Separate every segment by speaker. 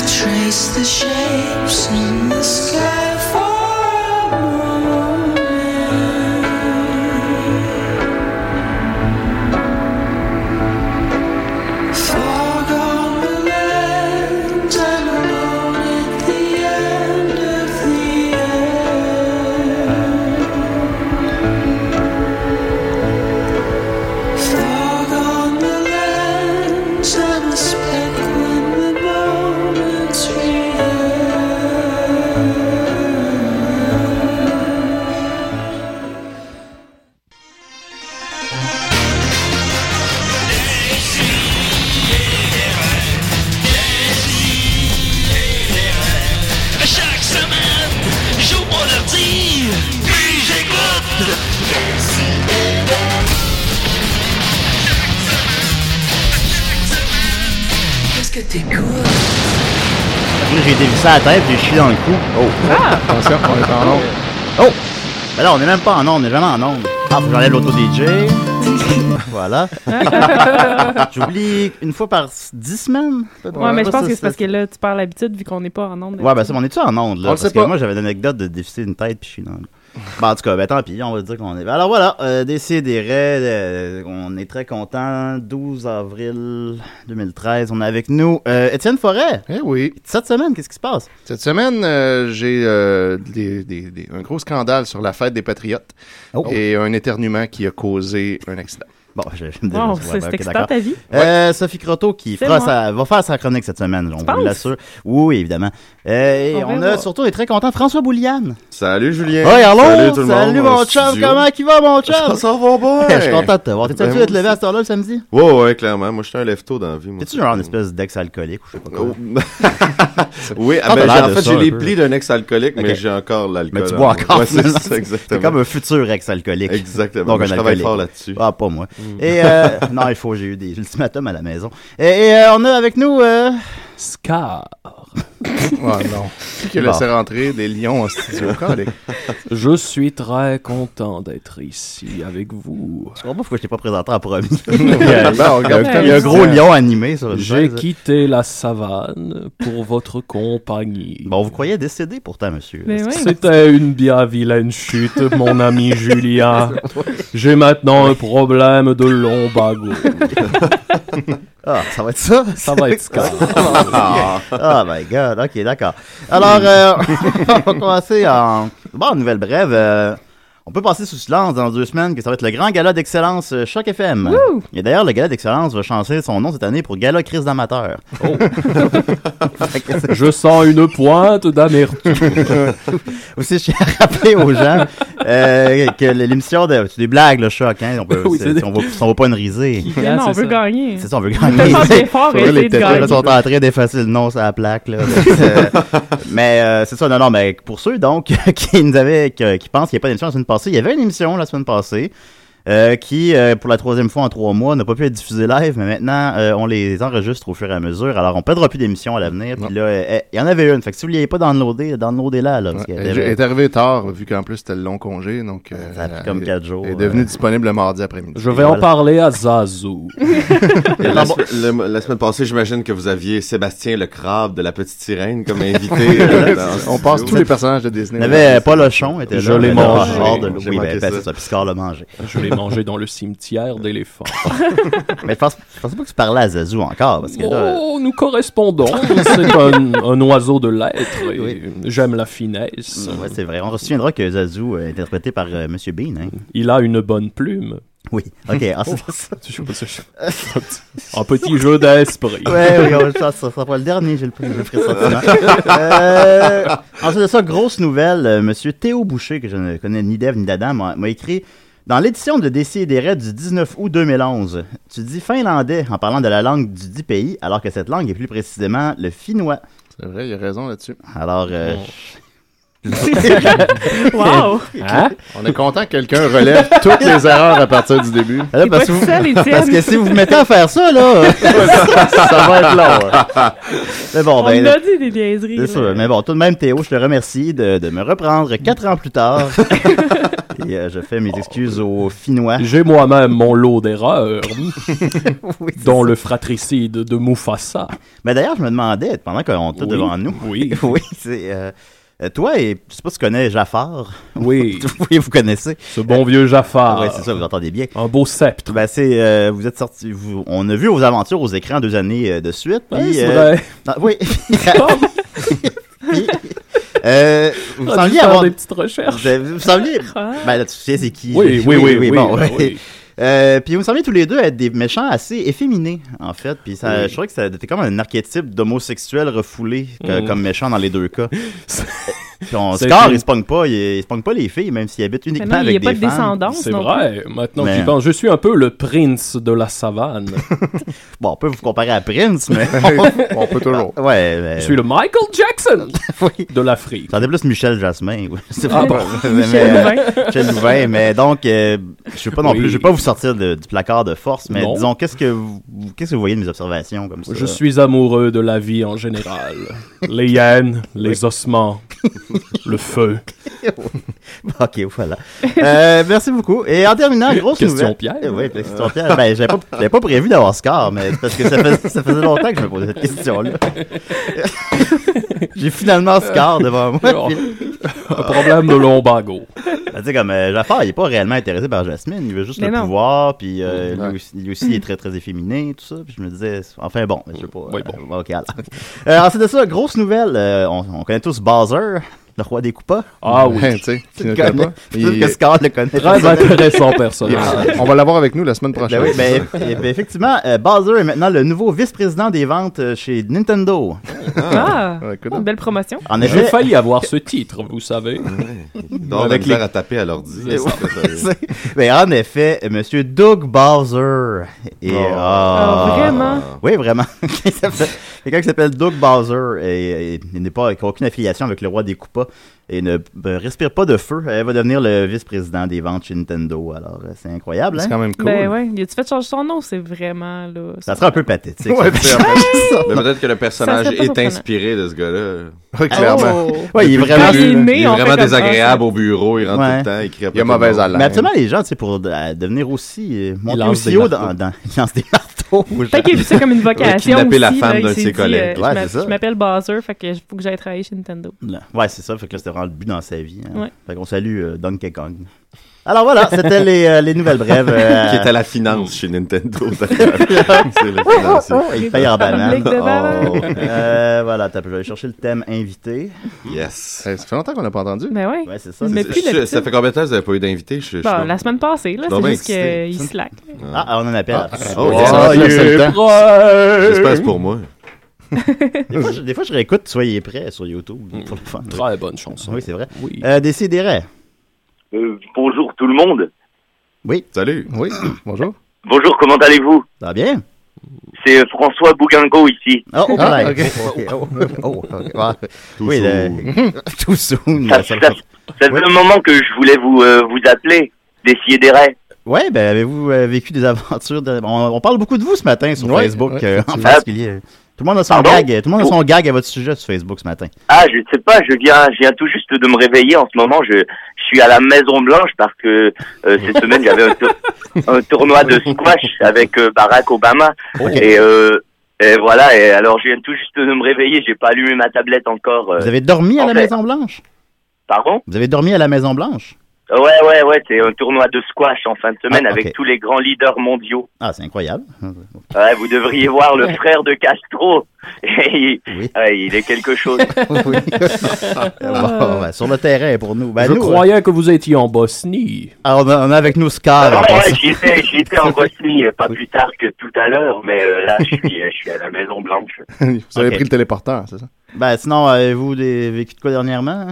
Speaker 1: Trace the shapes in the sky for a moment. Foregone relent, I'm alone at the end of the earth. Foregone relent, I'm a speck when the moment's real.
Speaker 2: Chaque semaine, j'ouvre mon ordi, puis j'écoute.
Speaker 1: Qu'est-ce que t'écoutes?
Speaker 3: Là, j'ai dévissé la tête, j'ai chié dans le cou. Oh!
Speaker 4: Ah!
Speaker 3: Attention, on est en onde. Oh! Ben là, on est même pas en onde, on est jamais en onde. Ah, faut que j'enlève l'auto-DJ. voilà. J'oublie une fois par s- dix semaines.
Speaker 5: Ouais, mais je pense que c'est parce que là, tu perds l'habitude vu qu'on n'est pas en nombre.
Speaker 3: Ouais, ben ça, mais on est-tu en onde, là?
Speaker 4: On le
Speaker 3: parce
Speaker 4: sait
Speaker 3: que
Speaker 4: pas.
Speaker 3: moi, j'avais l'anecdote de dévisser une tête puis je suis dans le... Ben, en tout cas, ben tant pis, on va dire qu'on est... Alors voilà, euh, Décidérez, euh, on est très content. 12 avril 2013, on est avec nous euh, Étienne Forêt.
Speaker 4: Eh oui.
Speaker 3: Cette semaine, qu'est-ce qui se passe?
Speaker 4: Cette semaine, euh, j'ai euh, des- des- des- un gros scandale sur la fête des Patriotes
Speaker 3: Oh.
Speaker 4: et un éternuement qui a causé un accident.
Speaker 3: Bon, je, je me dis-
Speaker 5: Wow,
Speaker 3: ouais,
Speaker 5: c'est
Speaker 3: ben,
Speaker 5: c'est
Speaker 3: ok,
Speaker 5: excitant
Speaker 3: d'accord.
Speaker 5: ta vie.
Speaker 3: Euh, Sophie Croteau qui
Speaker 5: C'est
Speaker 3: fera
Speaker 5: moi.
Speaker 3: sa- va faire sa chronique cette semaine, on vous
Speaker 5: penses?
Speaker 3: l'assure. Oui, évidemment. Euh, et
Speaker 5: On
Speaker 3: on, a
Speaker 5: verra. Oh,
Speaker 3: surtout, on est très content, François Bouliane.
Speaker 6: Salut Julien.
Speaker 3: Hey, allô?
Speaker 6: Salut tout le monde.
Speaker 3: Salut
Speaker 6: dans
Speaker 3: mon
Speaker 6: le
Speaker 3: chum,
Speaker 6: studio.
Speaker 3: comment il va mon chum?
Speaker 6: Ça va bien.
Speaker 3: Je suis content de te voir. T'es-tu
Speaker 6: Ben,
Speaker 3: habitué
Speaker 6: moi
Speaker 3: de te lever à cette heure-là le samedi?
Speaker 6: Ouais, ouais, clairement. Moi, je suis un lève-tôt dans la vie. moi. Mm.
Speaker 3: T'es-tu genre une espèce d'ex-alcoolique ou je sais pas quoi?
Speaker 6: Oh. oui, ah, ben,
Speaker 3: Ah, t'as
Speaker 6: j'ai-
Speaker 3: l'air
Speaker 6: en
Speaker 3: de
Speaker 6: fait,
Speaker 3: ça
Speaker 6: j'ai
Speaker 3: un
Speaker 6: les
Speaker 3: peu.
Speaker 6: plis d'un ex-alcoolique,
Speaker 3: Ok.
Speaker 6: mais j'ai encore l'alcool.
Speaker 3: Mais tu
Speaker 6: en
Speaker 3: bois
Speaker 6: moi.
Speaker 3: encore,
Speaker 6: Ouais, c'est
Speaker 3: finalement.
Speaker 6: ça,
Speaker 3: T'es
Speaker 6: exactement.
Speaker 3: comme un futur ex-alcoolique.
Speaker 6: Exactement.
Speaker 3: Donc
Speaker 6: Mais
Speaker 3: un
Speaker 6: je travaille
Speaker 3: alcoolique.
Speaker 6: fort là-dessus. Mm.
Speaker 3: Ah, pas moi. Et euh, non, il faut, j'ai eu des ultimatums à la maison. Et, et, euh, on a avec nous euh,
Speaker 7: Scar.
Speaker 4: Oh non. Qui a
Speaker 3: Bon.
Speaker 4: laissé rentrer des lions en studio? Calique.
Speaker 7: Je suis très content d'être ici avec vous.
Speaker 3: Je comprends pas pourquoi je t'ai pas présenté en premier.
Speaker 4: Bon, regarde,
Speaker 3: Il y a un gros lion animé sur une
Speaker 7: J'ai
Speaker 3: chaise.
Speaker 7: quitté la savane pour votre compagnie.
Speaker 3: Bon, on vous croyez décédé pourtant, monsieur.
Speaker 5: Mais oui.
Speaker 7: C'était une bien vilaine chute, mon ami Julia. J'ai maintenant un problème de lombago.
Speaker 3: Ah, ça va être ça?
Speaker 7: Ça va être Scar.
Speaker 3: oh my god, ok, d'accord. Alors, euh, on va commencer en. Bon, nouvelle brève. euh, on peut passer sous silence dans deux semaines que ça va être le grand gala d'excellence euh, Choc FM. Et d'ailleurs, le gala d'excellence va changer son nom cette année pour Gala Crise d'amateur.
Speaker 7: Oh.
Speaker 3: Fait que c'est-
Speaker 7: Je sens une pointe d'amertume.
Speaker 3: Aussi, je tiens à rappeler aux gens euh, que l'émission de. C'est des blagues, le choc, hein. On peut,
Speaker 7: Oui,
Speaker 3: c'est-
Speaker 7: c'est des-
Speaker 3: on va, on va pas une risée.
Speaker 5: Mais non,
Speaker 7: c'est
Speaker 5: on veut
Speaker 7: ça.
Speaker 5: gagner.
Speaker 3: C'est ça, on veut
Speaker 5: On
Speaker 3: gagner.
Speaker 5: fait des efforts et
Speaker 4: Faudrait
Speaker 5: essayer
Speaker 4: les
Speaker 5: de
Speaker 4: têter,
Speaker 3: Là,
Speaker 5: gagner.
Speaker 3: ils sont en train d'effacer le nom sur la plaque. Là. Donc, euh, mais euh, c'est ça, non, non, mais pour ceux donc qui nous avaient, qui, qui pensent qu'il n'y a pas d'émission la semaine passée, il y avait une émission la semaine passée euh, qui, euh, pour la troisième fois en trois mois, n'a pas pu être diffusée live, mais maintenant euh, on les enregistre au fur et à mesure. Alors on ne perdra plus d'émissions à l'avenir. Puis là, euh, il y en avait une. Fait que si vous ne l'avez pas downloadé, downloadez-la. Là, parce
Speaker 4: Ouais,
Speaker 3: qu'elle
Speaker 4: Elle
Speaker 3: était-
Speaker 4: elle est arrivée tard, vu qu'en plus c'était le long congé. Donc, euh,
Speaker 3: Ça a pris
Speaker 4: elle-
Speaker 3: comme quatre jours,
Speaker 4: Elle est devenue
Speaker 3: euh.
Speaker 4: disponible le mardi après-midi.
Speaker 7: Je vais en parler à Zazu.
Speaker 6: Et la, se- le- la semaine passée, j'imagine que vous aviez Sébastien le crabe de la petite sirène comme invité. euh, dans le
Speaker 4: On passe tous
Speaker 6: studio.
Speaker 4: les personnages de Disney.
Speaker 3: Il y avait Paul Hochon, était
Speaker 7: Je
Speaker 3: là.
Speaker 7: l'ai
Speaker 3: Le
Speaker 7: mangé.
Speaker 3: hors de l'eau.
Speaker 6: J'ai
Speaker 3: Oui,
Speaker 6: manqué
Speaker 3: ben, ben,
Speaker 6: ça.
Speaker 3: c'est ça. Puis Scar l'a mangé.
Speaker 7: Je l'ai mangé dans le cimetière d'éléphants.
Speaker 3: Mais je pense, je pensais pas que tu parlais à Zazou encore. Parce que là,
Speaker 7: Oh, nous correspondons. C'est un, un oiseau de l'être. et J'aime la finesse.
Speaker 3: Ouais, c'est vrai. On se souviendra que Zazu euh, est interprété par euh, Monsieur Bean. hein.
Speaker 7: Il a une bonne plume.
Speaker 3: Oui. OK. ah, c'est- c'est-
Speaker 7: Je sais pas si je- un petit- un petit jeu d'esprit.
Speaker 3: ouais, oui, on- ça, ça sera pas le dernier, j'ai le j'ai le pressentiment. Euh, ensuite de ça, grosse nouvelle, euh, Monsieur Théo Boucher, que je ne connais ni d'Ève ni d'Adam, m'a m'a écrit dans l'édition de Décideret du 19 août 2011. Tu dis finlandais en parlant de la langue du dit pays, alors que cette langue est plus précisément le finnois.
Speaker 4: C'est vrai, il a raison là-dessus.
Speaker 3: Alors, euh,
Speaker 5: Wow.
Speaker 7: Hein?
Speaker 4: On est content que quelqu'un relève toutes les erreurs à partir du début.
Speaker 3: là,
Speaker 5: T'es pas
Speaker 3: Eh, parce, que
Speaker 5: tout
Speaker 3: vous-
Speaker 5: seul,
Speaker 3: parce que
Speaker 5: Étienne.
Speaker 3: si vous vous mettez à faire ça, là, ça va être long. hein. Mais bon,
Speaker 5: On
Speaker 3: ben,
Speaker 5: a dit des niaiseries.
Speaker 3: C'est
Speaker 5: là.
Speaker 3: sûr, mais bon, tout de même, Théo, je te remercie de, de me reprendre quatre ans plus tard Et euh, je fais mes excuses aux Finnois.
Speaker 7: J'ai moi-même mon lot d'erreurs,
Speaker 3: Oui, c'est
Speaker 7: dont
Speaker 3: ça.
Speaker 7: le fratricide de Mufasa.
Speaker 3: Ben, D'ailleurs, je me demandais, pendant qu'on est tout
Speaker 7: Oui.
Speaker 3: devant nous,
Speaker 7: Oui.
Speaker 3: oui, c'est... euh, euh, toi, et, je sais pas si tu connais Jafar.
Speaker 7: Oui,
Speaker 3: oui, vous connaissez.
Speaker 7: ce bon vieux Jafar.
Speaker 3: Ouais, c'est ça, vous entendez bien.
Speaker 7: Un beau sceptre.
Speaker 3: Ben, c'est, euh, vous êtes sorti, vous- on a vu vos aventures aux écrans deux années euh, de suite.
Speaker 7: Ouais,
Speaker 3: puis,
Speaker 7: c'est
Speaker 3: euh,
Speaker 7: vrai.
Speaker 3: dans- oui.
Speaker 7: Comme,
Speaker 3: Puis, euh, vous
Speaker 7: on a dû
Speaker 3: sembliez
Speaker 7: faire
Speaker 3: avoir,
Speaker 7: des petites recherches.
Speaker 3: vous avez- vous sembliez,
Speaker 5: Ah.
Speaker 3: ben là, tu sais c'est qui.
Speaker 7: Oui, oui, oui, oui.
Speaker 3: bon,
Speaker 7: ben
Speaker 3: ouais. Euh, puis vous me semblez tous les deux être des méchants assez efféminés, en fait. Puis ça,
Speaker 7: Oui.
Speaker 3: je trouvais que ça- t'es comme un archétype d'homosexuel refoulé que-
Speaker 7: Mm.
Speaker 3: comme méchant dans les deux cas.
Speaker 7: C'est-
Speaker 3: Puis on
Speaker 7: C'est
Speaker 3: score,
Speaker 7: une-
Speaker 3: il se pogne pas, il, il se pogne pas les filles, même s'il habite
Speaker 5: Mais
Speaker 3: uniquement
Speaker 5: non, il n'y
Speaker 3: avec
Speaker 5: a pas de
Speaker 3: des femmes.
Speaker 5: descendance.
Speaker 7: C'est
Speaker 5: non
Speaker 7: vrai, maintenant que
Speaker 3: Mais-
Speaker 7: j'y pense. Je suis un peu le prince de la savane.
Speaker 3: Bon, on peut vous comparer à Prince, mais
Speaker 4: On peut toujours.
Speaker 3: ouais. mais-
Speaker 7: Je suis le Michael Jackson
Speaker 3: Oui.
Speaker 7: de l'Afrique.
Speaker 3: J'entendais plus Michel Jasmin. oui. C'est
Speaker 7: Ah
Speaker 3: pas
Speaker 7: bon.
Speaker 3: mais,
Speaker 5: Michel
Speaker 3: euh,
Speaker 5: Louvain.
Speaker 3: Michel Louvain, mais donc, euh, je sais pas non
Speaker 7: Oui.
Speaker 3: plus, je vais pas vous sortir de- du placard de force, mais
Speaker 7: Non.
Speaker 3: disons, qu'est-ce que vous, qu'est-ce que vous voyez de mes observations comme ça?
Speaker 7: Je suis amoureux de la vie en général. les hyènes, les ossements, le feu.
Speaker 3: Ok, voilà. Euh, merci beaucoup. Et en terminant, grosse
Speaker 7: Question
Speaker 3: nouvelle.
Speaker 7: Pierre.
Speaker 3: Eh Oui, question Pierre. Ben, j'avais pas, j'avais pas prévu d'avoir score, mais c'est parce que ça, fais- ça faisait longtemps que je me posais cette question-là. J'ai finalement score devant moi.
Speaker 7: Oh, un problème de lombago.
Speaker 3: Ben, tu sais, comme euh, Jafar, il est pas réellement intéressé par Jasmine, il veut juste
Speaker 5: Mais
Speaker 3: le
Speaker 5: non.
Speaker 3: pouvoir, puis euh,
Speaker 4: Ouais.
Speaker 3: lui, aussi, lui aussi, il est très très efféminé, tout ça. Puis je me disais, enfin bon, je sais pas.
Speaker 7: Oui, bon.
Speaker 3: euh, ok, alors. Euh, ensuite de ça, grosse nouvelle, euh, on, on connaît tous Bowser, le roi des coupas.
Speaker 7: Ah oui,
Speaker 4: Ouais, tu sais, tu ne
Speaker 3: Connais-
Speaker 4: connais pas.
Speaker 3: Peut-être que
Speaker 4: Il-
Speaker 3: Scar le connaît.
Speaker 7: très intéressant personnage.
Speaker 4: il- On va l'avoir avec nous la semaine
Speaker 3: Ben
Speaker 4: prochaine.
Speaker 3: oui, ben, eh ben, effectivement, euh, Bowser est maintenant le nouveau vice-président des ventes euh, chez Nintendo.
Speaker 5: Ah,
Speaker 4: Ouais, écoute.
Speaker 5: Oh, belle promotion.
Speaker 3: En
Speaker 7: J'ai
Speaker 3: effet,
Speaker 7: failli avoir ce titre, vous savez.
Speaker 6: Donc,
Speaker 7: Avec
Speaker 6: avec
Speaker 7: les-
Speaker 6: à taper à l'ordi.
Speaker 3: C'est
Speaker 6: ça, ça, ça.
Speaker 3: ben, en effet, Monsieur Doug Bowser. Et,
Speaker 6: Oh.
Speaker 3: ah.
Speaker 5: Ah, vraiment?
Speaker 3: Oui, vraiment. Ça fait- Quelqu'un qui s'appelle Doug Bowser et, et il n'est pas qui a aucune affiliation avec le roi des coupas et ne ben, respire pas de feu. Elle va devenir le vice-président des ventes chez Nintendo. Alors, euh, c'est incroyable.
Speaker 4: C'est
Speaker 3: Hein?
Speaker 4: quand même cool.
Speaker 5: Ben ouais, il a-tu fait changer son nom? C'est vraiment, là...
Speaker 3: Ça sera un peu pathétique.
Speaker 4: Ouais,
Speaker 3: ça.
Speaker 6: Mais peut-être que le personnage
Speaker 5: Ça serait pas
Speaker 6: est
Speaker 5: surprenant.
Speaker 6: inspiré de ce gars-là.
Speaker 4: Ouais, clairement.
Speaker 3: Ouais, il est
Speaker 5: Quand
Speaker 3: vraiment
Speaker 5: il est né,
Speaker 6: Il est
Speaker 5: on fait
Speaker 6: vraiment
Speaker 5: comme-
Speaker 6: désagréable au bureau, il rentre
Speaker 3: Ouais.
Speaker 6: tout le temps, il crie après
Speaker 4: Il a
Speaker 6: tout le
Speaker 4: mauvaise
Speaker 6: monde.
Speaker 4: haleine.
Speaker 3: Mais absolument, les gens, tu sais, pour euh, devenir aussi, euh, monter
Speaker 7: lance
Speaker 3: aussi
Speaker 7: des
Speaker 3: haut dans,
Speaker 7: marteaux.
Speaker 3: dans, ils lancent des marteaux. aux gens.
Speaker 5: Peut-être qu'il a vu ça comme une vocation
Speaker 6: kidnapper
Speaker 5: aussi.
Speaker 6: la femme
Speaker 5: là, il
Speaker 6: d'un de
Speaker 5: s'est
Speaker 6: ses
Speaker 5: dit,
Speaker 6: collègues.
Speaker 5: euh, je
Speaker 3: Ouais,
Speaker 5: m'a-
Speaker 3: c'est ça.
Speaker 5: je m'appelle Bowser, fait que faut que j'aille travailler chez Nintendo.
Speaker 3: Ouais, c'est ça. Fait que là, c'était vraiment le but dans sa vie. hein.
Speaker 5: Ouais.
Speaker 3: Fait qu'on salue euh, Donkey Kong. Alors voilà, c'était les, euh, les nouvelles brèves. euh,
Speaker 6: Qui est à la finance chez Nintendo. C'est le financier.
Speaker 5: Oh,
Speaker 3: Il paye en banane.
Speaker 5: Public de banane.
Speaker 6: Oh,
Speaker 3: Euh, voilà, t'as, je vais aller chercher le thème invité.
Speaker 6: yes.
Speaker 4: Eh, Ça fait longtemps qu'on l'a pas entendu.
Speaker 5: Mais ouais.
Speaker 3: Ouais, c'est ça.
Speaker 5: Mais
Speaker 3: c'est
Speaker 5: plus
Speaker 6: Je-
Speaker 5: d'habitude.
Speaker 6: ça fait combien de temps que vous n'avez pas eu d'invité? Je, je-
Speaker 5: Ben Bon, la semaine passée, là,
Speaker 6: Je suis
Speaker 5: c'est
Speaker 6: donc
Speaker 5: juste
Speaker 6: bien excité.
Speaker 5: qu'il slack.
Speaker 3: ça. Ah, ah, on en appelle.
Speaker 6: oh,
Speaker 3: Ouais.
Speaker 6: yes.
Speaker 4: Ah, il est
Speaker 6: J'espère que c'est pour moi.
Speaker 3: des, fois, je, des fois, je réécoute Soyez prêts sur YouTube pour le fun.
Speaker 7: Mm. Très bonne chanson.
Speaker 3: Oui, c'est vrai.
Speaker 7: Oui.
Speaker 3: Euh, Décidérez.
Speaker 8: Euh, bonjour tout le monde.
Speaker 6: Salut.
Speaker 4: Oui, bonjour.
Speaker 8: Bonjour, comment allez-vous
Speaker 3: Ça va bien?
Speaker 8: C'est euh, François Bouguingo ici.
Speaker 3: Oh, oh,
Speaker 4: Ah,
Speaker 3: pareil.
Speaker 4: ok.
Speaker 3: Ok, oh, oh, ok. Ah,
Speaker 6: Tout
Speaker 3: oui,
Speaker 6: chaud.
Speaker 3: le- tout soon.
Speaker 8: Ça,
Speaker 3: la seule
Speaker 8: ça-
Speaker 3: fois.
Speaker 8: ça fait
Speaker 3: Ouais.
Speaker 8: le moment que je voulais vous, euh, vous appeler, d'essayer des raies.
Speaker 3: Ouais, ben avez-vous euh, vécu des aventures de- on, on parle beaucoup de vous ce matin sur
Speaker 4: Ouais,
Speaker 3: Facebook
Speaker 4: ouais,
Speaker 3: euh, en
Speaker 4: effectivement. Oh.
Speaker 3: particulier. Tout le monde a son
Speaker 8: Pardon?
Speaker 3: gag, euh, tout le monde a son gag à votre sujet sur Facebook ce matin.
Speaker 8: Ah, je sais pas, je viens, je viens tout juste de me réveiller en ce moment. Je, je suis à la Maison Blanche parce que euh, cette semaine j'avais un, tour- un tournoi de squash avec euh, Barack Obama. Et, euh, et voilà, et alors je viens tout juste de me réveiller. J'ai pas allumé ma tablette encore. euh.
Speaker 3: Vous avez dormi à
Speaker 8: en
Speaker 3: la
Speaker 8: fait-
Speaker 3: Maison Blanche
Speaker 8: Pardon
Speaker 3: Vous avez dormi à la Maison Blanche
Speaker 8: Ouais, ouais, ouais, c'est un tournoi de squash en fin de semaine
Speaker 3: Ah, ok.
Speaker 8: avec tous les grands leaders mondiaux.
Speaker 3: Ah, c'est incroyable.
Speaker 8: Ouais, vous devriez voir le frère de Castro. il,
Speaker 3: Oui.
Speaker 8: ouais, il est quelque chose.
Speaker 3: Oui. Bon, ben, sur le terrain pour nous. Ben,
Speaker 7: Je
Speaker 3: nous,
Speaker 7: croyais que vous étiez en Bosnie.
Speaker 3: euh, ah, on, a, on a avec nous
Speaker 4: Ah,
Speaker 3: Scar. en
Speaker 8: Ah Ouais,
Speaker 3: passant.
Speaker 8: ouais, j'y étais- j'y étais en Bosnie euh, pas plus tard que tout à l'heure, mais euh, là, je suis, euh, je suis à la Maison Blanche.
Speaker 4: Vous avez
Speaker 3: Ok.
Speaker 4: pris le téléporteur, c'est ça?
Speaker 3: Ben, sinon, avez-vous des- vécu de quoi dernièrement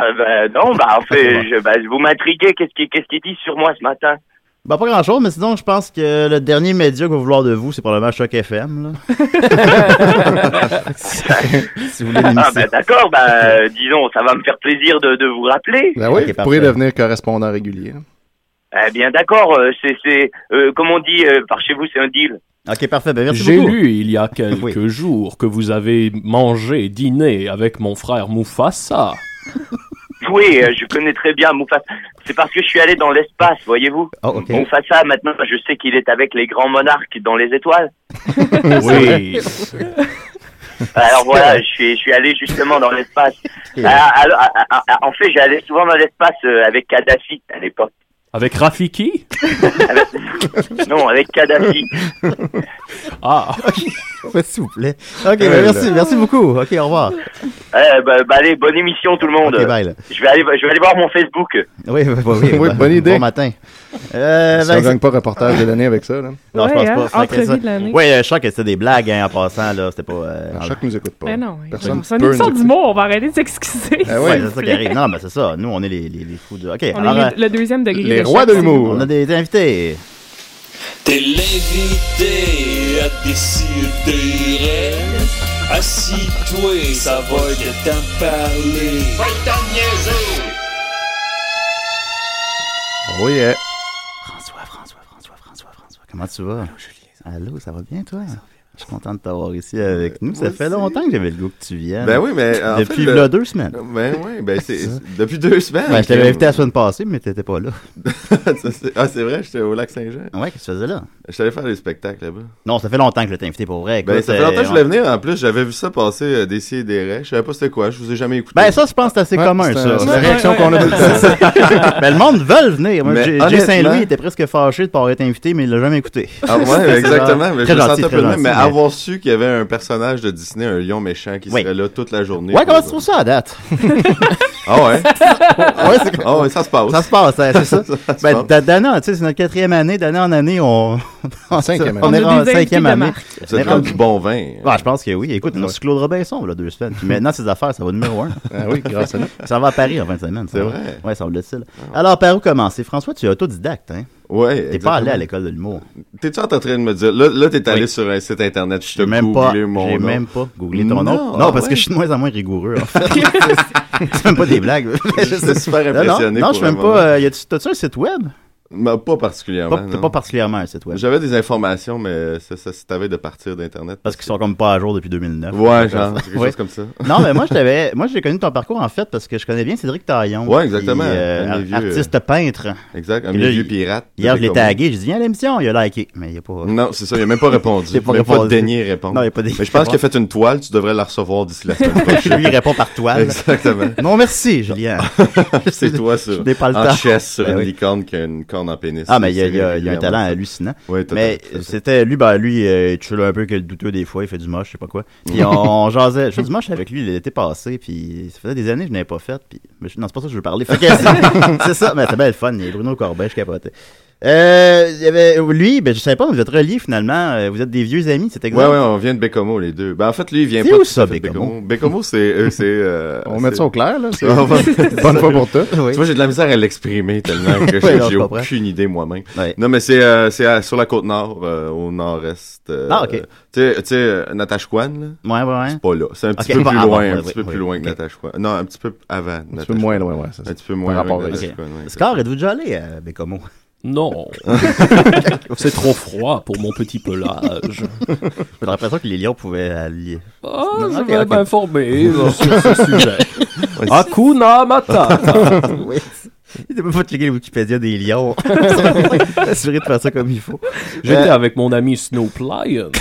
Speaker 8: Euh, ben, non, bah, en fait, je, bah, vous m'intriguez. Qu'est-ce qui, qu'est-ce qui dit sur moi ce matin
Speaker 3: Ben, pas grand-chose, mais sinon, je pense que le dernier média qu'on va vouloir de vous, c'est probablement Choc FM. là. si vous voulez
Speaker 8: Ah,
Speaker 3: l'émission.
Speaker 8: ben, d'accord, bah, euh, disons, ça va me faire plaisir de, de vous rappeler.
Speaker 4: Ben oui,
Speaker 3: Ok,
Speaker 4: vous
Speaker 3: parfait.
Speaker 4: pourriez devenir correspondant régulier. hein.
Speaker 8: Eh bien, d'accord, euh, c'est, c'est, euh, comme on dit, euh, par chez vous, c'est un deal.
Speaker 3: Ok, parfait. Ben, merci
Speaker 7: J'ai
Speaker 3: beaucoup.
Speaker 7: lu il y a quelques jours que vous avez mangé, dîné avec mon frère Mufasa.
Speaker 8: Oui, euh, je connais très bien Moufas. C'est parce que je suis allé dans l'espace, voyez-vous.
Speaker 4: Ah,
Speaker 3: Oh, ok.
Speaker 8: On fait ça maintenant, je sais qu'il est avec les grands monarques dans les étoiles.
Speaker 3: Oui.
Speaker 8: Alors voilà, je suis, je suis allé justement dans l'espace. Ah, Alors, alors, à- à- à- en fait, j'allais souvent dans l'espace euh, avec Kadhafi à l'époque.
Speaker 7: Avec Rafiki
Speaker 8: Avec- non, avec Kadhafi.
Speaker 7: Ah,
Speaker 3: Ouais, S'il vous plaît. Ok, ben, merci, merci beaucoup. Ok, au revoir.
Speaker 8: Eh, bah, bah, allez, bonne émission tout le monde.
Speaker 3: Ok, bye. là.
Speaker 8: je vais aller, je vais aller voir mon Facebook.
Speaker 3: Oui, oui, oui, oui,
Speaker 4: Oui,
Speaker 3: bon-
Speaker 4: bonne idée.
Speaker 3: Bon matin. Euh,
Speaker 4: Si on
Speaker 3: Vincent-
Speaker 4: gagne pas reportage de l'année avec ça, là.
Speaker 3: non, je
Speaker 5: Ouais, hein,
Speaker 3: pense pas.
Speaker 5: entrevue de l'année.
Speaker 3: Oui, je crois que euh, c'était des blagues hein, en passant. là. C'était pas. euh, en-
Speaker 4: Chaque Ah, nous écoute pas.
Speaker 5: Mais non, hein.
Speaker 4: Personne
Speaker 5: c'est une
Speaker 4: peut
Speaker 5: sorte
Speaker 4: nous-
Speaker 5: d'humour, on va arrêter de s'excuser.
Speaker 4: Ah
Speaker 5: s'il
Speaker 3: Ben Ouais,
Speaker 4: ouais.
Speaker 5: vous
Speaker 3: c'est ça qui
Speaker 5: plaît.
Speaker 3: arrive. Non, mais c'est ça. Nous, on est les, les, les fous de. Ok,
Speaker 5: On
Speaker 3: alors, euh,
Speaker 5: est les- le deuxième degré.
Speaker 4: Les
Speaker 5: de
Speaker 4: rois
Speaker 5: chaque
Speaker 4: de
Speaker 5: saison.
Speaker 4: l'humour.
Speaker 3: on a des invités.
Speaker 2: T'es l'invité à décider. Assis-toi, ça va être t'en parler. Va t'en niaiser!
Speaker 4: Oui, eh.
Speaker 3: François, François, François, François, François. Comment tu vas? Allô, Allô, ça va bien, toi? Je suis content de t'avoir ici avec nous. Ça
Speaker 6: moi
Speaker 3: fait
Speaker 6: aussi.
Speaker 3: longtemps que j'avais le goût que tu viennes.
Speaker 6: Ben oui, mais en fait,
Speaker 3: Depuis
Speaker 6: le-
Speaker 3: là, deux semaines.
Speaker 6: Ben oui, ben c'est c'est- depuis deux semaines.
Speaker 3: Ben, je t'avais
Speaker 6: que-
Speaker 3: invité la semaine passée, mais t'étais pas là.
Speaker 6: Ça, c'est- ah, c'est vrai, j'étais au lac Saint-Jean.
Speaker 3: Ouais, qu'est-ce que tu faisais là?
Speaker 6: Je allé faire des spectacles là-bas.
Speaker 3: Non, ça fait longtemps que je t'ai invité pour vrai.
Speaker 6: Ben,
Speaker 3: Écoute,
Speaker 6: ça fait longtemps que
Speaker 3: euh,
Speaker 6: je voulais venir. En plus, j'avais vu ça passer euh, des et des raies. Je savais pas c'était quoi. Je vous ai jamais écouté.
Speaker 3: Ben ça, je pense que c'est assez
Speaker 4: Ouais,
Speaker 3: commun,
Speaker 4: c'est
Speaker 3: ça.
Speaker 4: un- c'est
Speaker 5: Ouais,
Speaker 4: la réaction
Speaker 5: ouais,
Speaker 4: qu'on a
Speaker 5: ouais.
Speaker 4: tout le temps.
Speaker 3: Mais le monde veut venir. Moi,
Speaker 6: Mais
Speaker 3: Jay Jay
Speaker 6: honnêtement-
Speaker 3: Saint-Louis était presque fâché de pas avoir été invité, mais il l'a jamais écouté.
Speaker 6: Ah ouais, exactement. Mais je
Speaker 3: Très
Speaker 6: me
Speaker 3: gentil,
Speaker 6: sentais un
Speaker 3: très
Speaker 6: peu de même.
Speaker 3: gentil,
Speaker 6: Mais
Speaker 3: mais-
Speaker 6: avoir su qu'il y avait un personnage de Disney, un lion méchant, qui
Speaker 3: Oui.
Speaker 6: serait là toute la journée.
Speaker 3: Ouais,
Speaker 6: pour-
Speaker 3: comment tu trouves ça à date?
Speaker 6: Ah ouais.
Speaker 3: ouais, c'est
Speaker 6: Ah ouais, ça se passe.
Speaker 3: Ça se passe, hein, c'est ça?
Speaker 6: se
Speaker 3: ben,
Speaker 6: passe.
Speaker 3: d'a- d'année en- tu sais, c'est notre quatrième année. D'année en année, on. on-
Speaker 4: Cinquième
Speaker 3: On
Speaker 4: année.
Speaker 3: est
Speaker 5: On a
Speaker 3: rendu
Speaker 5: des
Speaker 3: cinquième
Speaker 5: invités de
Speaker 3: année.
Speaker 5: marque.
Speaker 6: Vous êtes comme du bon vin. hein.
Speaker 3: Ah, je pense que oui. Écoute, on a reçu Claude Robinson, là, deux semaines. Puis maintenant, ses affaires, ça va numéro un.
Speaker 4: Ah oui, grâce à nous.
Speaker 3: Ça va à Paris en fin de semaine. ça
Speaker 6: C'est
Speaker 3: va.
Speaker 6: vrai. Ah
Speaker 3: Ouais, semble-t-il. Alors, par où commencer? François, tu es autodidacte, hein?
Speaker 6: Ouais.
Speaker 3: T'es pas allé
Speaker 6: exactement.
Speaker 3: à l'école de l'humour.
Speaker 6: T'es-tu en train de me dire, là, là t'es allé
Speaker 3: Oui.
Speaker 6: sur un site internet, je te
Speaker 3: J'ai même pas,
Speaker 6: googlé mon
Speaker 3: j'ai
Speaker 6: nom.
Speaker 3: même pas googlé ton nom.
Speaker 6: Non,
Speaker 3: Non,
Speaker 6: ah
Speaker 3: parce que
Speaker 6: ouais.
Speaker 3: je suis de moins en moins rigoureux, en fait. c'est même pas des blagues.
Speaker 6: J'étais super
Speaker 3: Non, non,
Speaker 6: impressionné.
Speaker 3: non,
Speaker 6: pour
Speaker 3: je suis
Speaker 6: un
Speaker 3: même
Speaker 6: moment.
Speaker 3: pas. euh, y a-tu- T'as-tu un site web?
Speaker 6: Mais pas
Speaker 3: Pas-
Speaker 6: particulièrement.
Speaker 3: T'as
Speaker 6: non.
Speaker 3: pas particulièrement un site web.
Speaker 6: J'avais des informations, mais ça, ça ça t'avait de partir d'Internet.
Speaker 3: Parce qu'ils sont comme pas à jour depuis 2009.
Speaker 6: Ouais, genre, quelque
Speaker 3: euh, Ouais.
Speaker 6: chose comme ça.
Speaker 3: Non, mais moi, je t'avais, moi, j'ai connu ton parcours, en fait, parce que je connais bien Cédric Taillon.
Speaker 6: Ouais, exactement.
Speaker 3: qui, euh,
Speaker 6: Un
Speaker 3: ar-
Speaker 6: des vieux,
Speaker 3: artiste peintre.
Speaker 6: Exact, un
Speaker 3: Puis là,
Speaker 6: milieu
Speaker 3: il-
Speaker 6: pirate.
Speaker 3: Hier,
Speaker 6: de
Speaker 3: je l'ai
Speaker 6: comme-
Speaker 3: tagué, j'ai dit, viens à l'émission, il a liké. Mais il a pas.
Speaker 6: Non, c'est ça, il a même pas répondu.
Speaker 3: Il a
Speaker 6: Il
Speaker 3: pas
Speaker 6: a même pas
Speaker 3: répondu.
Speaker 6: daigné répondre.
Speaker 3: Non, il a pas daigné
Speaker 6: Mais je pense qu'il a
Speaker 3: répondre.
Speaker 6: fait une toile, tu devrais la recevoir d'ici la semaine prochaine.
Speaker 3: Lui, il répond par toile.
Speaker 6: Exactement.
Speaker 3: Non, merci, Julien.
Speaker 6: C'est toi
Speaker 3: Je
Speaker 6: sur
Speaker 3: n'ai pas le
Speaker 6: en
Speaker 3: temps.
Speaker 6: chess sur
Speaker 3: Ben
Speaker 6: une
Speaker 3: oui.
Speaker 6: licorne qui a une corne en pénis.
Speaker 3: Ah, mais il y a,
Speaker 6: C'est
Speaker 3: il y a- il y a un
Speaker 6: régulièrement
Speaker 3: talent
Speaker 6: ça.
Speaker 3: hallucinant.
Speaker 6: Ouais, totalement,
Speaker 3: Mais
Speaker 6: tout à fait.
Speaker 3: c'était lui, ben lui, euh, tu l'as un peu que douteux des fois, il fait du moche, je sais pas quoi. Puis on, on jasait, je fais du moche avec lui l'été passé, puis ça faisait des années que je n'avais pas fait, puis mais je- non, c'est pas ça que je veux parler. Fait que c'est- c'est ça, mais c'était bien le fun, il y a Bruno Corbet, je capotais. Euh, il y avait, lui, ben je savais pas, vous êtes reliés finalement, euh, vous êtes des vieux amis, c'est exact.
Speaker 6: Ouais, ouais, on vient de Bécomo, les deux. Ben, en fait, lui, il vient
Speaker 3: C'est
Speaker 6: pas
Speaker 3: où
Speaker 6: tout à
Speaker 3: ça,
Speaker 6: fait de
Speaker 3: Bécomo?
Speaker 6: Bécomo, c'est, euh, c'est, euh,
Speaker 4: On met
Speaker 6: c'est-
Speaker 4: ça au clair, là. c'est-
Speaker 6: On va-
Speaker 4: Bonne fois pour toi.
Speaker 3: Oui.
Speaker 6: Tu vois, j'ai de la misère à l'exprimer tellement que
Speaker 3: Ouais,
Speaker 6: j'ai
Speaker 3: non, je
Speaker 6: j'ai
Speaker 3: comprends.
Speaker 6: aucune idée moi-même.
Speaker 3: Ouais.
Speaker 6: Non, mais c'est euh, c'est à- sur la côte nord, euh, au nord-est. euh,
Speaker 3: Ah, ok.
Speaker 6: Tu sais- tu sais, euh, Natashquan, là,
Speaker 3: Ouais, ouais, ouais.
Speaker 6: c'est pas là. C'est un petit
Speaker 3: Ok,
Speaker 6: peu
Speaker 3: pas
Speaker 6: plus
Speaker 3: avant,
Speaker 6: loin,
Speaker 3: ouais,
Speaker 6: un
Speaker 3: ouais,
Speaker 6: petit peu
Speaker 3: ouais,
Speaker 6: plus loin
Speaker 3: ok.
Speaker 6: que Natashquan. Non, un petit peu avant.
Speaker 4: Un petit peu moins loin, ouais. c'est ça.
Speaker 6: Un petit peu moins
Speaker 4: Par rapport
Speaker 6: loin que
Speaker 4: à ça.
Speaker 6: Natashquan, ouais,
Speaker 3: Score, êtes-vous déjà allé à Bécomo?
Speaker 7: non. C'est trop froid pour mon petit pelage.
Speaker 3: J'ai l'impression que les lions pouvaient aller.
Speaker 7: Ah,
Speaker 3: Non,
Speaker 7: je
Speaker 3: ok,
Speaker 7: vais
Speaker 3: ok.
Speaker 7: m'informer euh, sur ce sujet. Hakuna Matata.
Speaker 3: Oui. Il ne peut pas checker le Wikipédia des lions. Assurer de faire ça comme il faut.
Speaker 7: J'étais
Speaker 3: Euh.
Speaker 7: avec mon ami Snowplion.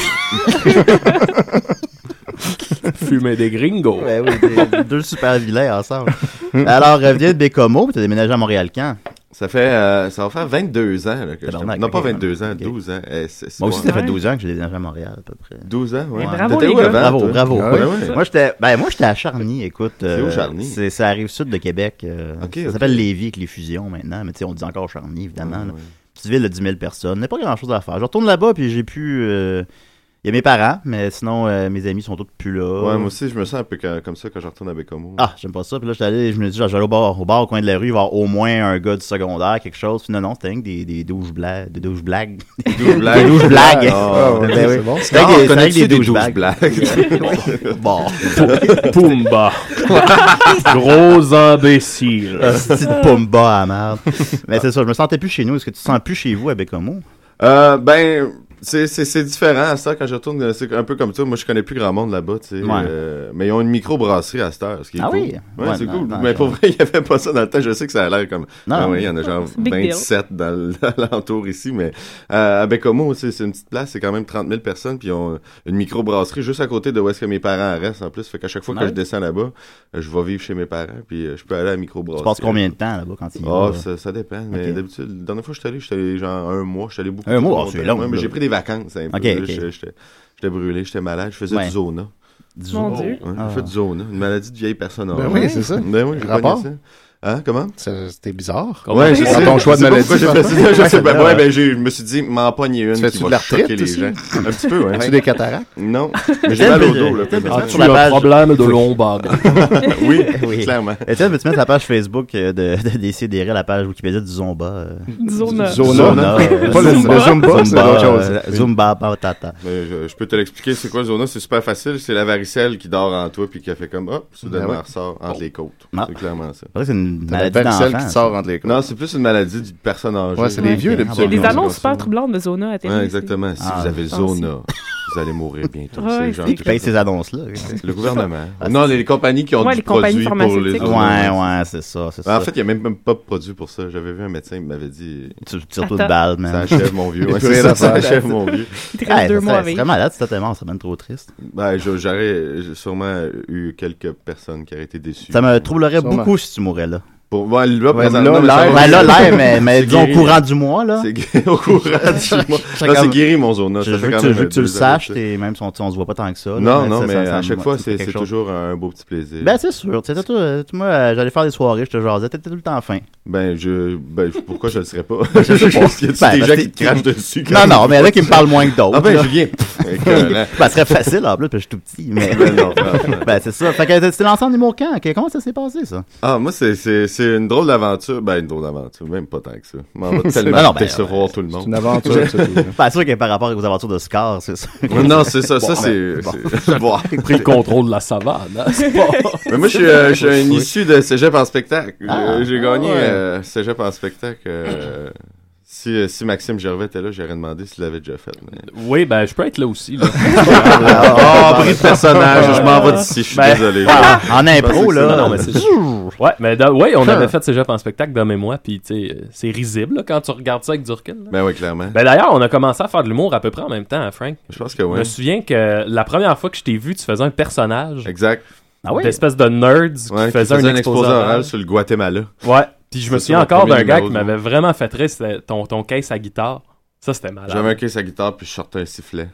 Speaker 7: Fumer des gringos.
Speaker 3: Ouais,
Speaker 6: Ben
Speaker 3: oui, des- deux super vilains ensemble. Euh, Alors, reviens de Bécomo, puis t'as déménagé à Montréal quand?
Speaker 6: Ça fait, euh, ça va faire 22 ans, là, que je
Speaker 3: Tabarnak,
Speaker 6: Non, pas
Speaker 3: ok.
Speaker 6: 22 ans,
Speaker 3: Ok.
Speaker 6: 12 ans. Eh, c'est- c'est
Speaker 3: Moi aussi,
Speaker 6: pas-
Speaker 3: ça fait
Speaker 5: Ouais.
Speaker 3: 12 ans que j'ai déménagé à Montréal, à peu près.
Speaker 6: 12 ans,
Speaker 5: Mais
Speaker 6: ouais.
Speaker 5: bravo,
Speaker 6: T'étais
Speaker 5: les
Speaker 6: où
Speaker 5: gars.
Speaker 6: avant,
Speaker 3: Bravo,
Speaker 6: toi?
Speaker 3: bravo.
Speaker 4: Ah,
Speaker 3: oui.
Speaker 6: ben ouais.
Speaker 3: Moi, j'étais, ben, moi, j'étais à Charny, écoute. euh,
Speaker 6: C'est où, Charny?
Speaker 3: C'est, c'est arrive sud de Québec. euh,
Speaker 6: Ok,
Speaker 3: ça
Speaker 6: ok.
Speaker 3: s'appelle Lévis avec les fusions maintenant, mais tu sais, on dit encore Charny, évidemment. là. Petite ville de 10 000 personnes. Il n'y a pas grand chose à faire. Je retourne là-bas, puis j'ai pu. euh, Il y a mes parents, mais sinon, euh, mes amis sont tous plus là.
Speaker 6: Ouais, moi aussi, je me sens un peu ca- comme ça quand je retourne à Bécomo.
Speaker 3: Ah, j'aime pas ça. Puis là, j'étais allé, je me dis, genre, j'allais au bar, au bar au coin de la rue, voir au moins un gars du secondaire, quelque chose. Puis non, non, c'était rien que des, des douches blagues. Des douches blagues.
Speaker 6: douze
Speaker 3: Des douches blagues.
Speaker 6: Ah, ouais.
Speaker 3: Ben oui.
Speaker 4: C'est bon.
Speaker 3: C'était avec des- c'était avec
Speaker 6: connais-tu
Speaker 3: des
Speaker 6: douze
Speaker 3: douches blagues. Bon,
Speaker 7: Pumba. Gros imbécile.
Speaker 3: Ah, petite pumba à merde. Mais c'est ça, je me sentais plus chez nous. Est-ce que tu te sens plus chez vous à Bécomo?
Speaker 6: Euh, ben, C'est, c'est, c'est différent à ça quand je retourne. euh, C'est un peu comme ça. Moi, je connais plus grand monde là-bas. tu sais.
Speaker 3: Ouais.
Speaker 6: Euh, mais ils ont une micro-brasserie à cette heure. Ce qui est
Speaker 3: Ah
Speaker 6: cool.
Speaker 3: oui?
Speaker 6: Ouais,
Speaker 3: Ouais,
Speaker 6: c'est
Speaker 3: non,
Speaker 6: cool.
Speaker 3: non,
Speaker 6: mais
Speaker 3: non.
Speaker 6: pour vrai, il n'y avait pas ça dans le temps. Je sais que ça a l'air comme.
Speaker 3: Non.
Speaker 6: Ah oui, il y en a genre
Speaker 5: Big deal.
Speaker 6: 27 dans l- dans l'alentour ici. Mais euh, à Bécomo, c'est, c'est une petite place. C'est quand même 30 000 personnes. Puis ils ont une micro-brasserie juste à côté de où est-ce que mes parents restent en plus. Fait qu'à chaque fois
Speaker 3: Ouais.
Speaker 6: que je descends là-bas, euh, je vais vivre chez mes parents. Puis euh, je peux aller à la micro-brasserie.
Speaker 3: Tu passes combien de temps là-bas quand tu y
Speaker 6: Ah,
Speaker 3: vas?
Speaker 6: ça, ça dépend. Mais
Speaker 3: Ok.
Speaker 6: d'habitude, la dernière fois que je suis allé, je suis allé genre un mois. Je suis allé beaucoup.
Speaker 3: Un
Speaker 6: plus
Speaker 3: mois,
Speaker 6: longtemps.
Speaker 3: c'est long,
Speaker 6: Ouais, mais
Speaker 3: là.
Speaker 6: j'ai pris des vacances un peu.
Speaker 3: Ok,
Speaker 6: là.
Speaker 3: ok.
Speaker 6: J'étais- J'étais j'étais brûlé, j'étais malade. Je faisais
Speaker 3: Ouais.
Speaker 6: du zona.
Speaker 3: Du
Speaker 5: Mon
Speaker 3: jour.
Speaker 5: Dieu.
Speaker 6: Hein,
Speaker 3: Ah.
Speaker 6: J'ai fait du zona. Une maladie de vieille personne.
Speaker 4: Ben
Speaker 6: âgée.
Speaker 4: oui, c'est ça.
Speaker 6: Ben oui, j'ai
Speaker 4: Rapport?
Speaker 6: pas ça. Hein, comment?
Speaker 4: Ça, C'était bizarre.
Speaker 6: Ouais,
Speaker 4: Dans ton choix
Speaker 6: Je sais
Speaker 4: de
Speaker 6: pas
Speaker 4: maladie,
Speaker 6: pourquoi j'ai
Speaker 4: je
Speaker 6: fait ça. Je
Speaker 4: pense.
Speaker 6: sais pas. Ouais, ben, j'ai- je me suis dit, m'en pogner une qui
Speaker 4: Tu fais-tu de
Speaker 6: va
Speaker 4: la
Speaker 6: choquer
Speaker 4: retraite
Speaker 6: les
Speaker 4: aussi?
Speaker 6: gens. Un petit peu, hein.
Speaker 4: As-tu des cataractes?
Speaker 6: Non. Mais j'ai mal au dos, là. présentement.
Speaker 3: Sur
Speaker 7: As-tu
Speaker 3: la
Speaker 7: un
Speaker 3: page-
Speaker 7: problème de lombard?
Speaker 6: Oui,
Speaker 3: Oui.
Speaker 6: clairement.
Speaker 3: Étienne, peux-tu mettre la page Facebook euh, de, de DCDR la page Wikipédia du Zomba? euh,
Speaker 5: Disons, euh,
Speaker 4: Zona.
Speaker 3: euh,
Speaker 4: Pas le
Speaker 3: Zumba.
Speaker 4: le Zumba, c'est
Speaker 3: Zumba,
Speaker 4: autre chose.
Speaker 3: euh, Zumba, patata.
Speaker 6: Mais je, je peux te l'expliquer, c'est quoi Zona? C'est super facile, c'est la varicelle qui dort en toi puis qui a fait comme hop, soudainement
Speaker 4: Ben oui.
Speaker 6: elle ressort entre les côtes.
Speaker 3: Ah.
Speaker 6: C'est clairement ça.
Speaker 3: C'est vrai que c'est une
Speaker 4: T'as la
Speaker 3: maladie
Speaker 4: varicelle
Speaker 3: d'enfant.
Speaker 4: qui te sort entre les couilles.
Speaker 6: Non, c'est plus une maladie d'une personne âgée.
Speaker 4: Ouais, c'est les
Speaker 5: Ouais.
Speaker 4: vieux,
Speaker 3: Ok,
Speaker 4: d'habitude.
Speaker 3: ah,
Speaker 5: Il y a
Speaker 3: bon.
Speaker 5: des annonces
Speaker 6: comme ça.
Speaker 5: super troublantes de Zona à télé.
Speaker 6: Ouais, exactement. Si
Speaker 3: Ah,
Speaker 6: vous avez
Speaker 5: je pense
Speaker 6: Zona, vous allez mourir bientôt.
Speaker 5: Ouais,
Speaker 6: c'est
Speaker 5: c'est
Speaker 6: genre
Speaker 5: clair.
Speaker 3: Qui paye ces annonces-là.
Speaker 6: le gouvernement.
Speaker 3: Ah,
Speaker 6: non, les, les compagnies qui ont
Speaker 5: Ouais,
Speaker 6: du
Speaker 5: les compagnies
Speaker 6: produit pour les
Speaker 5: pharmaceutiques.
Speaker 3: Ouais,
Speaker 6: Zona.
Speaker 3: ouais, c'est ça, c'est ça.
Speaker 6: En fait, il n'y a même, même pas de produit pour ça. J'avais vu un médecin qui m'avait dit
Speaker 3: tu tu tires tout de
Speaker 5: Attends.
Speaker 3: balle, man.
Speaker 6: ça achève mon vieux.
Speaker 4: Il y a
Speaker 6: Ouais,
Speaker 4: plus
Speaker 6: c'est
Speaker 4: rien
Speaker 6: ça,
Speaker 4: à
Speaker 6: ça
Speaker 4: faire.
Speaker 6: achève mon vieux.
Speaker 5: Il te
Speaker 3: Ouais,
Speaker 5: reste deux
Speaker 3: ça
Speaker 5: mois à
Speaker 3: serait
Speaker 5: vivre.
Speaker 3: malade, c'est tellement, ça mène trop triste.
Speaker 6: Ben, je- j'aurais j'ai sûrement eu quelques personnes qui auraient été déçues.
Speaker 3: Ça me troublerait
Speaker 4: Sûrement.
Speaker 3: beaucoup si tu mourais là.
Speaker 6: Pour... Ouais, là,
Speaker 4: Ouais,
Speaker 6: présentement,
Speaker 4: là,
Speaker 6: mais ça
Speaker 4: live.
Speaker 6: va-
Speaker 3: Ouais, là, l'air, mais, mais
Speaker 6: C'est
Speaker 3: disons, au
Speaker 6: guéri.
Speaker 3: courant du mois, là.
Speaker 6: C'est gué- au courant du mois.
Speaker 3: Ça
Speaker 6: Non,
Speaker 3: quand
Speaker 6: c'est
Speaker 3: même-
Speaker 6: guéri mon zona.
Speaker 3: Je
Speaker 6: Ça
Speaker 3: veux
Speaker 6: fait
Speaker 3: que
Speaker 6: quand
Speaker 3: tu,
Speaker 6: même
Speaker 3: je veux que tu le
Speaker 6: deux années,
Speaker 3: saches,
Speaker 6: ça.
Speaker 3: t'es- même si on, tu- on se voit pas tant que ça. là,
Speaker 6: Non, non,
Speaker 3: ça-
Speaker 6: mais
Speaker 3: ça- ça
Speaker 6: à
Speaker 3: me-
Speaker 6: chaque
Speaker 3: ça
Speaker 6: fois,
Speaker 3: me fait
Speaker 6: c'est
Speaker 3: quelque
Speaker 6: c'est
Speaker 3: chose.
Speaker 6: toujours un beau petit plaisir.
Speaker 3: Ben, c'est sûr. Tu sais, toi, toi, tu- moi, euh, j'allais faire des soirées, je te jasais, t'étais tout le temps fin.
Speaker 6: Ben, je. Ben, je- pourquoi je le serais pas?
Speaker 3: Je sais
Speaker 6: Y
Speaker 3: pas.
Speaker 6: a-tu
Speaker 3: Ben,
Speaker 6: des
Speaker 3: parce
Speaker 6: gens
Speaker 3: que-
Speaker 6: qui te crachent dessus? quand
Speaker 3: Non, non,
Speaker 6: ils
Speaker 3: mais il y en a
Speaker 6: voient
Speaker 3: qui me parlent moins que d'autres.
Speaker 6: Ah ben,
Speaker 3: là.
Speaker 6: Julien! Écœurant.
Speaker 3: Ben, ce serait facile, en plus, parce que je suis tout petit, mais...
Speaker 6: Ben, non, franchement.
Speaker 3: Ben, c'est ça. Fait que c'était l'ensemble d'humour quand? Que- Comment ça s'est passé, ça?
Speaker 6: Ah, moi, c'est- c'est c'est une drôle d'aventure. Ben, une drôle d'aventure. Même pas tant que ça. Mais Ah, on va
Speaker 3: Ben, non,
Speaker 6: tellement
Speaker 3: ben,
Speaker 6: décevoir tout le
Speaker 4: C'est une
Speaker 6: monde.
Speaker 4: aventure, ça. tout, là.
Speaker 3: Pas sûr que par rapport aux aventures de Scar, c'est ben, ça.
Speaker 6: Non, c'est ça. Ça, c'est. c'est- Bon.
Speaker 7: Pris le contrôle de la savane. hein, c'est pas-
Speaker 6: Mais moi, je suis, euh, je suis un issu de Cégep en spectacle. Euh, J'ai gagné
Speaker 3: ouais.
Speaker 6: euh, Cégep en spectacle. euh, si, euh, si Maxime Gervais était là, j'aurais demandé s'il l'avait déjà fait. mais-
Speaker 7: Oui, ben, je peux être là aussi. là.
Speaker 6: Ah, oh, bris de personnage, je m'en vais d'ici, je suis
Speaker 3: Ben,
Speaker 6: désolé.
Speaker 3: Ah, en impro,
Speaker 6: c'est-
Speaker 3: là.
Speaker 7: non,
Speaker 3: Hein.
Speaker 7: non, mais c'est- Ouais, mais dans- ouais, on avait fait Cégep en spectacle dans mes mois, puis tu sais, euh, c'est risible là, quand tu regardes ça avec du recul. là.
Speaker 6: Ben oui, clairement.
Speaker 7: Ben d'ailleurs, on a commencé à faire de l'humour à peu près en même temps, hein, Frank.
Speaker 6: Je pense que
Speaker 7: Je
Speaker 6: oui.
Speaker 7: me souviens que la première fois que je t'ai vu, tu faisais un personnage
Speaker 6: Exact.
Speaker 3: Ah oui?
Speaker 7: d'espèce de nerds qui
Speaker 6: Ouais, qui
Speaker 7: faisait un exposé oral.
Speaker 6: sur le Guatemala.
Speaker 7: Ouais, puis je me souviens
Speaker 6: Ça, c'est mon
Speaker 7: encore d'un
Speaker 6: premier
Speaker 7: gars
Speaker 6: numéro
Speaker 7: qui
Speaker 6: de
Speaker 7: m'avait vraiment fait rire, c'était ton, ton case à guitare. Ça, c'était malade.
Speaker 6: J'avais un caisse à guitare puis je sortais un sifflet.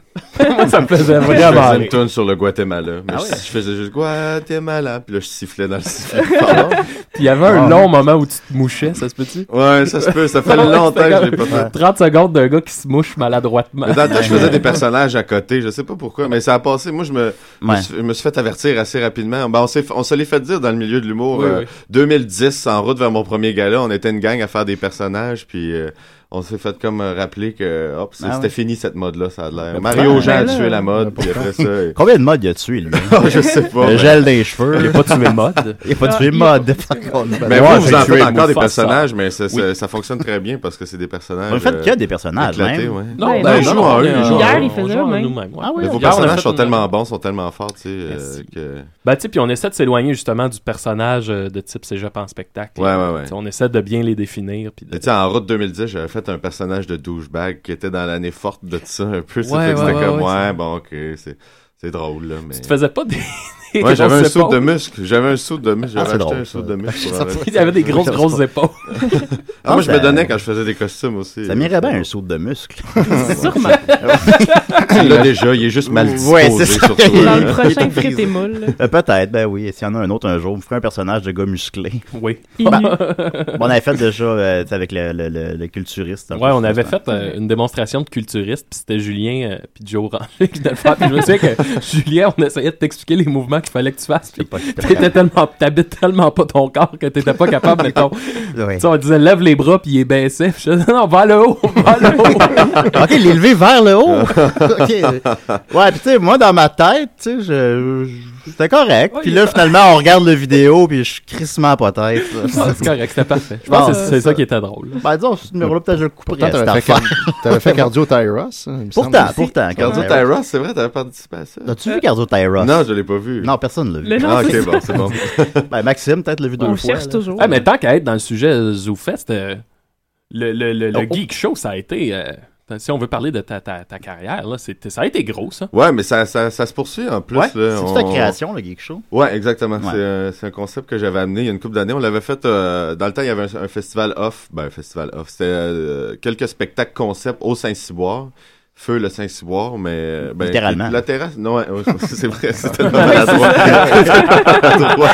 Speaker 7: Moi, ça me faisait
Speaker 6: Je
Speaker 7: vraiment
Speaker 6: faisais
Speaker 7: rire.
Speaker 6: une tune sur le Guatemala. Mais
Speaker 7: Ah
Speaker 6: je,
Speaker 7: ouais?
Speaker 6: je faisais juste Guatemala. Puis là, je sifflais dans le sifflet.
Speaker 7: Puis il y avait un
Speaker 4: Ah.
Speaker 7: long moment où tu te mouchais, ça se peut-tu?
Speaker 6: ouais, ça se peut. Ça fait longtemps que je l'ai pas fait.
Speaker 7: 30 secondes d'un gars qui se mouche maladroitement.
Speaker 6: Mais dans le temps, je faisais des personnages à côté, je sais pas pourquoi, mais ça a passé. Moi, je me, je me
Speaker 3: Ouais.
Speaker 6: suis- je me suis fait avertir assez rapidement. Ben, on, s'est- on se l'est fait dire dans le milieu de l'humour.
Speaker 7: Oui,
Speaker 6: euh,
Speaker 7: oui.
Speaker 6: 2010, en route vers mon premier gala, on était une gang à faire des personnages, puis euh, on s'est fait comme euh, rappeler que hop, c'est-
Speaker 3: Ah ouais.
Speaker 6: c'était fini cette mode-là, ça a l'air.
Speaker 3: Mais
Speaker 6: Mario
Speaker 3: pourquoi?
Speaker 6: Jean a
Speaker 5: Mais là-
Speaker 6: tué la mode, puis après ça, euh,
Speaker 3: Combien de modes y a tué, lui?
Speaker 6: oh, je sais pas.
Speaker 3: Le
Speaker 6: mais-
Speaker 3: gel des
Speaker 7: Il
Speaker 3: cheveux.
Speaker 7: a pas tué mode.
Speaker 3: Il a pas
Speaker 5: Ah,
Speaker 3: tué
Speaker 5: il a-
Speaker 3: mode, par contre.
Speaker 6: Mais
Speaker 7: Ouais,
Speaker 6: Ben, vous, vous
Speaker 7: j'ai
Speaker 6: en
Speaker 7: tué
Speaker 6: faites encore des
Speaker 7: Mufasa.
Speaker 6: personnages, mais ça, ça-
Speaker 7: Oui.
Speaker 6: ça fonctionne très bien parce que c'est des personnages.
Speaker 3: On fait
Speaker 6: euh,
Speaker 3: que des personnages,
Speaker 6: éclatés,
Speaker 3: même.
Speaker 6: ouais.
Speaker 5: Ouais,
Speaker 6: ben,
Speaker 5: non,
Speaker 6: ils jouent en eux, ils jouent en
Speaker 5: Hier,
Speaker 6: eux.
Speaker 5: il faisait le même.
Speaker 3: Ah oui,
Speaker 6: Mais
Speaker 3: on
Speaker 6: hein. vos
Speaker 3: parle,
Speaker 6: personnages sont tellement bons, sont tellement forts, tu sais, euh,
Speaker 7: Merci.
Speaker 6: que...
Speaker 7: Bah, tu sais, puis on essaie de s'éloigner justement du personnage euh, de type cégep en spectacle.
Speaker 6: Ouais,
Speaker 7: là.
Speaker 6: ouais, ouais.
Speaker 7: Tu sais, On essaie de bien les définir. Puis de-
Speaker 6: Mais tu sais, en route 2010, j'avais fait un personnage de douchebag qui était dans l'année forte de ça un peu. ça
Speaker 7: Ouais,
Speaker 6: fait que
Speaker 7: ouais,
Speaker 6: c'était
Speaker 7: ouais,
Speaker 6: comme,
Speaker 7: ouais,
Speaker 6: ouais,
Speaker 7: c'est-
Speaker 6: bon, ok, c'est, c'est drôle, là, mais...
Speaker 7: Tu te faisais pas des. des
Speaker 6: Ouais, j'avais un
Speaker 7: grosses
Speaker 6: saut de
Speaker 7: épaules?
Speaker 6: muscle. J'avais un saut de muscle.
Speaker 3: Ah,
Speaker 6: J'avais
Speaker 3: c'est
Speaker 6: acheté
Speaker 3: drôle,
Speaker 6: un
Speaker 3: ça.
Speaker 6: saut de muscle. pour
Speaker 3: Ça,
Speaker 6: avoir-
Speaker 7: Il avait des grosses, grosses épaules.
Speaker 6: Ah, moi, je me
Speaker 3: Ça-
Speaker 6: donnais quand je faisais des costumes aussi.
Speaker 3: Ça m'irait bien un saut de muscle.
Speaker 5: Sûrement.
Speaker 6: Il l'a déjà, il est juste mal disposé,
Speaker 3: Ouais, c'est ça.
Speaker 6: surtout.
Speaker 5: Dans
Speaker 6: hein.
Speaker 5: le prochain frites et moules.
Speaker 3: Euh, Peut-être, ben oui. S'il y en a un autre un jour, vous ferez un personnage de gars musclé.
Speaker 7: Oui.
Speaker 5: Il nu.
Speaker 3: Bon, ben, on avait fait déjà euh, tu sais, avec le, le- le- le culturiste.
Speaker 7: Ouais, on avait fait euh, une démonstration de culturiste, puis c'était Julien euh, puis Joe Ranger qui devait le faire. Puis je me souviens que Julien, on essayait de t'expliquer les mouvements qu'il fallait que tu fasses. Puis t'étais tellement, t'habites tellement pas ton corps que t'étais pas capable, mettons. Tu
Speaker 3: Ouais.
Speaker 7: sais, on disait lève les bras, puis il est baissé. Puis je disais non, va le haut, va le haut.
Speaker 3: ok, l'élever vers le haut. ok. Ouais, pis tu sais, moi, dans ma tête, tu sais, je, je- C'était correct.
Speaker 7: Ouais,
Speaker 3: puis
Speaker 7: il
Speaker 3: là,
Speaker 7: est-
Speaker 3: finalement, on regarde le vidéo, puis je suis crissement pas tête.
Speaker 7: Ah, C'est correct, c'était parfait. Je pense
Speaker 3: Bon,
Speaker 7: que c'est- c'est ça qui était drôle.
Speaker 3: ben, disons, ce numéro-là, peut-être je le couperais,
Speaker 4: Pourtant,
Speaker 3: cette
Speaker 4: t'avais fait,
Speaker 3: affaire.
Speaker 4: t'avais fait Cardio Tyros. hein, il me semble.
Speaker 3: Pourtant, pourtant,
Speaker 6: Cardio
Speaker 3: Cardio Tyros.
Speaker 6: Tyros, Euh, c'est vrai, t'avais participé à ça?
Speaker 3: As-tu vu Cardio Tyros?
Speaker 6: Non, je l'ai pas vu.
Speaker 3: Non, personne l'a vu.
Speaker 5: Euh, Le nom,
Speaker 6: Ah,
Speaker 5: c'est
Speaker 6: ok, bon, c'est bon.
Speaker 3: Ben, Maxime, peut-être l'a vu deux
Speaker 5: On
Speaker 3: fois.
Speaker 5: cherche
Speaker 3: là.
Speaker 5: toujours.
Speaker 7: Ah, mais tant qu'à être dans le sujet euh, ZooFest, euh, le, le, le, le
Speaker 6: Oh, oh.
Speaker 7: Geek Show, ça a été. euh, si on veut parler de ta, ta, ta carrière, là, c'était- ça a été gros, ça.
Speaker 6: Ouais, mais ça, ça, ça se poursuit en plus.
Speaker 3: Ouais,
Speaker 6: là,
Speaker 3: c'est ta
Speaker 6: on-
Speaker 3: création, le Geek Show.
Speaker 6: Ouais, exactement.
Speaker 3: Ouais.
Speaker 6: C'est, euh, c'est un concept que j'avais amené il y a une couple d'années. On l'avait fait euh, dans le temps. Il y avait un, un festival off, ben un festival off. C'était euh, quelques spectacles concept au Saint-Cyboire. Feu le Saint-Cyboire, mais euh, ben,
Speaker 3: Littéralement.
Speaker 6: La terrasse, non, ouais, ouais, c'est vrai, c'était le maladroit. Maladroit.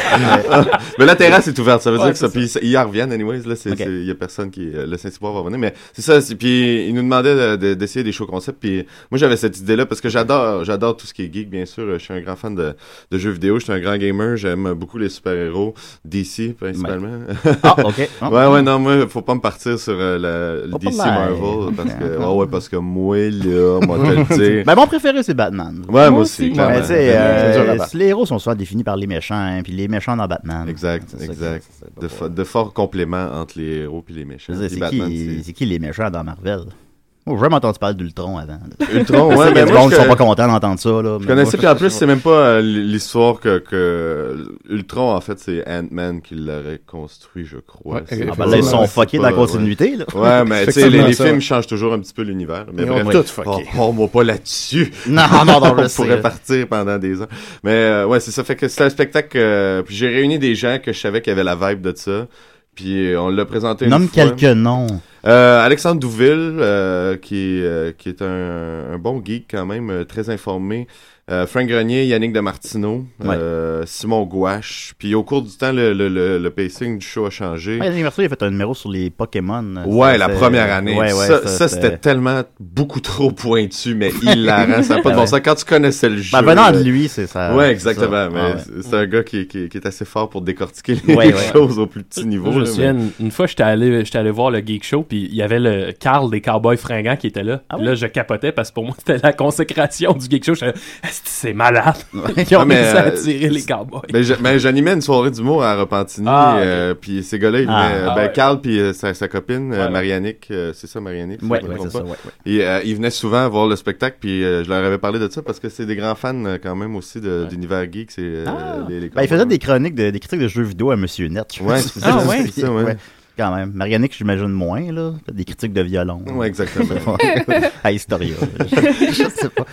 Speaker 6: mais la terrasse est ouverte, ça veut
Speaker 7: Ouais,
Speaker 6: dire que ça.
Speaker 7: c'est
Speaker 6: Puis ils y reviennent, anyways. Là, c'est,
Speaker 3: Ok.
Speaker 6: c'est- il y a personne qui, euh, le Saint-Cyboire va revenir. Mais c'est ça. c'est- puis ils nous demandaient de- de- d'essayer des shows concepts. Puis moi, j'avais cette idée-là parce que j'adore, j'adore tout ce qui est geek, bien sûr. Je suis un grand fan de, de jeux vidéo. Je suis un grand gamer. J'aime beaucoup les super-héros. DC, principalement.
Speaker 3: Ah, ok. Ah.
Speaker 6: ouais, ouais, non, moi, faut pas me partir sur euh, la- le
Speaker 3: Oh, pas
Speaker 6: DC
Speaker 3: mal.
Speaker 6: Marvel. Parce que, ouais, ouais, parce que moi, là, moi, te le dire.
Speaker 3: Ben, mon préféré, c'est Batman.
Speaker 6: Ouais, moi
Speaker 5: Moi
Speaker 6: aussi,
Speaker 5: aussi.
Speaker 3: Ben,
Speaker 6: clairement.
Speaker 3: tu sais, euh,
Speaker 4: c'est dur à battre.
Speaker 3: si les héros sont souvent définis par les méchants, hein, puis les méchants dans Batman.
Speaker 6: Exact,
Speaker 3: C'est ça qui-
Speaker 6: exact.
Speaker 3: c'est ça.
Speaker 6: De, fo- de forts compléments entre les héros puis les
Speaker 3: Je
Speaker 6: méchants.
Speaker 3: veux
Speaker 6: Puis
Speaker 3: dire, C'est
Speaker 6: Batman,
Speaker 3: qui,
Speaker 6: c'est-
Speaker 3: c'est qui les méchants dans Marvel? Moi, j'ai jamais entendu parler d'Ultron avant. là.
Speaker 6: Ultron, ouais,
Speaker 3: Il y a
Speaker 6: ben,
Speaker 3: du
Speaker 6: moi,
Speaker 3: monde
Speaker 6: je
Speaker 3: qui sont
Speaker 6: co-
Speaker 3: pas contents d'entendre ça, là.
Speaker 6: Je
Speaker 3: mais
Speaker 6: connaissais,
Speaker 3: moi,
Speaker 6: puis en plus, c'est même pas euh, l'histoire que, que Ultron, en fait, c'est Ant-Man qui l'aurait construit, je crois.
Speaker 4: Ouais,
Speaker 6: C'est-
Speaker 3: Ah, ben là, ils sont
Speaker 6: Ouais,
Speaker 3: fuckés
Speaker 6: c'est
Speaker 3: dans la
Speaker 6: pas- ouais.
Speaker 3: continuité, là.
Speaker 6: Ouais, mais tu sais, les,
Speaker 4: Effectivement,
Speaker 6: les
Speaker 4: ça.
Speaker 6: films changent toujours un petit peu l'univers. Mais
Speaker 4: Ils ont
Speaker 6: bref,
Speaker 4: tout fucké.
Speaker 6: Oh, moi pas là-dessus.
Speaker 3: Non, non, non, je
Speaker 6: On
Speaker 3: sais.
Speaker 6: pourrait partir pendant des ans. Mais euh, ouais, c'est ça. Fait que c'est un spectacle. euh, puis j'ai réuni des gens que je savais qui avaient la vibe de ça. Puis euh, on l'a présenté. une
Speaker 3: Nomme
Speaker 6: fois.
Speaker 3: quelques noms.
Speaker 6: Euh, Alexandre Douville, euh, qui, euh, qui est un, un bon geek quand même, euh, très informé. Euh, Frank Grenier, Yannick Damartino,
Speaker 3: Ouais.
Speaker 6: euh, Simon Gouache. Puis au cours du temps, le, le, le, le pacing du show a changé.
Speaker 3: Ouais, l'anniversaire, il a fait un numéro sur les Pokémon.
Speaker 6: Ouais,
Speaker 3: C'était-
Speaker 6: la
Speaker 3: c'était-
Speaker 6: première année.
Speaker 3: Ouais, ouais,
Speaker 6: ça, ça, c'était
Speaker 3: c'était-
Speaker 6: tellement beaucoup trop pointu, mais hilarant. ça n'a pas de bon
Speaker 3: Ouais.
Speaker 6: sens. Quand tu connaissais le jeu.
Speaker 3: Ben, venant de
Speaker 6: euh,
Speaker 3: lui, c'est ça.
Speaker 6: Ouais,
Speaker 3: c'est ça.
Speaker 6: exactement. Mais
Speaker 3: Ah, ouais.
Speaker 6: c'est- c'est un gars qui, qui, qui est assez fort pour décortiquer les
Speaker 3: Ouais, ouais.
Speaker 6: choses au plus petit niveau.
Speaker 7: Moi, je me
Speaker 6: là,
Speaker 7: souviens, une, une fois, j'étais allé, j'étais allé voir le Geek Show, puis il y avait le Carl des Cowboys Fringants qui était là.
Speaker 3: Ah
Speaker 7: Puis là, je capotais parce que pour moi, c'était la consécration du Geek Show. J'étais là, Asti, c'est malade. Ils
Speaker 6: Ah,
Speaker 7: ont
Speaker 6: mais,
Speaker 7: réussi
Speaker 6: euh,
Speaker 7: à attirer les Cowboys.
Speaker 6: Mais je- mais j'animais une soirée d'humour à Repentigny,
Speaker 7: Ah, ok.
Speaker 6: euh, puis ces gars-là, ils
Speaker 3: Ah,
Speaker 6: venaient,
Speaker 7: ah
Speaker 6: ben
Speaker 7: ouais.
Speaker 6: Carl puis euh, sa, sa copine euh,
Speaker 7: Ouais.
Speaker 6: Marianique, euh, c'est ça Marianique, si
Speaker 3: Ouais,
Speaker 6: je me
Speaker 3: ouais,
Speaker 6: trompe
Speaker 3: c'est ça,
Speaker 6: pas.
Speaker 3: ouais, ouais.
Speaker 6: Et euh, ils venaient souvent voir le spectacle, puis euh, je leur avais parlé de ça parce que c'est des grands fans euh, quand même aussi de- d'univers geek, c'est euh,
Speaker 7: Ah.
Speaker 6: les, les
Speaker 3: Ben, il faisait des chroniques, de- des critiques de jeux vidéo à Monsieur Net. je
Speaker 6: Ouais,
Speaker 3: pense.
Speaker 6: c'est
Speaker 5: Ah,
Speaker 6: ça,
Speaker 5: ouais.
Speaker 6: c'est ça, ouais.
Speaker 3: Ouais, Quand même. Marianique, j'imagine moins, là. Des critiques de violon.
Speaker 6: Ouais, exactement.
Speaker 3: à Historia. je sais pas.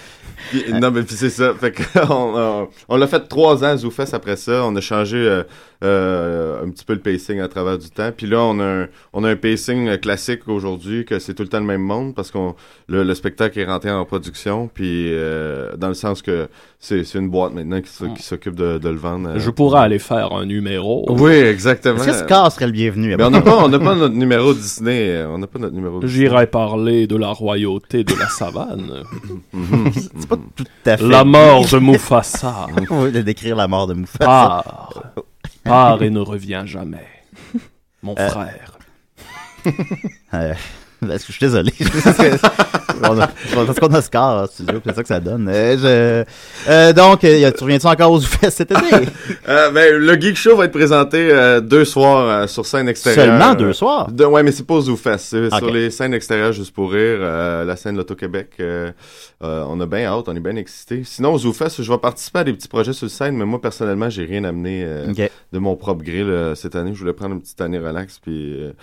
Speaker 6: Puis- non, mais puis c'est ça. Fait que on, on- on l'a fait trois ans à Zoufest après ça. On a changé euh, euh, un petit peu le pacing à travers du temps. Puis là, on a un, on a un pacing euh, classique aujourd'hui que c'est tout le temps le même monde parce qu'on le, le spectacle est rentré en production. Puis euh, dans le sens que c'est c'est une boîte maintenant qui s'oc- qui s'occupe de, de le vendre. euh.
Speaker 7: Je pourrais aller faire un numéro.
Speaker 6: Oui, exactement.
Speaker 3: Est-ce que Scar serait le bienvenu?
Speaker 6: Mais on n'a pas, on n'a pas notre numéro Disney. euh, On n'a pas notre numéro. Disney.
Speaker 7: J'irai parler de la royauté de la savane.
Speaker 3: C'est pas tout à fait.
Speaker 7: la mort de Mufasa.
Speaker 3: Oui, de décrire la mort de Mufasa.
Speaker 7: Part. Part et ne reviens jamais. Mon frère.
Speaker 3: Euh, parce que je suis désolé. on a- parce qu'on a Scar en studio, c'est ça que ça donne. Euh, je- euh, donc, euh, tu reviens-tu encore aux fest cet été?
Speaker 6: Euh, ben, le Geek Show va être présenté euh, deux soirs euh, sur scène extérieure.
Speaker 3: Seulement
Speaker 6: Euh,
Speaker 3: deux soirs.
Speaker 6: De- ouais, mais c'est pas aux Zoufest. C'est
Speaker 3: Ok.
Speaker 6: sur les scènes extérieures, juste pour rire. euh, la scène de l'Auto-Québec, euh, euh, on a bien hâte, on est bien excités. Sinon, aux Zoufest, je vais participer à des petits projets sur scène, mais moi, personnellement, j'ai rien amené euh,
Speaker 3: Ok.
Speaker 6: de mon propre gré là, cette année. Je voulais prendre une petite année relax, puis euh,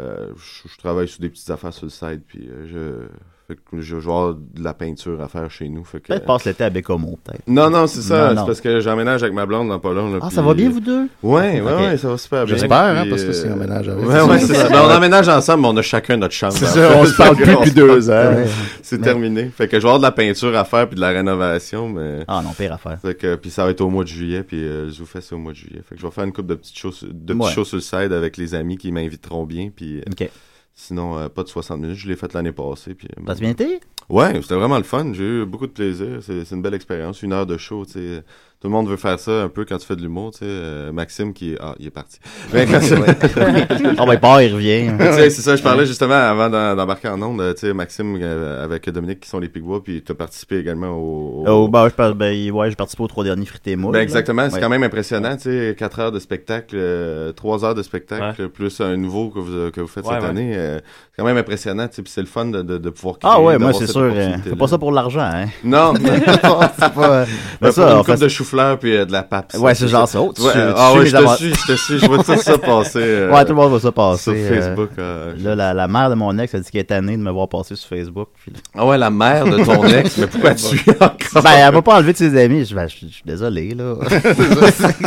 Speaker 6: euh, je, je travaille sur des petites affaires sur le site, puis euh, je, fait que je, je vais avoir de la peinture à faire chez nous. Fait que,
Speaker 3: Peut-être passe l'été à Bécomo, peut-être.
Speaker 6: Non, non, c'est ça.
Speaker 3: Non,
Speaker 6: C'est
Speaker 3: non.
Speaker 6: parce que j'emménage avec ma blonde dans pas long. là,
Speaker 3: Ah,
Speaker 6: puis-
Speaker 3: ça va bien, vous deux?
Speaker 6: Ouais, ouais,
Speaker 3: Ok.
Speaker 6: ouais, ça va super bien.
Speaker 4: J'espère, hein,
Speaker 6: Puis,
Speaker 4: parce que c'est
Speaker 6: euh,
Speaker 4: un ménage avec.
Speaker 6: Ouais, ouais, c'est ça. Ben, on emménage ensemble, mais on a chacun notre chambre.
Speaker 4: C'est ça, on se parle plus depuis deux ans.
Speaker 6: C'est terminé. Fait que je vais avoir de la peinture à faire puis de la rénovation, mais.
Speaker 3: Ah non, pire affaire.
Speaker 6: Fait que, puis ça va être au mois de juillet, puis euh, je vous fais ça au mois de juillet. Fait que je vais faire une couple de petites choses, de petites
Speaker 3: Ouais.
Speaker 6: choses sur le side avec les amis qui m'inviteront bien, puis euh,
Speaker 3: Ok.
Speaker 6: sinon euh, pas de 60 minutes. Je l'ai fait l'année passée, puis. euh,
Speaker 3: Passe bien été?
Speaker 6: Ouais, c'était vraiment le fun. J'ai eu beaucoup de plaisir. C'est c'est une belle expérience, une heure de show, tu sais. Tout le monde veut faire ça un peu quand tu fais de l'humour, tu sais. Euh, Maxime qui est... Ah, il est parti. Mais quand tu-
Speaker 3: Ah, ben, il part, il revient.
Speaker 6: Tu sais, c'est ça, je parlais justement avant d'en- d'embarquer en onde, euh, tu sais, Maxime euh, avec Dominique qui sont les Pigbois, puis tu as participé également au... au-
Speaker 3: Oh, ben, je par- ben, ouais, j'ai participé aux trois derniers frités moules.
Speaker 6: Ben, exactement, c'est
Speaker 3: Ouais.
Speaker 6: quand même impressionnant, tu sais, 4 heures de spectacle, 3 heures de spectacle, plus un nouveau que vous, que vous faites
Speaker 7: Ouais,
Speaker 6: cette
Speaker 7: ouais.
Speaker 6: année, euh, c'est quand même impressionnant, tu sais, puis c'est le fun de, de, de pouvoir créer,
Speaker 3: Ah ouais,
Speaker 6: d'avoir
Speaker 3: moi c'est
Speaker 6: cette
Speaker 3: sûr. euh,
Speaker 6: opportunité-là.
Speaker 3: Fais pas ça pour l'argent, hein.
Speaker 6: Non, mais
Speaker 3: c'est pas.
Speaker 6: pour
Speaker 3: ça,
Speaker 6: une
Speaker 3: on
Speaker 6: coupe
Speaker 3: fait
Speaker 6: de chou-fleur puis euh, de la pape. ça,
Speaker 3: Ouais, c'est genre ça. Oh, tu
Speaker 6: Ouais,
Speaker 3: tu
Speaker 6: ah
Speaker 3: suis
Speaker 6: ouais,
Speaker 3: mes
Speaker 6: je te
Speaker 3: avant-
Speaker 6: suis, je te suis, je vois tout ça passer euh,
Speaker 3: Ouais, tout le monde va ça passer.
Speaker 6: sur
Speaker 3: euh,
Speaker 6: Facebook. euh,
Speaker 3: Là, la, la mère de mon ex a dit qu'elle est tannée de me voir passer sur Facebook. Puis...
Speaker 6: Ah ouais, la mère de ton ex, mais pourquoi tu es encore?
Speaker 3: Ben, elle m'a pas enlevé de ses amis. Je ben, je- je suis désolé, là.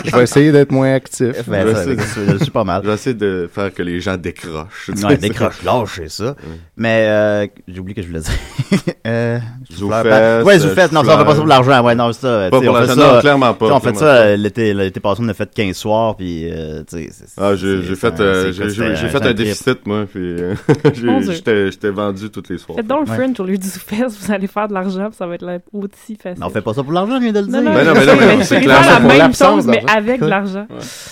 Speaker 4: Je vais essayer d'être moins actif.
Speaker 3: Ben, ça,
Speaker 6: c'est-
Speaker 3: je je suis pas mal.
Speaker 6: Je vais essayer de faire que les gens décrochent.
Speaker 3: Ouais, décroche, lâchez ça. Mais euh, j'ai oublié que je voulais dire. euh,
Speaker 6: Zoufès,
Speaker 3: ben, ouais, vous faites. Non, ça, on fait pas ça pour l'argent. Ouais, non, ça.
Speaker 6: euh, Pas
Speaker 3: tu sais,
Speaker 6: pour
Speaker 3: on fait
Speaker 6: l'argent,
Speaker 3: ça,
Speaker 6: non, clairement pas.
Speaker 3: tu sais, on fait
Speaker 6: clairement
Speaker 3: ça
Speaker 6: pas.
Speaker 3: euh, l'été, l'été passé, on a fait 15 soirs, puis euh, tu sais. c'est- c'est-
Speaker 6: Ah, j'ai
Speaker 3: c'est-
Speaker 6: j'ai
Speaker 3: c'est
Speaker 6: fait,
Speaker 3: un-
Speaker 6: euh,
Speaker 3: c'est-
Speaker 6: j'ai-
Speaker 3: c'était
Speaker 6: j'ai j'ai fait un
Speaker 3: trip.
Speaker 6: déficit, moi, puis euh, j'ai-
Speaker 5: Mon Dieu.
Speaker 6: j'étais j'étais vendu toutes les soirs.
Speaker 5: Faites donc le
Speaker 3: Ouais.
Speaker 5: French au lieu du fest, vous allez faire de l'argent, puis ça va être la- aussi facile.
Speaker 3: Non, on fait pas ça pour l'argent, je viens de le
Speaker 5: Non,
Speaker 3: dire.
Speaker 5: non,
Speaker 6: Ben
Speaker 5: je
Speaker 6: non, mais non,
Speaker 5: sais,
Speaker 6: mais non,
Speaker 5: mais
Speaker 6: c'est
Speaker 5: je
Speaker 6: clair,
Speaker 5: préfère
Speaker 6: c'est
Speaker 5: la
Speaker 4: pour
Speaker 5: même
Speaker 4: l'absence
Speaker 5: chose, mais
Speaker 4: d'argent.
Speaker 5: avec de l'argent.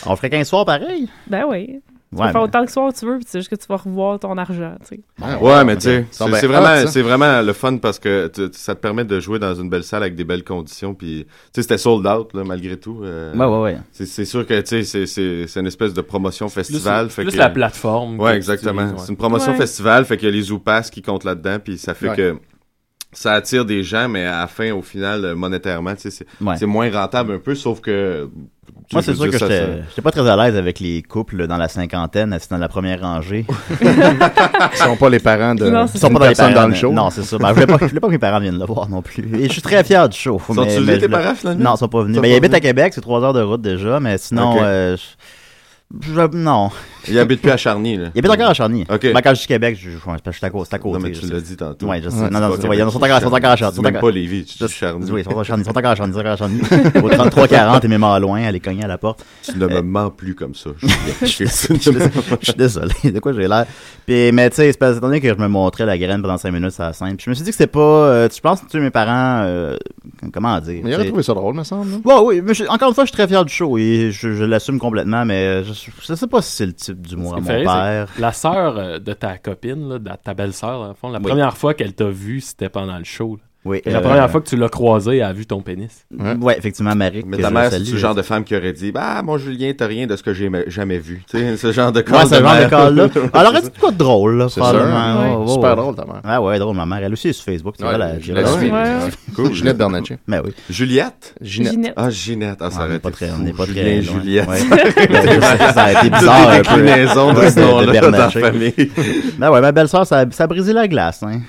Speaker 3: On ferait 15 soirs pareil.
Speaker 5: Ben oui. Tu
Speaker 3: Ouais,
Speaker 5: vas faire
Speaker 3: mais-
Speaker 5: autant que soir tu veux, puis c'est juste que tu vas revoir ton argent, tu sais.
Speaker 6: Ah, Ouais, mais tu sais,
Speaker 4: Ils sont bien
Speaker 3: ben,
Speaker 6: c'est c'est vraiment,
Speaker 4: hot, ça.
Speaker 6: c'est vraiment le fun parce que tu- tu- ça te permet de jouer dans une belle salle avec des belles conditions. Puis, tu sais, c'était sold out, là, malgré tout. euh,
Speaker 3: Ouais, ouais, ouais.
Speaker 6: c'est- C'est sûr que, tu sais, c'est- c'est c'est une espèce de promotion
Speaker 7: Plus,
Speaker 6: festival. fait
Speaker 7: plus
Speaker 6: que-
Speaker 7: la plateforme. que
Speaker 6: Ouais,
Speaker 7: tu
Speaker 6: exactement.
Speaker 7: utilises,
Speaker 6: C'est une promotion
Speaker 5: Ouais.
Speaker 6: festival, fait qu'il y a les Zoopass qui comptent là-dedans, puis ça fait
Speaker 4: Ouais.
Speaker 6: que ça attire des gens, mais à la fin, au final, euh, monétairement, tu sais, c'est
Speaker 3: Ouais.
Speaker 6: c'est moins rentable un peu, sauf que... tu sais,
Speaker 3: Moi,
Speaker 6: je
Speaker 3: c'est
Speaker 6: veux
Speaker 3: sûr
Speaker 6: dire,
Speaker 3: que
Speaker 6: ça-
Speaker 3: j'étais
Speaker 6: ça-
Speaker 3: j'étais pas très à l'aise avec les couples dans la cinquantaine, assis dans la première rangée.
Speaker 4: Ils sont pas les parents de.
Speaker 5: Non, c'est
Speaker 3: Ils sont
Speaker 4: d'une
Speaker 3: pas dans les
Speaker 4: personne
Speaker 3: parents.
Speaker 4: dans le show.
Speaker 3: Non, c'est ça. Ben, je voulais pas, je voulais pas que mes parents viennent le voir non plus. Et je suis très fier du show. mais-
Speaker 6: Sont-tu
Speaker 3: mais
Speaker 6: venus
Speaker 3: je
Speaker 6: tes
Speaker 3: voulais-
Speaker 6: parents, finalement?
Speaker 3: Non, ils sont pas venus.
Speaker 6: Sont
Speaker 3: Mais ils
Speaker 6: pas
Speaker 3: habitent à
Speaker 6: venus.
Speaker 3: Québec, c'est trois heures de route déjà, mais sinon,
Speaker 6: Ok.
Speaker 3: euh, je- je- non.
Speaker 6: Ils habitent plus à Charny, là.
Speaker 3: Ils habitent encore à Charny.
Speaker 6: Ok.
Speaker 3: Ben, quand je dis Québec, je, je, je suis à côté. c'est à côté,
Speaker 6: Non, mais
Speaker 3: je
Speaker 6: tu
Speaker 3: sais.
Speaker 6: l'as dit tantôt.
Speaker 3: Ouais, je sais.
Speaker 4: Ouais,
Speaker 3: non,
Speaker 6: C'est pas
Speaker 3: non, c'est-
Speaker 6: Québec,
Speaker 3: ouais, ils sont encore ils sont encore à Charny.
Speaker 6: Tu
Speaker 3: ils
Speaker 6: dis
Speaker 3: sont
Speaker 6: même
Speaker 3: encore-
Speaker 6: pas Lévis, tu dis Charny.
Speaker 3: Oui, ils sont encore à Charny. Ils sont encore à Charny. Ils sont encore à Charny. Au 33-40, et même à loin, elle est cognée à la porte. Euh,
Speaker 6: Tu ne me mens plus comme ça. Julien.
Speaker 3: je je suis désolé, de quoi j'ai l'air. Puis, mais tu sais, c'est parce- étant donné que je me montrais la graine pendant 5 minutes sur la scène, puis je me suis dit que c'était pas. euh, tu penses que tu sais, mes parents. euh, comment dire
Speaker 4: Mais il
Speaker 3: tu
Speaker 4: aurait
Speaker 3: sais.
Speaker 4: trouvé ça drôle, me semble. hein. là.
Speaker 3: Ouais, oui, mais je- encore une fois, je suis très fier du show et je, je l'assume complètement, mais je, je sais pas si c'est le type d'humour
Speaker 7: Ce
Speaker 3: à
Speaker 7: qui
Speaker 3: mon
Speaker 7: me fait rire,
Speaker 3: père.
Speaker 7: c'est que La sœur euh, de ta copine, là, de ta belle-sœur, en fond, la
Speaker 3: Oui.
Speaker 7: première fois qu'elle t'a vu, c'était pendant le show. là.
Speaker 3: Oui,
Speaker 7: Et la
Speaker 3: euh,
Speaker 7: première fois que tu l'as croisée, elle a vu ton pénis.
Speaker 3: Ouais, ouais, effectivement, Marie.
Speaker 6: Mais ta mère, c'est le genre de femme qui aurait dit Bah, mon Julien, t'as rien de ce que j'ai jamais vu. Tu sais, ce genre de
Speaker 3: Ouais,
Speaker 6: call
Speaker 3: ce genre de
Speaker 6: mère.
Speaker 3: cas-là. Alors, elle dit de quoi de drôle, là,
Speaker 4: C'est sûr.
Speaker 3: probablement.
Speaker 5: Ouais.
Speaker 3: Ouais, ouais,
Speaker 4: Super
Speaker 3: ouais.
Speaker 4: drôle, ta mère.
Speaker 3: Ah ouais, drôle, ma mère. Elle aussi est sur Facebook. tu vois, la-
Speaker 4: je la
Speaker 6: ouais.
Speaker 4: suis.
Speaker 5: Ouais.
Speaker 6: Cool.
Speaker 4: Ginette Bernatchez.
Speaker 3: Mais oui.
Speaker 6: Juliette
Speaker 4: Ginette.
Speaker 5: Ginette.
Speaker 6: Ah, Ginette. Ah, ça
Speaker 3: Ouais, on
Speaker 6: aurait
Speaker 3: n'est pas
Speaker 6: été
Speaker 3: très,
Speaker 6: fou.
Speaker 3: on n'est pas
Speaker 6: Julien,
Speaker 3: très loin.
Speaker 6: Juliette.
Speaker 3: Ouais. Ben, je sais, ça a été
Speaker 6: Toutes
Speaker 3: bizarre
Speaker 6: les
Speaker 3: un peu.
Speaker 6: déclinaisons de ce
Speaker 3: Ouais, de
Speaker 6: nom-là dans la
Speaker 3: Bernatchez.
Speaker 6: famille.
Speaker 3: Ben ouais, ma belle-sœur, ça, a- ça a brisé la glace, hein.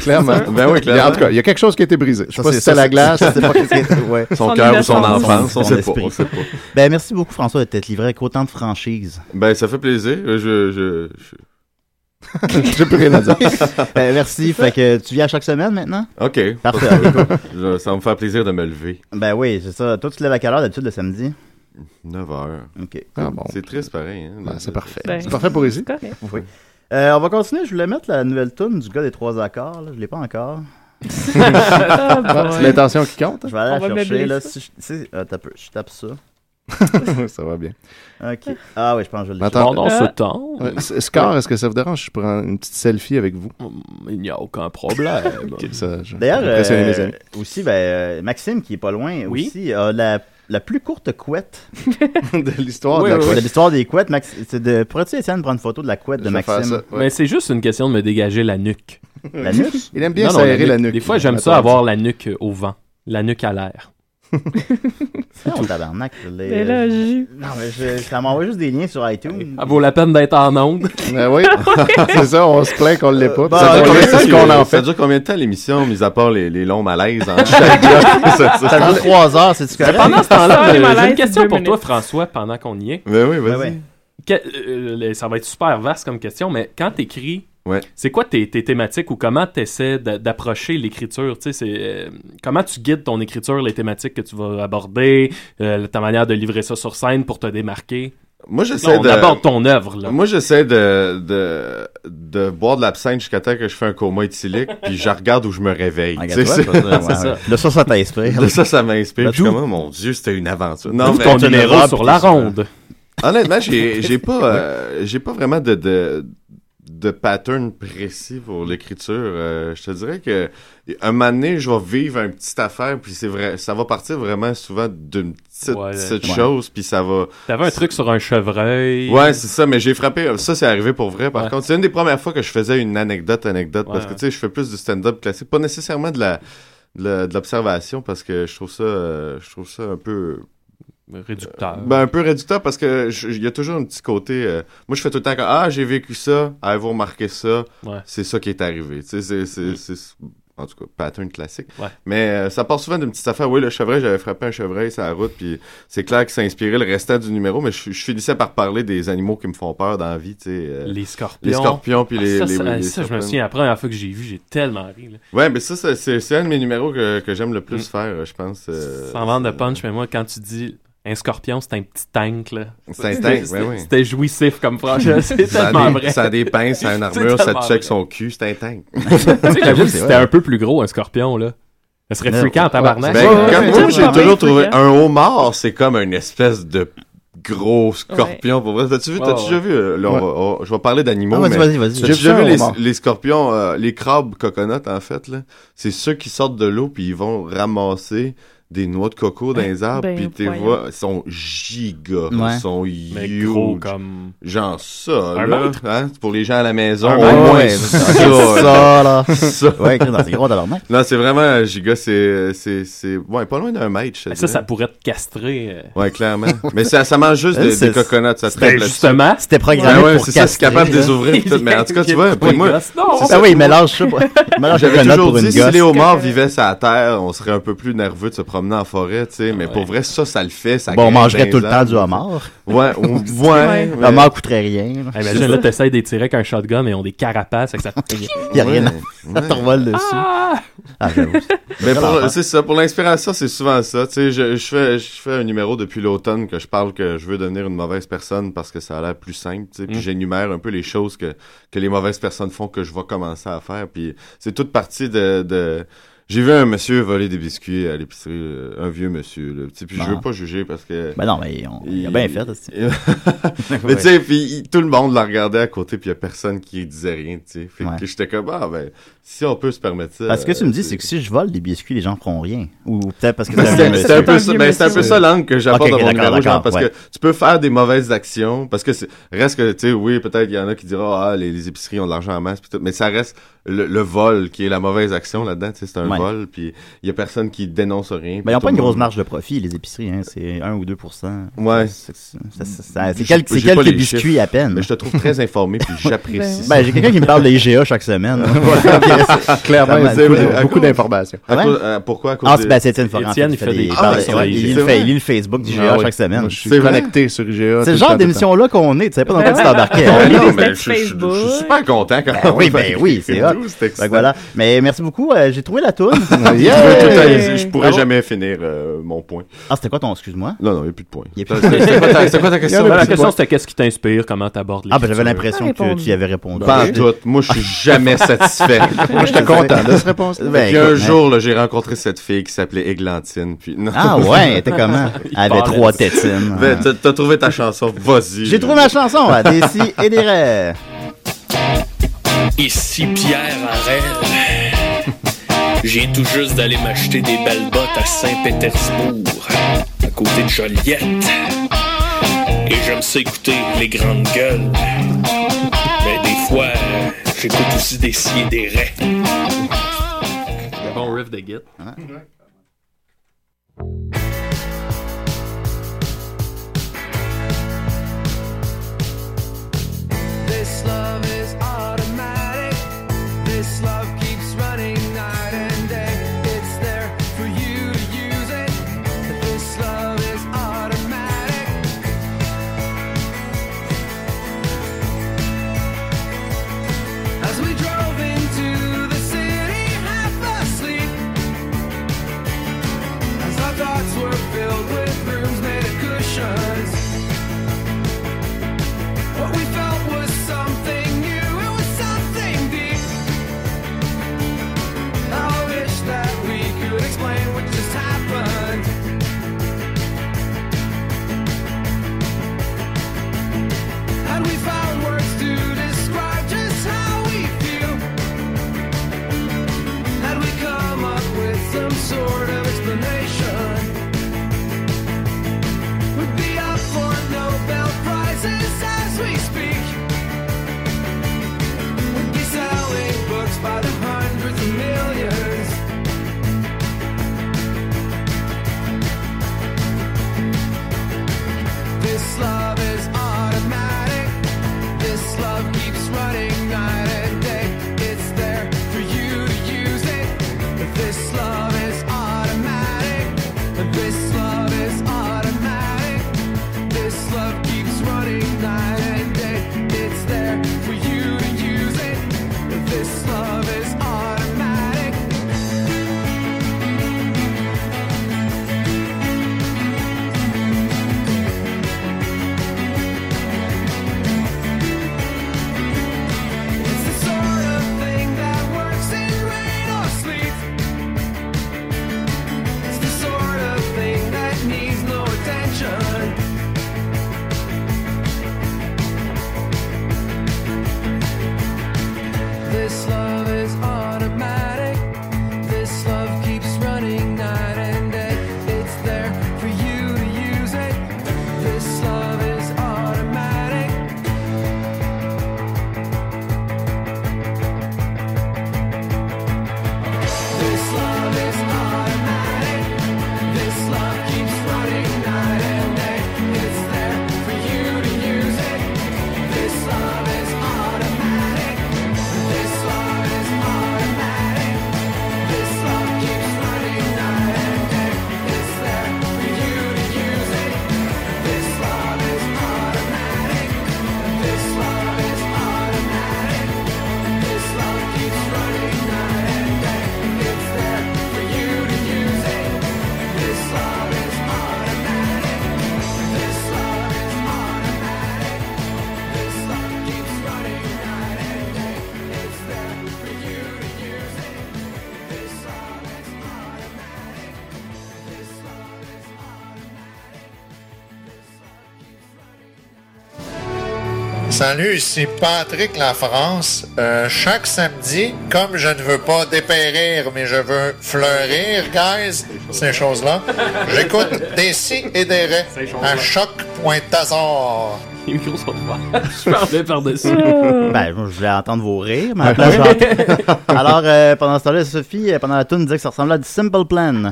Speaker 4: Clairement.
Speaker 6: Ben oui, clairement.
Speaker 4: En tout cas, il y a quelque chose qui a été brisé. Je sais pas si c'est la glace.
Speaker 3: je sais pas qu'est-ce que- ouais.
Speaker 6: Son
Speaker 5: Son
Speaker 6: cœur ou son
Speaker 5: innocence.
Speaker 6: enfance, on
Speaker 3: Son
Speaker 6: sait pas.
Speaker 3: esprit.
Speaker 6: On sait pas.
Speaker 3: Ben merci beaucoup François de t'être livré avec autant de franchise.
Speaker 6: Ben, ça fait plaisir. Je, je, je-
Speaker 4: J'ai plus rien à dire.
Speaker 3: Ben, merci, fait que tu viens à chaque semaine maintenant?
Speaker 6: OK.
Speaker 3: Parfait.
Speaker 6: Je- ça va me faire plaisir de me lever.
Speaker 3: ben oui, c'est ça. Toi tu te lèves à quelle heure d'habitude le samedi?
Speaker 6: 9 heures.
Speaker 3: OK.
Speaker 4: Ah bon.
Speaker 6: C'est triste pareil. Hein,
Speaker 4: Ben, c'est parfait.
Speaker 5: Ben.
Speaker 4: C'est parfait pour ici.
Speaker 5: C'est correct.
Speaker 3: Euh, on va continuer, je voulais mettre la nouvelle tune du gars des trois accords, là. je l'ai pas encore.
Speaker 5: Ah, boy.
Speaker 4: C'est l'intention qui compte.
Speaker 3: Je vais aller
Speaker 5: On va
Speaker 3: la chercher
Speaker 5: meubler
Speaker 3: là
Speaker 5: ça.
Speaker 3: si je, si- ah, t'as peu, je tape ça.
Speaker 4: hein. ça va bien.
Speaker 3: OK. Ah oui, je pense que je l'ai.
Speaker 4: Attends.
Speaker 7: Pendant ce
Speaker 5: Euh,
Speaker 7: temps,
Speaker 4: Ouais, c- Score, est-ce que ça vous dérange si je prends une petite selfie avec vous?
Speaker 7: il n'y a aucun problème.
Speaker 4: Ça, je-
Speaker 3: D'ailleurs,
Speaker 4: pour impressionner
Speaker 3: euh,
Speaker 4: mes amis.
Speaker 3: aussi, ben, euh, Maxime, qui est pas loin,
Speaker 7: Oui.
Speaker 3: aussi, a la, la plus courte couette
Speaker 4: de l'histoire
Speaker 7: Oui,
Speaker 4: de la
Speaker 7: oui,
Speaker 3: C'est
Speaker 4: couette.
Speaker 3: l'histoire des couettes. Max... c'est de... Pourrais-tu essayer de prendre une photo de la couette de
Speaker 4: Je vais faire
Speaker 3: Maxime?
Speaker 4: ça, ouais.
Speaker 7: Mais c'est juste une question de me dégager la nuque.
Speaker 3: La nuque?
Speaker 4: Il aime bien
Speaker 7: Non, non,
Speaker 4: s'aérer la nuque.
Speaker 7: Des fois, j'aime ça avoir la nuque euh, au vent. La nuque à l'air.
Speaker 3: C'est tout. tabarnak. je l'ai-
Speaker 7: Ben
Speaker 5: Mais là, jus.
Speaker 3: Non, mais je... ça m'envoie juste des liens sur iTunes.
Speaker 7: Ça vaut la peine d'être en onde.
Speaker 4: Ben oui, c'est ça, on se plaint qu'on l'est pas. puis
Speaker 3: bah,
Speaker 4: ça,
Speaker 3: ouais,
Speaker 4: on
Speaker 3: ouais,
Speaker 4: laisse ce qu'on
Speaker 6: Ça
Speaker 4: en fait.
Speaker 6: dure combien de temps l'émission, mis à part les, les longs malaises en chaque bloc? ça, ça-
Speaker 3: Ça dure trois heures, c'est-tu correct?
Speaker 7: Pendant ce temps-là,
Speaker 5: Ça, les
Speaker 7: euh, j'ai
Speaker 5: malaises,
Speaker 7: une question
Speaker 5: deux
Speaker 7: pour toi,
Speaker 5: minutes.
Speaker 7: François, pendant qu'on y est.
Speaker 6: Ben oui, vas-y.
Speaker 3: Ouais, ouais.
Speaker 7: Que- euh, le- ça va être super vaste comme question, mais quand t'écris,
Speaker 6: Ouais.
Speaker 7: c'est quoi tes, tes thématiques ou comment t'essaies d'a- d'approcher l'écriture? Tu sais, c'est, euh, comment tu guides ton écriture, les thématiques que tu vas aborder, euh, ta manière de livrer ça sur scène pour te démarquer?
Speaker 6: Moi,
Speaker 7: Non,
Speaker 6: j'essaie
Speaker 7: on
Speaker 6: de.
Speaker 7: aborde ton œuvre, là.
Speaker 6: Moi, j'essaie de, de, de boire de l'absinthe jusqu'à temps que je fais un coma éthylique, puis je regarde où je me réveille. Tu sais,
Speaker 3: Ah, Regarde-toi, je veux dire, ouais,
Speaker 7: ça.
Speaker 3: ouais. Là, ça, ça t'inspire.
Speaker 6: c'est- de ça, ça m'inspire.
Speaker 3: Bah,
Speaker 6: Je suis
Speaker 3: d'où-
Speaker 6: comme, oh, mon Dieu, c'était une aventure. Non,
Speaker 7: Trouve
Speaker 6: mais-
Speaker 7: ton
Speaker 3: tu
Speaker 7: numéro
Speaker 3: l'auras,
Speaker 7: sur
Speaker 3: puis
Speaker 7: la
Speaker 3: tu-
Speaker 7: ronde.
Speaker 6: honnêtement, j'ai j'ai pas, euh, j'ai pas vraiment de, de, de pattern précis pour l'écriture. Euh, je te dirais que un moment donné, je vais vivre une petite affaire, puis c'est vrai, ça va partir vraiment souvent d'une petite,
Speaker 7: Ouais,
Speaker 6: petite
Speaker 3: ouais.
Speaker 6: chose, puis ça va.
Speaker 7: T'avais un truc sur un chevreuil.
Speaker 6: Ouais, c'est ça, mais j'ai frappé. euh, Ça, c'est arrivé pour vrai, par
Speaker 7: Ouais.
Speaker 6: contre. C'est une des premières fois que je faisais une anecdote, anecdote,
Speaker 7: Ouais,
Speaker 6: parce que
Speaker 7: ouais.
Speaker 6: tu sais, je fais plus du stand-up classique. Pas nécessairement de la de la- de l'observation parce que je trouve ça euh, je trouve ça un peu
Speaker 7: Réducteur.
Speaker 6: ben un peu réducteur parce que je- il y a toujours un petit côté euh, moi je fais tout le temps que ah j'ai vécu ça ah vous remarquez ça
Speaker 7: Ouais.
Speaker 6: c'est ça qui est arrivé tu sais c'est c'est c'est- en tout cas pattern classique
Speaker 7: Mm. Ouais.
Speaker 6: mais euh, ça part souvent d'une petite affaire oui le chevreuil j'avais frappé un chevreuil sur la route puis c'est clair que ça inspirait le restant du numéro mais je, je finissais par parler des animaux qui me font peur dans la vie tu sais euh, les,
Speaker 7: les scorpions.
Speaker 6: scorpions puis
Speaker 7: Ah,
Speaker 6: les
Speaker 7: ça,
Speaker 6: les-
Speaker 7: ça,
Speaker 6: les- les
Speaker 7: ça, je me
Speaker 6: serpents.
Speaker 7: souviens, la première fois que j'ai vu, j'ai tellement ri. Là.
Speaker 6: ouais mais ça, ça, c'est c'est un de mes numéros que, que j'aime le plus faire euh, je pense euh,
Speaker 7: Mm. Sans vendre de punch, mais moi, quand tu dis un scorpion, c'est un petit tank, là.
Speaker 6: c'est intense
Speaker 7: C'était-
Speaker 6: ouais, ouais.
Speaker 7: C'était jouissif comme phrase. C'est
Speaker 6: Ça
Speaker 7: tellement
Speaker 6: a,
Speaker 7: vrai.
Speaker 6: des, ça a des pinces, ça a une
Speaker 7: C'est
Speaker 6: armure, ça
Speaker 7: tellement
Speaker 6: te check
Speaker 7: vrai.
Speaker 6: son cul, c'est intense.
Speaker 7: Tu sais, j'avoue,
Speaker 3: C'est
Speaker 7: si
Speaker 3: vrai.
Speaker 7: c'était un peu plus gros, un scorpion, là. Ça serait
Speaker 3: Non.
Speaker 7: fréquent en tabarnak.
Speaker 6: Ben,
Speaker 5: ouais,
Speaker 6: comme
Speaker 5: ouais,
Speaker 6: moi,
Speaker 5: ouais,
Speaker 6: j'ai
Speaker 5: ouais.
Speaker 6: toujours trouvé
Speaker 5: Ouais.
Speaker 6: un homard, c'est comme une espèce de gros scorpion. Pour vrai, t'as-tu vu,
Speaker 7: Ouais,
Speaker 6: t'as-tu
Speaker 7: ouais.
Speaker 6: déjà vu, euh, là, on va- on- je vais parler d'animaux,
Speaker 3: Ah, vas-y,
Speaker 6: mais
Speaker 3: vas-y, vas-y.
Speaker 6: J'ai déjà vu les,
Speaker 3: Bon.
Speaker 6: les scorpions, euh, les crabes coconuts, en fait, là. C'est ceux qui sortent de l'eau, puis ils vont ramasser des noix de coco dans les arbres,
Speaker 5: Ben,
Speaker 6: puis tu
Speaker 5: voyons.
Speaker 6: vois, ils sont gigas,
Speaker 3: Ouais.
Speaker 6: ils sont
Speaker 7: Mais
Speaker 6: huge.
Speaker 7: gros comme.
Speaker 6: Genre ça,
Speaker 7: Un
Speaker 6: là,
Speaker 7: mètre?
Speaker 6: hein, pour les gens à la maison,
Speaker 7: Un
Speaker 6: au
Speaker 7: mètre?
Speaker 6: moins
Speaker 3: Ouais,
Speaker 6: ça,
Speaker 3: ça,
Speaker 6: là.
Speaker 3: là.
Speaker 6: Ça.
Speaker 3: Ouais, non, c'est gros tabarnak.
Speaker 6: Non, c'est vraiment euh, giga, c'est, c'est, c'est, ouais, pas loin d'un mètre, je te
Speaker 7: Ça,
Speaker 6: dirais.
Speaker 7: ça pourrait te castrer. euh.
Speaker 6: Ouais, clairement. Mais ça, ça mange juste des,
Speaker 3: C'est-
Speaker 6: des coconuts, ça
Speaker 7: Ben,
Speaker 6: te tape là-dessus.
Speaker 7: justement.
Speaker 3: C'était programmé
Speaker 6: Ah ouais,
Speaker 3: pour
Speaker 6: c'est ça, c'est
Speaker 3: castrer,
Speaker 6: capable de
Speaker 3: là.
Speaker 6: les ouvrir. tout. Mais en tout cas, tu vois, puis moi,
Speaker 7: Non!
Speaker 3: Ah oui, il mélange ça. pour- il mélange
Speaker 6: j'avais
Speaker 3: un autre
Speaker 6: toujours
Speaker 3: pour une
Speaker 6: dit, si
Speaker 3: gosse.
Speaker 6: les homards
Speaker 5: Correct.
Speaker 6: vivaient sur la terre, on serait un peu plus nerveux de se promener en forêt, tu sais. Mais
Speaker 7: Ouais.
Speaker 6: pour vrai, ça, ça le fait. Ça
Speaker 3: Bon, on
Speaker 6: grimpe
Speaker 3: mangerait
Speaker 6: dans
Speaker 3: tout
Speaker 6: les
Speaker 3: le temps du
Speaker 6: arbres.
Speaker 3: homard.
Speaker 6: Ouais, on- ouais.
Speaker 3: Le homard coûterait rien. là.
Speaker 7: Hey, Imagine, là, t'essayes d'étirer avec un shotgun et on des carapaces, fait que ça
Speaker 3: Il y a rien à
Speaker 6: Ouais.
Speaker 3: te revole dessus. Ah, j'avoue.
Speaker 6: Mais
Speaker 3: Quel
Speaker 6: pour-
Speaker 3: enfant.
Speaker 6: c'est ça, pour l'inspiration, c'est souvent ça. Tu sais, je, je fais, je fais un numéro depuis l'automne que je parle que je veux devenir une mauvaise personne parce que ça a l'air plus simple. Tu sais, puis
Speaker 7: Mm.
Speaker 6: j'énumère un peu les choses que, que les mauvaises personnes font que je vais commencer à faire. Puis c'est toute partie de. de- j'ai vu un monsieur voler des biscuits à l'épicerie, euh, un vieux monsieur. Là, tu sais, puis je
Speaker 3: Ah.
Speaker 6: veux pas juger parce que.
Speaker 3: Ben non, mais on- il a bien fait. là, c'est-
Speaker 6: Mais tu sais, puis il- tout le monde la regardait à côté, puis il y a personne qui disait rien, tu sais. Fait
Speaker 3: Ouais.
Speaker 6: que j'étais comme, ah ben, si on peut se permettre ça.
Speaker 3: Parce que tu me dis,
Speaker 6: euh,
Speaker 3: c'est que si je vole des biscuits, les gens feront rien. Ou peut-être parce que
Speaker 6: Ben,
Speaker 3: t'as
Speaker 6: C'était
Speaker 3: un
Speaker 6: c'était un
Speaker 3: monsieur.
Speaker 6: peu ça, ben, c'était un peu ça l'angle que j'apporte
Speaker 3: Ok, ok,
Speaker 6: dans mon
Speaker 3: d'accord,
Speaker 6: numéro, genre,
Speaker 3: d'accord,
Speaker 6: parce
Speaker 3: ouais.
Speaker 6: que tu peux faire des mauvaises actions, parce que c'est- reste que, tu sais, oui, peut-être qu'il y en a qui diront, ah, les, les épiceries ont de l'argent en masse, pis tout, mais ça reste le, le vol qui est la mauvaise action là-dedans, tu sais, c'est un
Speaker 3: Ouais.
Speaker 6: vol, puis il y a personne qui dénonce rien.
Speaker 3: Ben, ils
Speaker 6: y
Speaker 3: n'ont pas une grosse marge de profit, les épiceries. Hein. C'est 1 ou 2
Speaker 6: Ouais.
Speaker 3: C'est ça- ça- ça- hein. c'est
Speaker 6: J'ai-
Speaker 3: quelques, c'est
Speaker 6: j'ai pas
Speaker 3: quelques
Speaker 6: les
Speaker 3: biscuits
Speaker 6: chiffres,
Speaker 3: à peine.
Speaker 6: Mais je te trouve très informé, puis j'apprécie ça.
Speaker 3: Ben, j'ai quelqu'un qui me parle des IGA chaque semaine.
Speaker 4: Clairement,
Speaker 3: Ça m'a-
Speaker 4: il y a beaucoup
Speaker 6: à
Speaker 4: de- beaucoup
Speaker 6: cause-
Speaker 4: d'informations.
Speaker 6: À
Speaker 3: ouais.
Speaker 6: cause- euh, pourquoi? À cause
Speaker 3: Ah,
Speaker 6: des-
Speaker 3: c'est ben, c'est Étienne Forêt, en
Speaker 7: Étienne,
Speaker 3: fait,
Speaker 7: il fait des-
Speaker 3: il
Speaker 7: il
Speaker 6: parle
Speaker 3: parle-
Speaker 6: sur
Speaker 3: ouais,
Speaker 6: IGA.
Speaker 3: il
Speaker 6: C'est
Speaker 3: le
Speaker 6: vrai?
Speaker 3: fait, il lit le Facebook d'IGA
Speaker 4: Ah ouais.
Speaker 3: chaque semaine.
Speaker 4: Moi, je
Speaker 6: C'est
Speaker 4: suis
Speaker 6: vrai?
Speaker 4: connecté sur IGA.
Speaker 3: C'est le
Speaker 4: tout temps,
Speaker 3: genre
Speaker 4: tout temps.
Speaker 3: d'émission-là qu'on est. Tu savais pas dans quoi tu
Speaker 5: Ouais.
Speaker 3: t'embarquais.
Speaker 6: Ah
Speaker 3: hein.
Speaker 6: non,
Speaker 5: des
Speaker 6: mais
Speaker 5: statuts
Speaker 6: je, je- je- je suis
Speaker 5: Facebook.
Speaker 6: super content quand
Speaker 3: Ben oui, ben oui, c'est hot.
Speaker 6: tout, bah c'est
Speaker 3: Fait que voilà. Mais merci beaucoup. euh, J'ai trouvé la toune.
Speaker 6: Je veux tout
Speaker 3: Yeah!
Speaker 6: analyser, Je pourrais
Speaker 3: Bravo.
Speaker 6: jamais finir euh, mon point.
Speaker 3: Ah, c'était quoi ton, excuse-moi?
Speaker 6: Non, non, il n'y a plus de point.
Speaker 3: Il y a plus de-
Speaker 6: C'est quoi ta- c'est quoi ta question?
Speaker 7: la question, c'était qu'est-ce qui t'inspire, comment t'abordes les
Speaker 3: Ah, ben j'avais l'impression que tu
Speaker 5: répondu.
Speaker 3: y avais répondu.
Speaker 6: Ben,
Speaker 3: Ben,
Speaker 6: Pas en tout. Moi, je suis jamais satisfait.
Speaker 4: Moi, j'étais content de cette réponse.
Speaker 3: Ben,
Speaker 6: Puis un
Speaker 3: écoute,
Speaker 6: jour, là, j'ai rencontré cette fille qui s'appelait Églantine. Puis non.
Speaker 3: Ah ouais, elle était comment? Elle avait
Speaker 7: parlait
Speaker 3: trois
Speaker 7: de-
Speaker 3: tétines.
Speaker 6: Ben, t'as- T'as trouvé ta chanson, vas-y.
Speaker 3: J'ai trouvé ma chanson à des si et des raies.
Speaker 2: Ici Pierre Harel. J'ai tout juste d'aller m'acheter des belles bottes à Saint-Pétersbourg, à côté de Joliette. Et j'aime ça écouter les grandes gueules. Mais des fois, euh, j'écoute aussi des scies et des raies.
Speaker 7: Bon riff de git.
Speaker 1: This love is automatic. This love keeps running night and day. It's there for you to use it. This love is automatic. As we drove into the city, half asleep, as our thoughts were. This love is automatic. This love keeps running night and day. It's there for you to use it. This love is automatic. This love is automatic. This love keeps running night and day. It's there for you to use it. This love is automatic. It's the sort of thing that works in rain or sleet. It's the sort of thing that needs no attention. This love is automatic. This love keeps running night and day. It's there for you to use it. This love is automatic. This love is automatic. This love keeps running night and day. It's there for you to use it. This love is automatic. This love is automatic. This love keeps running night and day. It's there for you to use it. This love is automatic. This love is automatic. This love keeps running night and day. It's there for you to use it. This love is automatic. This love is automatic. This love keeps running night and day. It's there for you to use it. This love is automatic. This love is automatic. This love keeps running
Speaker 9: Salut, ici Patrick La France. Euh, chaque samedi, comme je ne veux pas dépérir, mais je veux fleurir, guys, ces choses-là, j'écoute des si et des raies à choc.tazor.
Speaker 7: Les micros sont ouverts. Je parlais par-dessus.
Speaker 3: Ben, moi, je voulais entendre vos rires, mais à la place, je vais entendre- Alors, euh, pendant ce temps-là, Sophie, euh, pendant la tune, disait que ça ressemblait à du Simple Plan.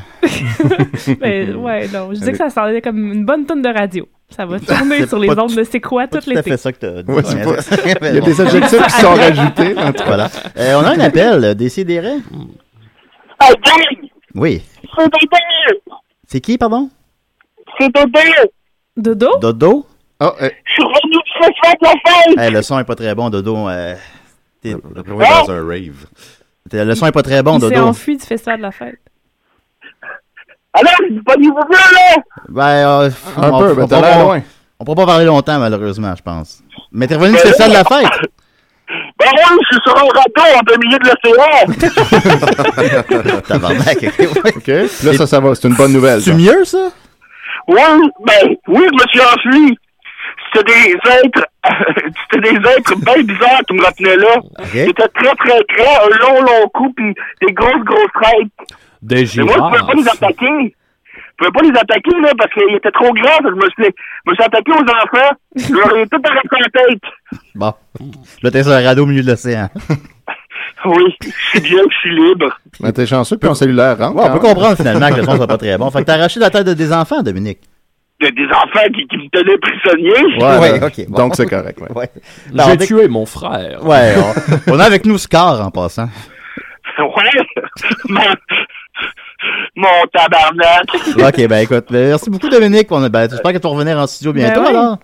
Speaker 5: Mais Ben, ouais, non. Je dis que ça sentait comme une bonne tonne de radio. Ça va tourner
Speaker 3: C'est
Speaker 5: sur les
Speaker 3: pas
Speaker 5: ondes de c'est quoi
Speaker 3: Pas
Speaker 5: tout
Speaker 3: tout à
Speaker 5: l'été.
Speaker 3: fait ça que t'as dit.
Speaker 4: Ouais, c'est
Speaker 3: Ouais,
Speaker 4: Il y a des adjectifs qui sont rajoutés. en tout cas.
Speaker 3: Voilà. Euh, on a un appel, euh, Décidérez.
Speaker 10: Hey, gang!
Speaker 3: Oui.
Speaker 10: C'est Bébé!
Speaker 3: C'est qui, pardon?
Speaker 10: C'est Bébé!
Speaker 5: Dodo?
Speaker 3: Dodo?
Speaker 4: Ah, euh,
Speaker 10: Je suis revenu de ce soir de la fête!
Speaker 3: Eh, le son est pas très bon, Dodo. euh,
Speaker 4: euh,
Speaker 6: Après, on
Speaker 10: Ah!
Speaker 6: est dans un rave.
Speaker 3: le son est pas très bon,
Speaker 5: Il s'est
Speaker 3: Dodo.
Speaker 5: enfui du festival de la fête.
Speaker 10: Alors, je dis pas niveau bleu, là!
Speaker 3: Ben, euh,
Speaker 4: un
Speaker 3: on-
Speaker 4: peu,
Speaker 3: on,
Speaker 4: mais
Speaker 3: on-
Speaker 4: t'as l'air loin.
Speaker 3: on pourra pas parler longtemps, malheureusement, je pense. Mais t'es revenu du festival de la fête.
Speaker 10: Ben oui, je suis sur un radeau en plein milieu de l'océan!
Speaker 3: Tabarnak, ok, ouais.
Speaker 4: OK. Là, ça, ça va. C'est une bonne nouvelle.
Speaker 3: C'est
Speaker 4: ça.
Speaker 3: mieux, ça?
Speaker 10: oui, ben, oui, je me suis enfui! C'était des êtres, c'était des êtres bien bizarres qui me retenaient là. C'était très, très grand, un long, long cou, puis des grosses, grosses têtes.
Speaker 7: Des
Speaker 10: Mais moi, je pouvais pas les
Speaker 7: girafes.
Speaker 10: attaquer. Je pouvais pas les attaquer, là, parce qu'ils étaient trop grands. Je me suis, je me suis attaqué aux enfants. Je leur ai tout arrêté la tête.
Speaker 3: Bon. Là, t'es sur un radeau au milieu de l'océan.
Speaker 10: Oui, je suis bien, je suis libre.
Speaker 4: Mais Ben, t'es chanceux, puis on cellulaire rentre.
Speaker 3: Ouais, on peut
Speaker 4: quand même.
Speaker 3: comprendre finalement que le son soit pas très bon. Fait que t'as arraché la tête de des enfants, Dominique.
Speaker 10: Il y a des enfants qui, qui me tenaient prisonnier.
Speaker 4: Ouais,
Speaker 3: Ouais,
Speaker 4: là.
Speaker 3: ok, bon.
Speaker 4: Donc, c'est correct. ouais.
Speaker 3: Ouais. Alors,
Speaker 7: J'ai
Speaker 3: dès-
Speaker 7: tué mon frère.
Speaker 3: Ouais, on, on a avec nous Scar en passant.
Speaker 10: Ouais. Mon, mon tabarnak.
Speaker 3: Ok, ben écoute, ben, merci beaucoup Dominique. On a- ben, J'espère que tu vas revenir en studio bientôt
Speaker 5: Ben oui.
Speaker 3: alors.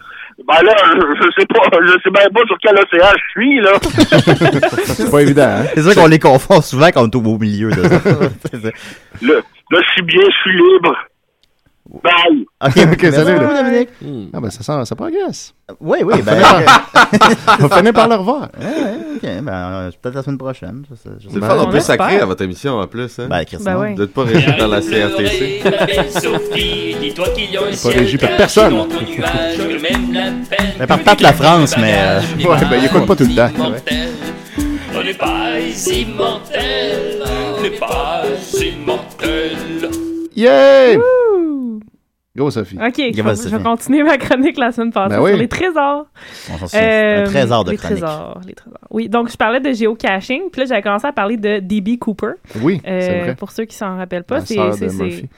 Speaker 10: Ben là, je, je sais pas, je sais même pas sur quel océan je suis, là.
Speaker 4: C'est pas évident, hein?
Speaker 3: C'est sûr qu'on les confond souvent quand on est au beau milieu de ça. C'est ça.
Speaker 10: Là, là, je suis bien, je suis libre. Bye.
Speaker 3: ok,
Speaker 4: Ok, salut,
Speaker 3: beaucoup,
Speaker 4: là.
Speaker 3: Dominique.
Speaker 5: Hmm.
Speaker 4: Ah, ben, ça, sent, ça progresse.
Speaker 3: Oui, oui, ben,
Speaker 4: Ah.
Speaker 3: euh,
Speaker 4: On finit par le revoir. Ben,
Speaker 3: ok, ben euh, peut-être la semaine prochaine. ça, ça, je sais
Speaker 6: C'est le
Speaker 3: pas.
Speaker 6: fun,
Speaker 5: on
Speaker 6: en plus,
Speaker 5: espère.
Speaker 6: sacré à votre émission, en plus. Hein?
Speaker 3: Ben, Chris,
Speaker 5: Ben
Speaker 3: non.
Speaker 5: ouais.
Speaker 6: Vous êtes pas régi dans la CRTC.
Speaker 4: Pas régi par personne.
Speaker 3: Ben, par Pat la France, mais euh,
Speaker 4: Ouais, ben, il écoute pas tout le temps. c'est vrai.
Speaker 1: On n'est pas immortel, on n'est pas immortel.
Speaker 4: Yeah!
Speaker 5: Ouh.
Speaker 4: Go, Sophie.
Speaker 5: Ok, je,
Speaker 3: vas-y,
Speaker 5: vais- je
Speaker 3: Sophie.
Speaker 5: vais continuer ma chronique la semaine passée
Speaker 4: Ben oui.
Speaker 5: sur les trésors.
Speaker 3: on s'en souvient, c'est un
Speaker 5: Euh,
Speaker 3: trésor de
Speaker 5: les
Speaker 3: chronique.
Speaker 5: Trésors, les trésors. Oui, donc je parlais de géocaching, puis là j'avais commencé à parler de D.B. Cooper.
Speaker 4: Oui,
Speaker 5: Euh,
Speaker 4: c'est vrai.
Speaker 5: pour ceux qui s'en rappellent
Speaker 4: La
Speaker 5: pas, c'est
Speaker 4: sœur de
Speaker 5: c'est- c'est-
Speaker 4: Murphy.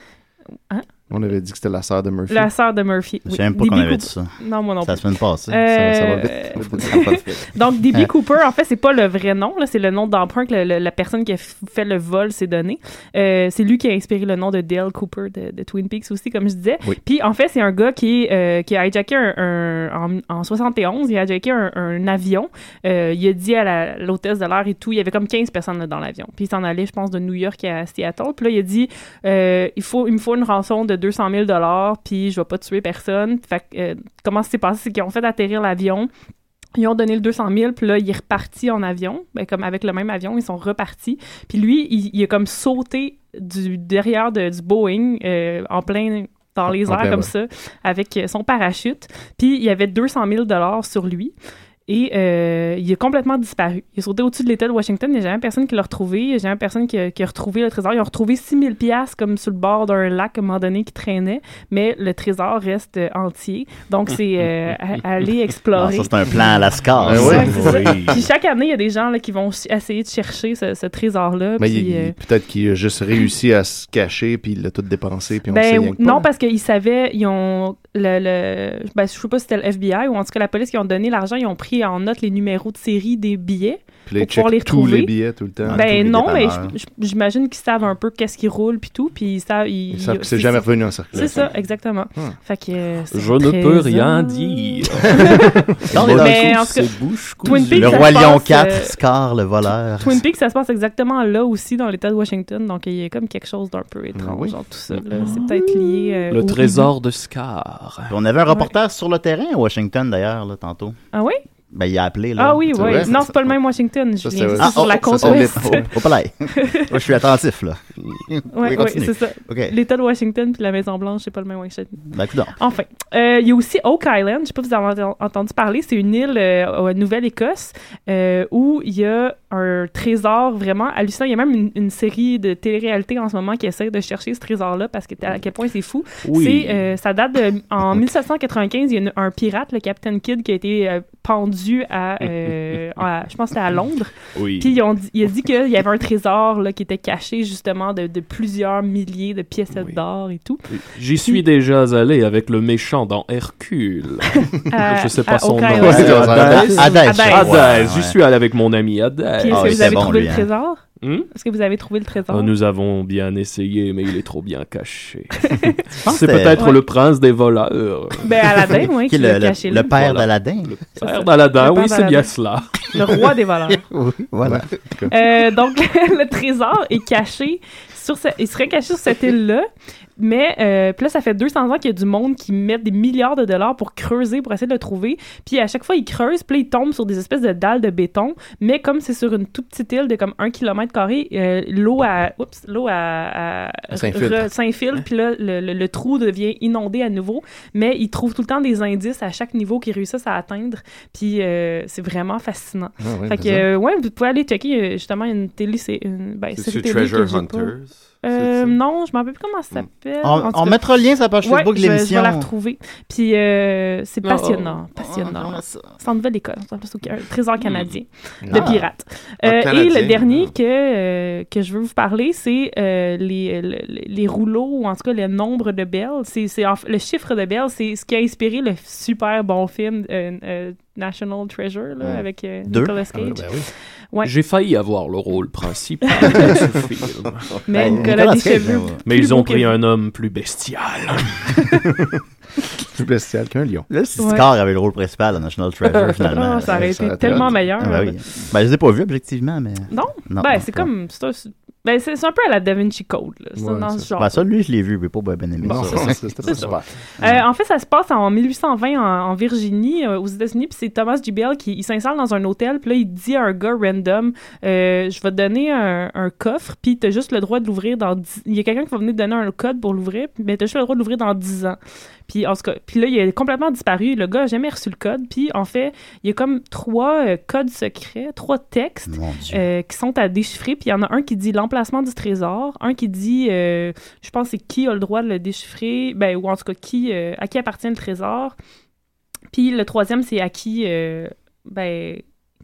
Speaker 5: Hein?
Speaker 4: On avait dit que c'était la sœur de Murphy.
Speaker 5: La sœur de Murphy.
Speaker 3: Je
Speaker 5: oui.
Speaker 3: sais même pas
Speaker 5: DB
Speaker 3: qu'on avait
Speaker 5: Cooper.
Speaker 3: dit ça.
Speaker 5: Non, moi non
Speaker 3: C'est la
Speaker 5: plus.
Speaker 3: semaine passée.
Speaker 5: Euh,
Speaker 3: Ça va vite.
Speaker 5: Donc, DB
Speaker 3: Hein.
Speaker 5: Cooper, en fait, c'est pas le vrai nom, là, c'est le nom d'emprunt que le- le- la personne qui a f- fait le vol s'est donné. Euh, c'est lui qui a inspiré le nom de Dale Cooper de, de Twin Peaks aussi, comme je disais.
Speaker 11: Oui.
Speaker 5: Puis, en fait, c'est un gars qui, euh, qui a hijacké un, un- en, en 71, il a hijacké un, un avion. Euh, il a dit à la- l'hôtesse de l'air et tout, il y avait comme 15 personnes là, dans l'avion. Puis, il s'en allait, je pense, de New York à Seattle. Puis là, il a dit euh, il, faut, il me faut une rançon de 200 000 puis je vais pas tuer personne. Fait que, euh, comment ça s'est passé C'est qu'ils ont fait atterrir l'avion. Ils ont donné le 200 000, puis là, il est reparti en avion, ben, comme avec le même avion, ils sont repartis. Puis lui, il, il a comme sauté du derrière de- du Boeing euh, en plein dans les
Speaker 11: En
Speaker 5: airs
Speaker 11: plein
Speaker 5: comme
Speaker 11: vol.
Speaker 5: ça, avec euh, son parachute. Puis il y avait 200 000 sur lui. Et euh, il est complètement disparu. Il est sauté au-dessus de l'État de Washington. Il n'y a jamais personne qui l'a retrouvé. Il n'y a jamais personne qui a, qui a retrouvé le trésor. Ils ont retrouvé 6 000 comme sur le bord d'un lac à un moment donné qui traînait. Mais le trésor reste euh, entier. Donc, c'est euh, à- à aller
Speaker 3: Ah,
Speaker 5: explorer.
Speaker 3: ça, c'est un plan à la scar.
Speaker 4: Ben oui.
Speaker 3: ça.
Speaker 5: C'est
Speaker 4: Ouais,
Speaker 5: ça. Puis chaque année, il y a des gens là, qui vont ch- essayer de chercher ce, ce trésor-là.
Speaker 4: Mais
Speaker 5: puis,
Speaker 4: Ben, il- il-
Speaker 5: euh,
Speaker 4: peut-être qu'il a juste réussi à se cacher, puis il l'a tout dépensé, puis on le sait
Speaker 5: ben,
Speaker 4: rien que pas.
Speaker 5: non, parce qu'ils savaient, ils ont le, le ben, je sais pas si c'était le FBI ou en tout cas la police qui ont donné l'argent, ils ont pris en note les numéros de série des billets
Speaker 4: Puis là, ils
Speaker 5: pour pouvoir
Speaker 4: checkent
Speaker 5: les
Speaker 4: tous
Speaker 5: retrouver.
Speaker 4: les billets tout le temps, tous les
Speaker 5: Ben non, mais
Speaker 4: dépanneurs.
Speaker 5: je- je- j'imagine qu'ils savent un peu qu'est-ce qui roule puis tout, puis ils savent. Ils,
Speaker 4: Ils savent que c'est jamais revenu en Hmm. circulation.
Speaker 5: C'est ça, exactement. Fait que, euh, c'est
Speaker 7: Je ne peux
Speaker 5: très-
Speaker 7: rien dire.
Speaker 3: Non, mais dans le
Speaker 5: Mais en
Speaker 3: coup,
Speaker 5: tout cas,
Speaker 3: c'est bouche
Speaker 5: Twin
Speaker 3: cousue.
Speaker 5: Peaks,
Speaker 3: Le
Speaker 5: ça
Speaker 3: Roi
Speaker 5: se
Speaker 3: Lion
Speaker 5: passe,
Speaker 3: 4,
Speaker 5: euh,
Speaker 3: Scar, le voleur.
Speaker 5: Twin Peaks, ça se passe exactement là aussi, dans l'État de Washington. Donc, il y a comme quelque chose d'un
Speaker 4: Ben
Speaker 5: peu
Speaker 3: Ah
Speaker 5: étrange dans tout ça. là. C'est peut-être lié. euh, au-
Speaker 3: de Scar. on avait un reportage sur le terrain à Washington, d'ailleurs, là, tantôt.
Speaker 5: Ah oui?
Speaker 3: Ben, il a appelé, là.
Speaker 5: Ah oui, oui. Non, c'est pas le même Washington. Je viens
Speaker 3: Ah,
Speaker 5: sur
Speaker 3: oh,
Speaker 5: la
Speaker 3: ça,
Speaker 5: côte
Speaker 3: c'est-
Speaker 5: ouest.
Speaker 3: Oh, oh, pas là. Moi, je suis attentif, là. Oui,
Speaker 5: Oui, oui,
Speaker 3: continue.
Speaker 5: c'est ça.
Speaker 3: OK.
Speaker 5: L'État de Washington puis la Maison-Blanche, c'est pas le même Washington.
Speaker 3: Ben, coudonc.
Speaker 5: Enfin, euh, il y a aussi Oak Island, je sais pas si vous avez ent- entendu parler, c'est une île euh, à Nouvelle-Écosse euh, où il y a un trésor vraiment hallucinant. Il y a même une, une série de télé-réalité en ce moment qui essaie de chercher ce trésor-là parce que t- à quel point c'est fou.
Speaker 11: Oui.
Speaker 5: C'est, euh, ça date de, en 1795, il y a une- un pirate, le Captain Kidd, qui a été euh, pendu à, euh, à- je pense que c'était à Londres.
Speaker 11: Oui.
Speaker 5: Puis ils ont dit- il a dit qu'il y avait un trésor là, qui était caché justement de, de plusieurs milliers de pièces d'or et tout.
Speaker 7: J'y suis déjà allé avec le méchant dans Hercule.
Speaker 5: À-
Speaker 7: je sais
Speaker 5: Euh, à
Speaker 7: pas son nom.
Speaker 5: Hokkaï.
Speaker 7: Adès.
Speaker 5: Ouais, Adès. Adès.
Speaker 7: Adès.
Speaker 5: Ouais, Oh,
Speaker 7: J'y
Speaker 5: ouais. Ah,
Speaker 7: suis allé avec mon ami Adès.
Speaker 5: Puis est-ce que vous avez trouvé le trésor? Est-ce que vous avez trouvé le trésor?
Speaker 7: Ah, nous avons bien essayé, mais il est trop bien caché.
Speaker 5: pense
Speaker 7: C'est
Speaker 5: que-
Speaker 7: peut-être
Speaker 5: Ouais.
Speaker 7: le prince des voleurs.
Speaker 5: Ben, Aladdin, oui, Qui est qui le- l'a le- caché là. le père
Speaker 3: d'Aladin.
Speaker 7: Le
Speaker 5: C'est ça.
Speaker 7: père d'Aladin,
Speaker 5: Le
Speaker 7: oui,
Speaker 5: père
Speaker 7: c'est
Speaker 5: d'Aladin.
Speaker 7: bien cela.
Speaker 5: Le roi des voleurs.
Speaker 3: Oui, voilà.
Speaker 5: Euh, donc, le, le trésor est caché sur ce- il serait caché sur cette île-là. Mais euh, puis là, ça fait 200 ans qu'il y a du monde qui met des milliards de dollars pour creuser, pour essayer de le trouver. Puis à chaque fois, ils creusent, puis là, ils tombent sur des espèces de dalles de béton. Mais comme c'est sur une toute petite île de comme un kilomètre carré, euh, l'eau à, oups, l'eau à, à-
Speaker 11: S'infiltre.
Speaker 5: re- s'infiltre, puis là, le, le- le trou devient inondé à nouveau. Mais ils trouvent tout le temps des indices à chaque niveau qu'ils réussissent à atteindre. Puis euh, c'est vraiment fascinant.
Speaker 6: Ah ouais,
Speaker 5: fait
Speaker 6: c'est
Speaker 5: que,
Speaker 6: ça.
Speaker 5: euh, ouais, vous pouvez aller checker euh, justement une télé, c'est une. Ben,
Speaker 6: C'est-tu
Speaker 5: série télé que
Speaker 6: Treasure
Speaker 5: j'ai pas.
Speaker 6: Hunters? Hmm.
Speaker 5: Euh, non, je m'en rappelle plus comment ça s'appelle.
Speaker 3: On-
Speaker 5: En tout
Speaker 3: on
Speaker 5: cas-
Speaker 3: mettra le lien sur la page
Speaker 5: Ouais,
Speaker 3: Facebook de
Speaker 5: je vais- Je
Speaker 3: l'émission.
Speaker 5: vais la retrouver. Puis euh, c'est
Speaker 3: Oh.
Speaker 5: passionnant,
Speaker 3: Oh,
Speaker 5: passionnant.
Speaker 3: on a ça.
Speaker 5: c'est en Nouvelle-Écosse, en plus, au- un trésor canadien
Speaker 11: Hmm.
Speaker 5: de
Speaker 11: Ah.
Speaker 5: pirates.
Speaker 11: Ah,
Speaker 5: Euh, et
Speaker 11: canadien.
Speaker 5: le dernier que, euh, que je veux vous parler, c'est euh, les, le- les, rouleaux, ou en tout cas le nombre de belles. C'est, c'est en- le chiffre de belles, c'est ce qui a inspiré le super bon film euh, euh, National Treasure là,
Speaker 7: Hmm.
Speaker 5: avec euh,
Speaker 7: Deux.
Speaker 5: Nicolas
Speaker 7: Ah ouais,
Speaker 5: Cage.
Speaker 7: ben oui.
Speaker 5: Ouais.
Speaker 7: J'ai failli avoir le rôle principal de ce film.
Speaker 5: Mais Ben, Nicolas Nicolas Cage, Descheveux, ouais.
Speaker 7: Mais
Speaker 5: plus
Speaker 7: ils
Speaker 5: beau
Speaker 7: ont
Speaker 5: que
Speaker 7: pris
Speaker 5: lui.
Speaker 7: un homme plus bestial.
Speaker 4: Plus bestial qu'un lion.
Speaker 3: Là, si
Speaker 5: Ouais.
Speaker 3: Scar avait le rôle principal à National Treasure, finalement.
Speaker 5: Ah, ça aurait été
Speaker 3: aurait
Speaker 5: tellement
Speaker 3: été-
Speaker 5: meilleur.
Speaker 3: Ah, ben, oui. Ben, je ne l'ai pas vu, objectivement, mais.
Speaker 5: Non? ben, c'est comme. C'est un, ben, c'est c'est un peu à la Da Vinci Code, là. C'est
Speaker 3: Ouais,
Speaker 5: dans ce genre.
Speaker 3: Ben, ça, lui, je l'ai vu, mais pas bien aimé.
Speaker 5: Bon,
Speaker 3: ça.
Speaker 5: c'est ça.
Speaker 4: C'était
Speaker 5: C'est ça. Euh, en fait, ça se passe en 1820 en, en Virginie, euh, aux États-Unis, puis c'est Thomas Jubel qui il s'installe dans un hôtel, puis là, il dit à un gars random euh, Je vais te donner un, un coffre, puis t'as juste le droit de l'ouvrir dans 10 Il y a quelqu'un qui va venir te donner un code pour l'ouvrir, mais t'as juste le droit de l'ouvrir dans 10 ans. Puis en tout cas, puis là, il a complètement disparu. Le gars a jamais reçu le code, puis en fait, il y a comme trois euh, codes secrets, trois textes euh, qui sont à déchiffrer, puis il y en a un qui dit l'emplacement du trésor, un qui dit, euh, je pense, c'est qui a le droit de le déchiffrer, ben, ou en tout cas, qui, euh, à qui appartient le trésor. Puis le troisième, c'est à qui, euh, ben,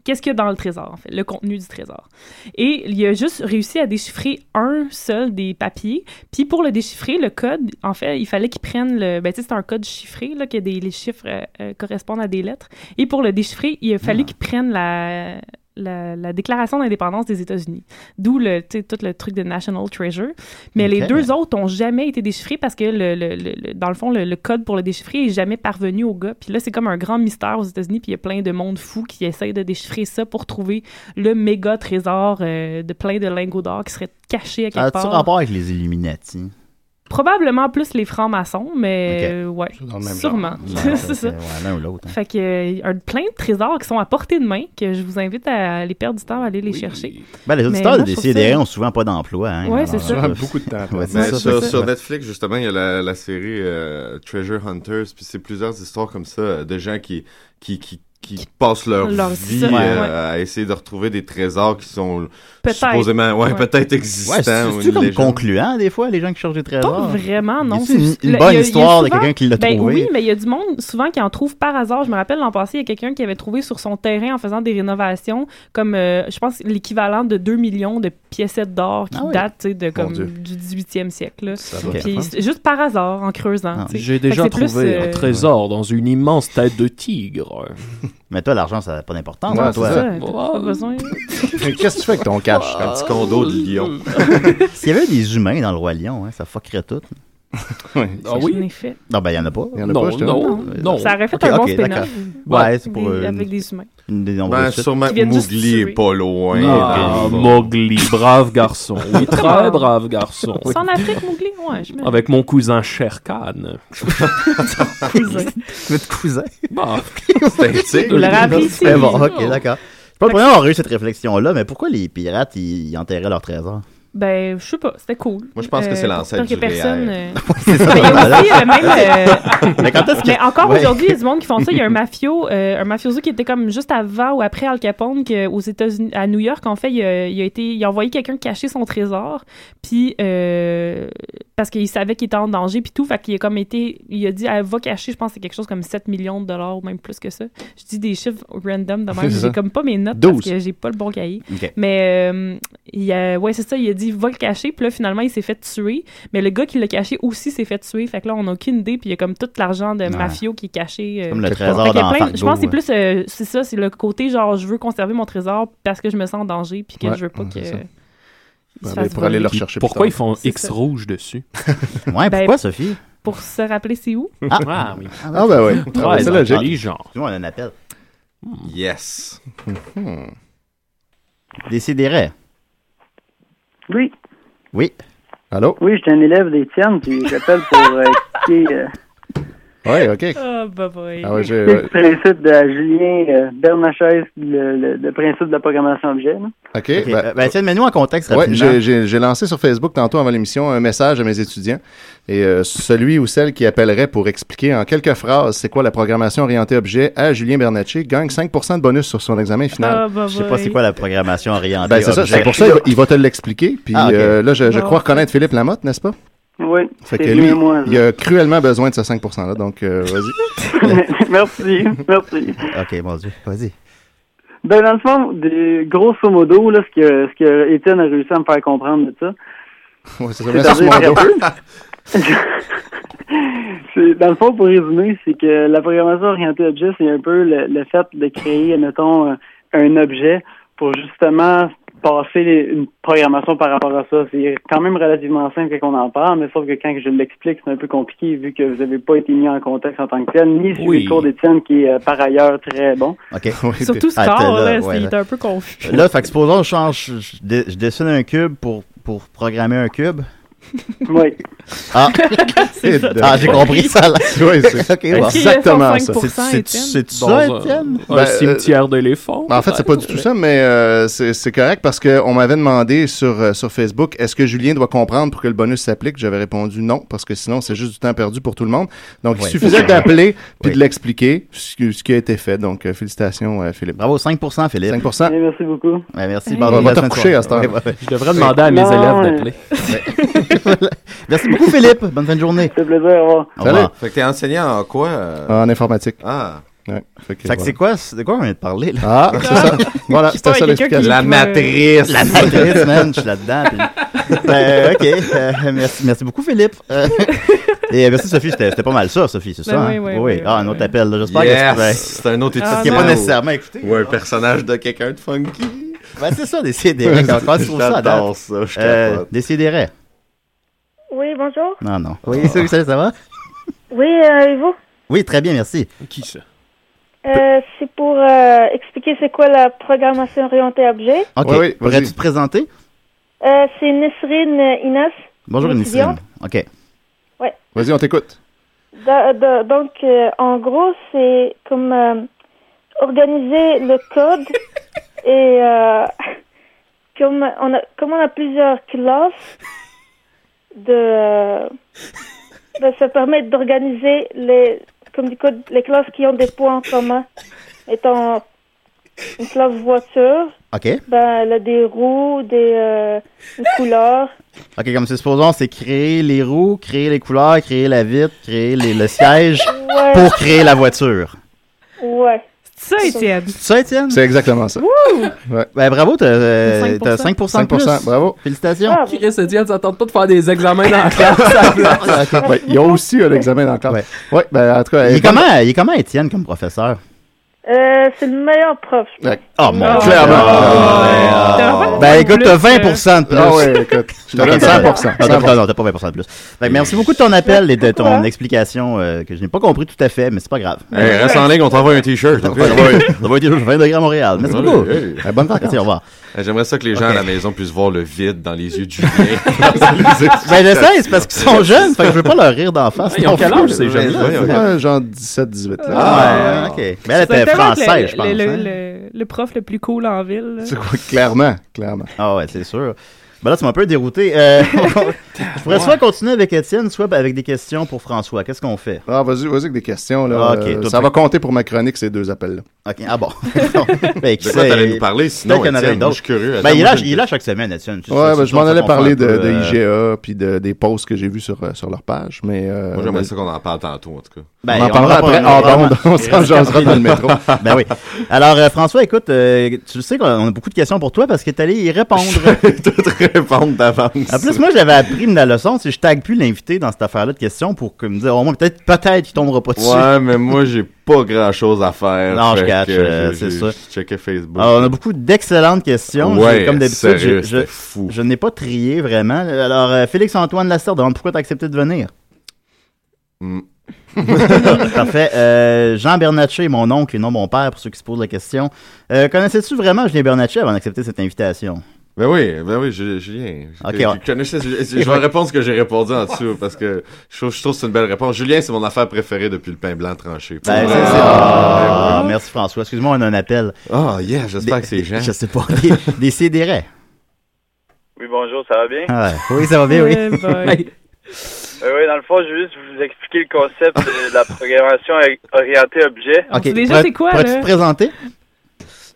Speaker 5: qu'est-ce qu'il y a dans le trésor, en fait, le contenu du trésor. Et il a juste réussi à déchiffrer un seul des papiers. Puis pour le déchiffrer, le code, en fait, il fallait qu'il prenne le. Ben, tu sais, c'est un code chiffré, là, que des, les chiffres euh, euh, correspondent à des lettres. Et pour le déchiffrer, il a fallu qu'il prenne la. La, la déclaration d'indépendance des États-Unis. D'où le, tu sais, tout le truc de National Treasure. Mais les
Speaker 3: Ok.
Speaker 5: deux autres ont jamais été déchiffrés parce que, le, le- le- le- dans le fond, le, le code pour le déchiffrer est jamais parvenu au gars. Puis là, c'est comme un grand mystère aux États-Unis, puis il y a plein de monde fou qui essaye de déchiffrer ça pour trouver le méga trésor euh, de plein de lingots d'or qui serait caché à quelque
Speaker 3: a-tu
Speaker 5: part.
Speaker 3: Euh, rapport avec les Illuminati?
Speaker 5: Probablement plus les francs-maçons, mais
Speaker 3: Ok.
Speaker 5: euh, ouais,
Speaker 4: dans le même
Speaker 5: sûrement.
Speaker 3: Ouais,
Speaker 5: c'est ça.
Speaker 3: ouais, L'un ou l'autre. hein.
Speaker 5: Fait que euh, y a plein de trésors qui sont à portée de main que je vous invite à les perdre du temps à aller les chercher.
Speaker 3: Ben, les
Speaker 5: Mais
Speaker 3: auditeurs
Speaker 5: moi,
Speaker 3: de
Speaker 5: je trouve
Speaker 3: DCDR
Speaker 5: ça-
Speaker 3: ont souvent pas d'emploi. Hein,
Speaker 5: Ouais, c'est ça.
Speaker 4: Souvent,
Speaker 3: euh,
Speaker 4: beaucoup de temps.
Speaker 3: Ouais,
Speaker 6: Mais
Speaker 3: c'est ça,
Speaker 6: sur,
Speaker 3: c'est
Speaker 6: sur
Speaker 3: ça.
Speaker 6: Netflix, justement, il y a la, la série euh, Treasure Hunters, puis c'est plusieurs histoires comme ça euh, de gens qui, qui, qui, qui passent leur,
Speaker 5: Leur-
Speaker 6: vie
Speaker 5: ça, ouais.
Speaker 6: euh, à essayer de retrouver des trésors qui sont
Speaker 5: Peut-être.
Speaker 6: supposément ouais,
Speaker 5: Ouais.
Speaker 6: peut-être
Speaker 3: Ouais,
Speaker 6: existants. ou
Speaker 3: c'est-
Speaker 6: une
Speaker 3: c'est-tu comme
Speaker 6: légende.
Speaker 3: concluant, Ah, des fois, les gens qui cherchent des
Speaker 5: Pas
Speaker 3: trésors?
Speaker 5: vraiment, non.
Speaker 3: C'est une,
Speaker 5: c'est-
Speaker 3: une
Speaker 5: le- il y
Speaker 3: bonne
Speaker 5: a- il y a
Speaker 3: histoire de
Speaker 5: souvent-
Speaker 3: quelqu'un qui l'a
Speaker 5: Ben
Speaker 3: trouvé.
Speaker 5: oui, mais il y a du monde souvent qui en trouve par hasard. Je me rappelle l'an passé, il y a quelqu'un qui avait trouvé sur son terrain en faisant des rénovations comme, euh, je pense, l'équivalent de 2 millions de piécettes d'or qui
Speaker 3: Ah ouais.
Speaker 5: datent tu sais, de, comme,
Speaker 4: Dieu.
Speaker 5: du 18e siècle. là.
Speaker 4: Ça doit
Speaker 3: Ok.
Speaker 4: être
Speaker 5: Puis
Speaker 4: fin.
Speaker 5: c'est juste par hasard, en creusant.
Speaker 3: Ah.
Speaker 5: tu sais.
Speaker 7: J'ai déjà
Speaker 5: Fait que c'est plus,
Speaker 7: trouvé
Speaker 5: euh,
Speaker 7: un trésor dans une immense tête de tigre.
Speaker 3: Mais toi, l'argent, ça n'a pas d'importance.
Speaker 4: Ouais,
Speaker 3: hein,
Speaker 4: c'est
Speaker 5: C'est
Speaker 3: toi.
Speaker 5: ça, t'as pas
Speaker 7: Ouais.
Speaker 5: besoin.
Speaker 4: Qu'est-ce que tu fais avec ton cash?
Speaker 6: Un petit condo de
Speaker 5: Hmm.
Speaker 6: Lyon.
Speaker 3: Ah. S'il y avait des humains dans le Roi Lion, hein, ça fuckerait tout.
Speaker 7: Ah
Speaker 5: Je
Speaker 7: oui?
Speaker 5: l'ai fait.
Speaker 3: Non, ben, il n'y en a pas.
Speaker 4: Il y en a
Speaker 7: Non,
Speaker 4: pas, je te-
Speaker 7: non, non.
Speaker 5: Ça aurait fait
Speaker 3: Ok,
Speaker 5: un bon
Speaker 3: ok,
Speaker 5: spin-off
Speaker 3: d'accord. Ouais, c'est pour
Speaker 5: des-
Speaker 3: euh,
Speaker 5: avec des humains.
Speaker 3: une des nombreuses
Speaker 6: Ben,
Speaker 3: chutes.
Speaker 6: sûrement
Speaker 5: Qui
Speaker 6: que
Speaker 5: viennent juste
Speaker 6: Mowgli
Speaker 5: tuer.
Speaker 6: est pas loin.
Speaker 7: Ah,
Speaker 6: Billy.
Speaker 7: Mowgli, brave garçon. Oui, très brave garçon.
Speaker 5: C'est en Afrique, Mowgli? Ouais, je me
Speaker 7: Avec mon cousin Sher Khan.
Speaker 5: cousin.
Speaker 3: Votre cousin.
Speaker 5: Ah,
Speaker 7: Bah,
Speaker 6: C'est un tigre.
Speaker 5: Vous l'aurez appris ici.
Speaker 3: Mais bon, ok, d'accord. C'est pas le premier à avoir eu cette réflexion-là, mais pourquoi les pirates, ils, ils enterraient leurs trésors?
Speaker 5: Ben, je sais pas, c'était cool. Euh,
Speaker 6: Moi, je pense que c'est l'ancêtre
Speaker 5: J'espère que
Speaker 6: du
Speaker 5: personne.
Speaker 6: réel.
Speaker 5: euh,
Speaker 3: C'est ça,
Speaker 5: Mais il y a
Speaker 3: voilà.
Speaker 5: aussi le même. euh,
Speaker 3: Mais quand est-ce que...
Speaker 5: Mais encore
Speaker 3: Ouais.
Speaker 5: aujourd'hui, il y a du monde qui font ça. Il y a un mafio, euh, un mafioso qui était comme juste avant ou après Al Capone, que aux États-Unis, à New York, en fait, il a, il a été, il a envoyé quelqu'un cacher son trésor, puis euh, parce qu'il savait qu'il était en danger, puis tout, fait qu'il a comme été, il a dit, Ah, va cacher, je pense que c'est quelque chose comme 7 millions de dollars ou même plus que ça. Je dis des chiffres random de même,
Speaker 4: C'est ça.
Speaker 5: j'ai comme pas mes notes
Speaker 4: 12.
Speaker 5: parce que j'ai pas le bon cahier.
Speaker 3: Ok.
Speaker 5: Mais euh, il a, ouais, c'est ça, il a dit va le cacher, puis là finalement il s'est fait tuer, mais le gars qui l'a caché aussi s'est fait tuer. Fait que là on n'a aucune idée, puis il y a comme tout l'argent de mafio qui est caché. euh,
Speaker 3: Comme le
Speaker 5: quelque
Speaker 3: trésor
Speaker 5: part. Fait qu'il y a
Speaker 3: dans
Speaker 5: plein-
Speaker 3: Fargo,
Speaker 5: Je pense que c'est
Speaker 3: ouais.
Speaker 5: plus euh, c'est ça, c'est le côté genre je veux conserver mon trésor parce que je me sens en danger puis que
Speaker 4: Ouais,
Speaker 5: je veux pas
Speaker 4: ouais,
Speaker 5: que
Speaker 4: c'est
Speaker 5: il
Speaker 4: ça. Ben,
Speaker 5: se
Speaker 4: ben,
Speaker 5: fasse
Speaker 4: pour aller
Speaker 5: voler.
Speaker 4: le rechercher plus
Speaker 7: pourquoi ils
Speaker 4: tard.
Speaker 7: font
Speaker 5: C'est
Speaker 7: X
Speaker 5: ça.
Speaker 7: rouge dessus?
Speaker 3: Ouais,
Speaker 5: Ben-
Speaker 3: pourquoi, Sophie?
Speaker 5: pour se rappeler c'est où
Speaker 7: Ah oui.
Speaker 4: Ah ben oui,
Speaker 7: Très
Speaker 4: c'est logique.
Speaker 7: intelligent. Hmm.
Speaker 3: Nous, on a un appel.
Speaker 6: Yes.
Speaker 4: Hmm.
Speaker 3: Décidérez.
Speaker 10: Oui,
Speaker 3: Oui.
Speaker 4: Allô?
Speaker 10: oui, je suis un élève d'Étienne, puis j'appelle pour euh, expliquer euh,
Speaker 4: Oui, OK.
Speaker 5: Ah bah boy.
Speaker 4: Ah ouais, j'ai...
Speaker 10: expliquer
Speaker 4: ouais,
Speaker 10: le principe de Julien euh, Bernachès, le, le- le principe de la programmation objet. là.
Speaker 4: OK,
Speaker 3: Ok,
Speaker 4: ben-
Speaker 3: ben, tiens, mets-nous en contexte
Speaker 4: Ouais,
Speaker 3: rapidement.
Speaker 4: j'ai- j'ai j'ai lancé sur Facebook tantôt avant l'émission un message à mes étudiants. Et euh, celui ou celle qui appellerait pour expliquer en quelques phrases c'est quoi la programmation orientée objet à Julien Bernatchez gagne 5 de bonus sur son examen final.
Speaker 5: Ah bah
Speaker 3: Je sais pas
Speaker 5: boy.
Speaker 3: c'est quoi la programmation orientée.
Speaker 4: ben, c'est ça,
Speaker 3: objet.
Speaker 4: c'est pour ça qu'il va- il va te l'expliquer. Puis
Speaker 3: Ah, ok.
Speaker 4: euh, là, je, je
Speaker 5: Bon.
Speaker 4: crois reconnaître Philippe Lamotte, n'est-ce pas?
Speaker 10: Oui,
Speaker 4: Fait
Speaker 10: c'est
Speaker 4: que lui,
Speaker 10: mieux moi.
Speaker 4: il a cruellement besoin de ce 5 %-là. Donc, euh, vas-y.
Speaker 10: merci, merci.
Speaker 3: Ok, mon Dieu. Vas-y.
Speaker 10: Ben, dans le fond, des- grosso modo, là, ce que, ce que Étienne a réussi à me faire comprendre de ça,
Speaker 4: Ouais, c'est ça, bien sûr,
Speaker 10: c'est-à-dire
Speaker 4: mon dos.
Speaker 10: C'est- dans le fond, pour résumer, c'est que la programmation orientée objet, c'est un peu le, le fait de créer, mettons, un, un objet pour justement passer les- une programmation par rapport à ça. C'est quand même relativement simple quand on en parle, mais sauf que quand je l'explique, c'est un peu compliqué vu que vous n'avez pas été mis en contexte en tant que tel, ni sur
Speaker 7: Oui.
Speaker 10: les cours d'Étienne qui est euh, par ailleurs très bon.
Speaker 3: Ok.
Speaker 4: Ouais,
Speaker 5: Surtout ce
Speaker 3: Ah, t'es
Speaker 5: corps
Speaker 3: là,
Speaker 5: là,
Speaker 3: ouais,
Speaker 5: c'est- il
Speaker 3: là.
Speaker 5: est un peu confus.
Speaker 3: Là, fait que supposons, je change, je- je, dé- je dessine un cube pour, pour programmer un cube.
Speaker 10: Oui.
Speaker 4: t'es-
Speaker 3: Ah, j'ai compris ça, là.
Speaker 4: Ouais, c'est-
Speaker 5: Est-ce
Speaker 3: Ok, bon.
Speaker 5: qu'il y a
Speaker 4: Exactement ça.
Speaker 5: 105%?
Speaker 3: C'est- c'est-
Speaker 5: Étienne?
Speaker 3: C'est
Speaker 7: Dans
Speaker 3: ça,
Speaker 7: un-
Speaker 3: Étienne?
Speaker 7: Un
Speaker 4: Ben,
Speaker 7: cimetière d'éléphants.
Speaker 4: En fait, c'est pas du tout ça, mais euh, c'est c'est correct parce qu'on m'avait demandé sur, euh, sur Facebook est-ce que Julien doit comprendre pour que le bonus s'applique J'avais répondu non, parce que sinon, c'est juste du temps perdu pour tout le monde. Donc, il
Speaker 3: Ouais.
Speaker 4: suffisait d'appeler puis
Speaker 3: Ouais.
Speaker 4: de l'expliquer, ce, que- ce qui a été fait. Donc, euh, félicitations, euh, Philippe.
Speaker 3: Bravo, 5%, Philippe.
Speaker 4: 5
Speaker 10: Eh, merci beaucoup.
Speaker 3: Ouais, merci.
Speaker 5: Hey.
Speaker 3: Barbara.
Speaker 4: On va
Speaker 3: La
Speaker 4: te
Speaker 3: semaine
Speaker 4: recoucher à cette
Speaker 3: prochaine.
Speaker 4: heure.
Speaker 3: Ouais, ouais.
Speaker 7: Je devrais demander à mes
Speaker 10: Non,
Speaker 7: élèves
Speaker 10: ouais.
Speaker 7: d'appeler.
Speaker 3: Merci beaucoup, Philippe. Bonne fin de journée.
Speaker 10: C'est plaisir. Au revoir.
Speaker 3: Au revoir.
Speaker 6: Fait que t'es enseignant en quoi? euh?
Speaker 4: En informatique.
Speaker 6: Ah.
Speaker 4: Ouais. Fait que,
Speaker 3: Fait que c'est quoi, c'est- de quoi on vient de parler, là?
Speaker 4: voilà. Ah, c'est ça. Voilà,
Speaker 5: Qui
Speaker 4: c'était
Speaker 5: parle
Speaker 4: ça
Speaker 5: à quelqu'un qui-
Speaker 4: l'explication.
Speaker 6: La
Speaker 5: Ouais.
Speaker 6: matrice.
Speaker 3: La matrice, man, je suis là-dedans. puis- Ben, ok, euh, merci, merci beaucoup, Philippe. Euh, Et euh, merci, Sophie, c'était c'était pas mal ça, Sophie, c'est
Speaker 5: Ben
Speaker 3: ça?
Speaker 5: oui,
Speaker 3: hein?
Speaker 5: oui, oui,
Speaker 3: ah, un
Speaker 5: oui.
Speaker 3: autre appel, là, j'espère que tu- ben,
Speaker 6: Yes! C'est un autre étudiant.
Speaker 5: Ah,
Speaker 3: Qui n'est
Speaker 5: non.
Speaker 3: pas nécessairement écouté.
Speaker 6: Ou un personnage de quelqu'un de funky.
Speaker 3: Ben, c'est ça, des CD. Quand tu trouves ça, à date.
Speaker 6: J'adore ça, je
Speaker 3: Euh,
Speaker 6: capote.
Speaker 3: des CDR.
Speaker 11: Oui, bonjour.
Speaker 3: Non, non. Oui, salut, salut, ça va?
Speaker 11: Oui, euh, et vous?
Speaker 3: Oui, très bien, merci.
Speaker 7: Qui ça?
Speaker 11: Euh, c'est pour euh, expliquer c'est quoi la programmation orientée objet.
Speaker 3: Ok,
Speaker 4: Oui, oui, vas-y.
Speaker 3: pourrais-tu te présenter?
Speaker 11: Euh, c'est Nisrine Inas.
Speaker 3: Bonjour,
Speaker 11: Une
Speaker 3: Nisrine. Ok.
Speaker 4: Vas-y, on t'écoute.
Speaker 11: Da- da- donc, euh, en gros, c'est comme euh, organiser le code et euh, comme, on a, comme on a plusieurs classes, de, euh, ben, ça permet d'organiser les, comme du code, les classes qui ont des points en commun. Étant une classe voiture,
Speaker 3: Ok.
Speaker 11: ben, elle a des roues, des euh, une couleur.
Speaker 3: Ok, comme c'est supposons, c'est créer les roues, créer les couleurs, créer la vitre, créer les- le siège
Speaker 11: Ouais,
Speaker 3: pour créer la voiture.
Speaker 11: ouais.
Speaker 5: Ça, Étienne.
Speaker 3: C'est ça, Étienne?
Speaker 4: C'est exactement ça.
Speaker 3: Ben, bravo, t'as euh,
Speaker 5: 5%.
Speaker 3: t'as 5%, de
Speaker 4: 5%,
Speaker 3: plus.
Speaker 4: bravo.
Speaker 3: Félicitations.
Speaker 11: Ah,
Speaker 7: Chris et Diane, s'attendent pas de faire des examens dans la classe.
Speaker 4: Ouais, il y a aussi un examen dans le cadre.
Speaker 3: Ouais.
Speaker 4: Ouais, ben, en tout cas,
Speaker 3: Il
Speaker 4: elle-
Speaker 3: est comment, il est comment Étienne comme professeur?
Speaker 11: euh, c'est le meilleur prof. je
Speaker 4: Ouais.
Speaker 3: Oh mon
Speaker 5: Ah,
Speaker 3: Dieu!
Speaker 4: clairement.
Speaker 5: Ah, ouais.
Speaker 3: Ah,
Speaker 5: T'as
Speaker 3: ouais.
Speaker 5: pas
Speaker 3: Ben
Speaker 5: de
Speaker 3: écoute,
Speaker 5: plus,
Speaker 3: t'as
Speaker 5: euh,
Speaker 3: 20% de plus.
Speaker 4: Ah ouais, écoute, je te
Speaker 3: Non,
Speaker 4: donne
Speaker 3: t'as-
Speaker 4: 100%.
Speaker 3: Non, t'as
Speaker 4: 100%.
Speaker 3: pas, non, t'as pas 20% de plus. Fait que merci beaucoup de ton appel et de ton explication euh, que je n'ai pas compris tout à fait, mais c'est pas grave.
Speaker 6: Hey, reste en ligne, on t'envoie un t-shirt.
Speaker 3: Ça va être- ça va être 20 degrés à Montréal. Merci
Speaker 6: Ouais,
Speaker 3: beaucoup.
Speaker 6: hey.
Speaker 4: Eh, Bonne vacances.
Speaker 3: Merci, au revoir.
Speaker 6: Hey, Euh, J'aimerais ça que les gens
Speaker 3: Ok.
Speaker 6: à la maison puissent voir le vide dans les yeux de Julien.
Speaker 3: Ben j'essaie, c'est parce qu'ils sont jeunes, fait que je veux pas leur rire d'en face.
Speaker 7: Ils ont quel âge, ces
Speaker 6: Ouais,
Speaker 7: jeunes-là?
Speaker 6: ouais, ouais.
Speaker 4: Ouais, genre 17, 18. là.
Speaker 3: Ah, ok. Mais elle
Speaker 5: Ça
Speaker 3: était
Speaker 5: doit tellement être
Speaker 3: française,
Speaker 5: le-
Speaker 3: je pense.
Speaker 5: Le, le-
Speaker 3: hein.
Speaker 5: le- le prof le plus cool en ville. là.
Speaker 4: C'est quoi? Clairement, clairement.
Speaker 3: Ah ouais, c'est sûr. Ben là, tu m'as un peu dérouté. Euh, je pourrais soit continuer avec Étienne, soit ben avec des questions pour François. Qu'est-ce qu'on fait?
Speaker 4: Ah, vas-y, vas-y avec des questions. Là.
Speaker 3: Ah, ok,
Speaker 4: Euh,
Speaker 3: toi,
Speaker 4: ça
Speaker 3: tu-
Speaker 4: va compter pour ma chronique, ces deux appels-là.
Speaker 3: Ok, ah bon. ben, qui
Speaker 6: De quoi
Speaker 3: sait?
Speaker 6: t'allais nous parler sinon,
Speaker 3: Peut-être qu'il y en avait
Speaker 6: Étienne? Moi, je
Speaker 3: d'autres.
Speaker 6: suis curieux.
Speaker 3: Ben,
Speaker 6: Attends,
Speaker 3: il est
Speaker 6: moi,
Speaker 3: là,
Speaker 6: j'ai-
Speaker 3: il est là chaque semaine, Étienne. Tu-
Speaker 4: Ouais,
Speaker 3: tu-
Speaker 4: ben,
Speaker 3: tu-
Speaker 4: je m'en
Speaker 3: tu-
Speaker 4: allais
Speaker 3: on
Speaker 4: parler de,
Speaker 3: fait un peu,
Speaker 4: de
Speaker 3: euh,
Speaker 4: IGA puis de, des posts que j'ai vus sur, euh, sur leur page. Mais, euh,
Speaker 6: Moi, j'aimerais
Speaker 4: ben,
Speaker 6: ça qu'on en parle tantôt, en tout cas.
Speaker 3: ben,
Speaker 4: on en parlera
Speaker 3: parle-
Speaker 4: après.
Speaker 3: on en
Speaker 4: Ah,
Speaker 3: parle-
Speaker 4: bon, on s'en jasera dans le métro.
Speaker 3: Ben oui. Alors, euh, François, écoute, euh, tu le sais qu'on a beaucoup de questions pour toi parce que t'es allé y répondre.
Speaker 6: Tout répondre d'avance.
Speaker 3: En plus, moi, j'avais appris de la leçon, c'est que je tag plus l'invité dans cette affaire-là de questions pour que me dire, au moins, peut-être, peut-être qu'il tombera pas dessus.
Speaker 6: Ouais, mais moi, j'ai pas grand chose à faire.
Speaker 3: Non, je
Speaker 6: Fait
Speaker 3: catch,
Speaker 6: que
Speaker 3: euh,
Speaker 6: j'ai-
Speaker 3: c'est
Speaker 6: j'ai-
Speaker 3: ça.
Speaker 6: j'ai checké Facebook.
Speaker 3: Alors, on a beaucoup d'excellentes questions. J'ai-
Speaker 6: ouais,
Speaker 3: comme d'habitude,
Speaker 6: sérieux,
Speaker 3: je, je-
Speaker 6: c'était fou.
Speaker 3: je n'ai pas trié vraiment. Alors, euh, Félix-Antoine Lasserre demande pourquoi t'as accepté de venir.
Speaker 6: Mm.
Speaker 3: Parfait. Euh, Jean Bernatchez, mon oncle et non mon père, pour ceux qui se posent la question. Euh, connaissais-tu vraiment Julien Bernatchez avant d'accepter cette invitation?
Speaker 6: Ben oui, ben oui, Ju- Julien.
Speaker 3: Ok,
Speaker 6: Je-
Speaker 3: ouais.
Speaker 6: je, connaissais- je- je- je vais répondre ce que j'ai répondu en dessous parce que je trouve, je trouve que c'est une belle réponse. Julien, c'est mon affaire préférée depuis le pain blanc tranché.
Speaker 3: Ben, c'est- c'est- Ah, merci François. Excuse-moi, on a un appel.
Speaker 6: Ah, yeah, j'espère que c'est Jean.
Speaker 3: Je sais pas. Des, des sidérés.
Speaker 12: Oui, bonjour, ça va bien?
Speaker 3: Ah, oui, ça va bien, oui.
Speaker 5: Eh ben,
Speaker 12: Euh, oui, dans le fond, je vais juste vous expliquer le concept de la programmation ori- orientée objet.
Speaker 5: On
Speaker 3: Ok.
Speaker 5: sait déjà
Speaker 3: Pourrais-
Speaker 5: c'est quoi,
Speaker 3: Pourrais-tu
Speaker 5: là?
Speaker 3: te présenter?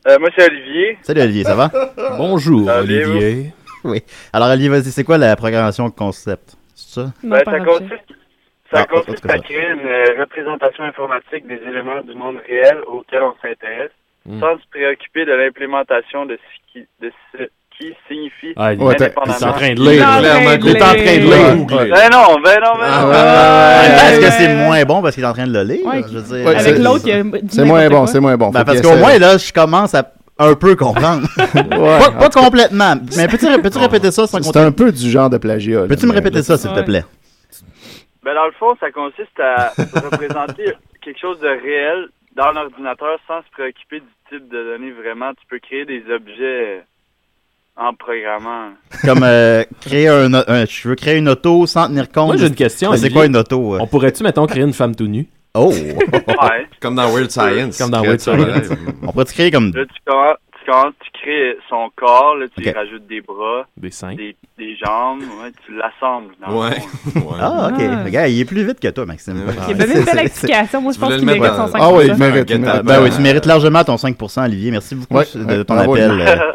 Speaker 12: Euh, moi, c'est Olivier.
Speaker 3: Salut Olivier, ça va?
Speaker 7: Bonjour,
Speaker 12: Salut,
Speaker 7: Olivier.
Speaker 3: Alors Olivier, vas-y, c'est quoi la programmation concept? C'est ça?
Speaker 5: non,
Speaker 12: Ben,
Speaker 5: pas
Speaker 12: ça
Speaker 5: grave,
Speaker 12: consiste, ça
Speaker 3: Ah, en tout
Speaker 12: consiste
Speaker 3: cas,
Speaker 12: à
Speaker 3: ça.
Speaker 12: créer une euh, représentation informatique des éléments du monde réel auquel on s'intéresse,
Speaker 7: Hmm.
Speaker 12: sans se préoccuper de l'implémentation de ce qui, de ce qui signifie
Speaker 7: Ah, il-
Speaker 4: Ouais, t'es-
Speaker 7: il est en
Speaker 12: indépendamment.
Speaker 7: train de
Speaker 5: Il est en
Speaker 7: lire. là.
Speaker 5: train de
Speaker 6: Il est en train de
Speaker 5: lire.
Speaker 6: le
Speaker 4: Ouais.
Speaker 6: googler.
Speaker 12: Ben non, ben non, ben non!
Speaker 3: Ah,
Speaker 5: ouais,
Speaker 3: Est-ce
Speaker 5: ouais.
Speaker 3: que c'est moins bon parce qu'il est en train de le lire?
Speaker 5: Ouais.
Speaker 3: Je veux dire,
Speaker 4: Ouais,
Speaker 5: Avec
Speaker 4: c'est-
Speaker 5: l'autre, il y a du
Speaker 4: C'est moins
Speaker 5: n'importe
Speaker 4: bon,
Speaker 5: quoi.
Speaker 4: c'est moins bon.
Speaker 3: Ben,
Speaker 4: Faut
Speaker 3: parce
Speaker 4: qu'il
Speaker 3: qu'au
Speaker 4: essaie.
Speaker 3: moins, là, je commence à un peu comprendre.
Speaker 4: Ouais,
Speaker 3: pas
Speaker 4: en
Speaker 3: pas complètement. Mais peux-tu ré- peux-tu répéter ça sans
Speaker 4: C'est
Speaker 3: compter?
Speaker 4: un peu du genre de plagiat. là,
Speaker 3: Peux-tu me
Speaker 4: mais-
Speaker 3: répéter ça, s'il te
Speaker 5: Ouais.
Speaker 3: plaît?
Speaker 12: Ben dans le fond, ça consiste à représenter quelque chose de réel dans l'ordinateur sans se préoccuper du type de données vraiment. Tu peux créer des objets euh, en programmant.
Speaker 3: Comme euh, créer un, o- un- Je veux créer une auto sans tenir compte.
Speaker 7: Moi, j'ai une question.
Speaker 3: Mais c'est
Speaker 7: Olivier.
Speaker 3: quoi une auto? euh?
Speaker 7: On pourrait-tu, mettons, créer une femme tout nue?
Speaker 3: Oh!
Speaker 12: Ouais.
Speaker 6: Comme dans Weird Science.
Speaker 7: Comme dans
Speaker 6: Crée
Speaker 7: Weird
Speaker 6: ça,
Speaker 7: Science.
Speaker 6: ouais. Mm.
Speaker 3: On pourrait-tu créer comme.
Speaker 12: Là, tu commences, tu, commences, tu crées son corps, là, tu y
Speaker 3: Ok.
Speaker 12: rajoutes des bras,
Speaker 7: Des seins.
Speaker 12: des, des jambes, ouais, tu l'assembles. dans le
Speaker 6: Ouais.
Speaker 12: fond.
Speaker 6: ouais.
Speaker 3: Ah, ok.
Speaker 5: Ah.
Speaker 3: Regarde, il est plus vite que toi, Maxime.
Speaker 6: Ouais.
Speaker 5: Il y a même une
Speaker 3: C'est-
Speaker 5: belle
Speaker 3: c'est-
Speaker 5: explication. Moi, je
Speaker 6: Tu
Speaker 5: pense
Speaker 6: voulais
Speaker 5: qu'il
Speaker 6: le
Speaker 5: mérite
Speaker 6: mettre
Speaker 5: son
Speaker 6: dans-
Speaker 5: 5
Speaker 4: Ah oui, il
Speaker 6: Get
Speaker 4: mérite. il
Speaker 3: Bah
Speaker 6: out.
Speaker 4: mérite.
Speaker 3: Ben oui, tu mérites largement ton 5%, Olivier. Merci beaucoup
Speaker 4: Ouais, Ah,
Speaker 3: de
Speaker 4: ouais,
Speaker 3: ton
Speaker 4: bravo,
Speaker 3: appel.
Speaker 4: Olivier.
Speaker 3: euh,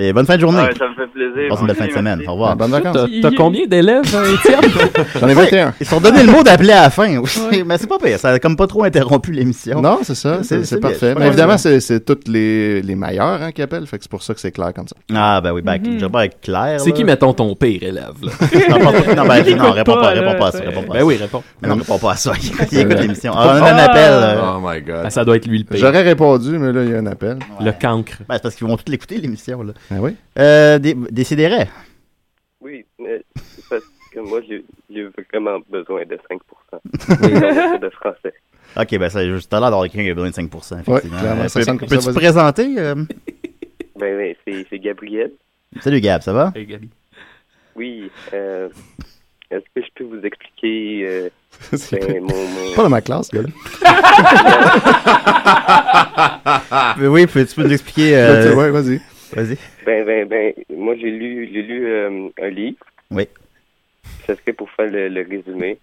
Speaker 3: Et bonne fin de journée.
Speaker 12: Ouais, ça me fait plaisir.
Speaker 3: Passe une belle fin de
Speaker 12: Merci,
Speaker 3: semaine. Au revoir.
Speaker 4: Bonnes vacances.
Speaker 7: T'as- T'as combien d'élèves, euh, Étienne?
Speaker 4: J'en ai 21.
Speaker 3: Ils se sont donné le mot d'appeler à la fin aussi. Mais c'est pas pire. Ça a comme pas trop interrompu l'émission.
Speaker 4: Non, c'est ça,
Speaker 3: C'est-
Speaker 4: c'est
Speaker 3: c'est
Speaker 4: c'est
Speaker 3: bien,
Speaker 4: parfait.
Speaker 3: c'est
Speaker 4: Mais
Speaker 3: pas
Speaker 4: évidemment,
Speaker 3: mal.
Speaker 4: c'est c'est toutes les, les meilleurs hein, qui appellent, fait que c'est pour ça que c'est clair comme ça.
Speaker 3: Ah, ben oui, ben, je vais pas être clair.
Speaker 7: Mhm. C'est qui,
Speaker 3: mais.
Speaker 7: mettons, ton pire élève, là?
Speaker 3: Non, pas- non, ben,
Speaker 5: Il
Speaker 3: non,
Speaker 5: écoute
Speaker 3: réponds pas,
Speaker 5: pas,
Speaker 3: réponds
Speaker 5: là,
Speaker 3: pas à ça.
Speaker 5: c'est-
Speaker 3: Réponds pas à
Speaker 7: Ben
Speaker 3: ça.
Speaker 7: oui, réponds.
Speaker 3: Mais non, réponds pas à ça. Il il écoute
Speaker 4: vrai.
Speaker 3: l'émission. Ah, on a un appel. euh.
Speaker 6: Oh my god.
Speaker 7: Ah, ça doit être lui le pire.
Speaker 4: J'aurais répondu, mais là, il y a un appel.
Speaker 7: Le cancre.
Speaker 3: Ben, c'est parce qu'ils vont tous l'écouter, l'émission. là.
Speaker 4: Ah oui?
Speaker 3: Euh, des- Décidérez.
Speaker 10: Oui, mais c'est parce que moi, j'ai- j'ai vraiment besoin de 5 de français.
Speaker 3: Ok, ben, ça, juste tout à l'heure d'avoir quelqu'un qui a besoin de 5%.
Speaker 4: Ouais,
Speaker 3: Effectivement.
Speaker 4: clairement,
Speaker 3: Euh,
Speaker 4: ça
Speaker 3: peux-
Speaker 4: sonne comme ça,
Speaker 3: Peux-tu te
Speaker 4: vas-y.
Speaker 3: présenter euh?
Speaker 10: Ben, ben c'est c'est Gabriel.
Speaker 3: Salut
Speaker 4: Ah,
Speaker 3: Gab, ça va
Speaker 7: Hey, Gabi.
Speaker 10: Oui, euh, est-ce que je peux vous expliquer euh,
Speaker 4: C'est
Speaker 10: ben, mon, mon-
Speaker 4: pas dans ma classe, gars.
Speaker 3: Oui, peux-tu peux nous expliquer.
Speaker 4: Là,
Speaker 3: euh,
Speaker 4: tu- Ouais, vas-y.
Speaker 3: Vas-y.
Speaker 10: Ben, ben, ben, moi, j'ai lu, j'ai lu euh, un livre.
Speaker 3: Oui.
Speaker 10: Ça serait pour faire le, le résumé.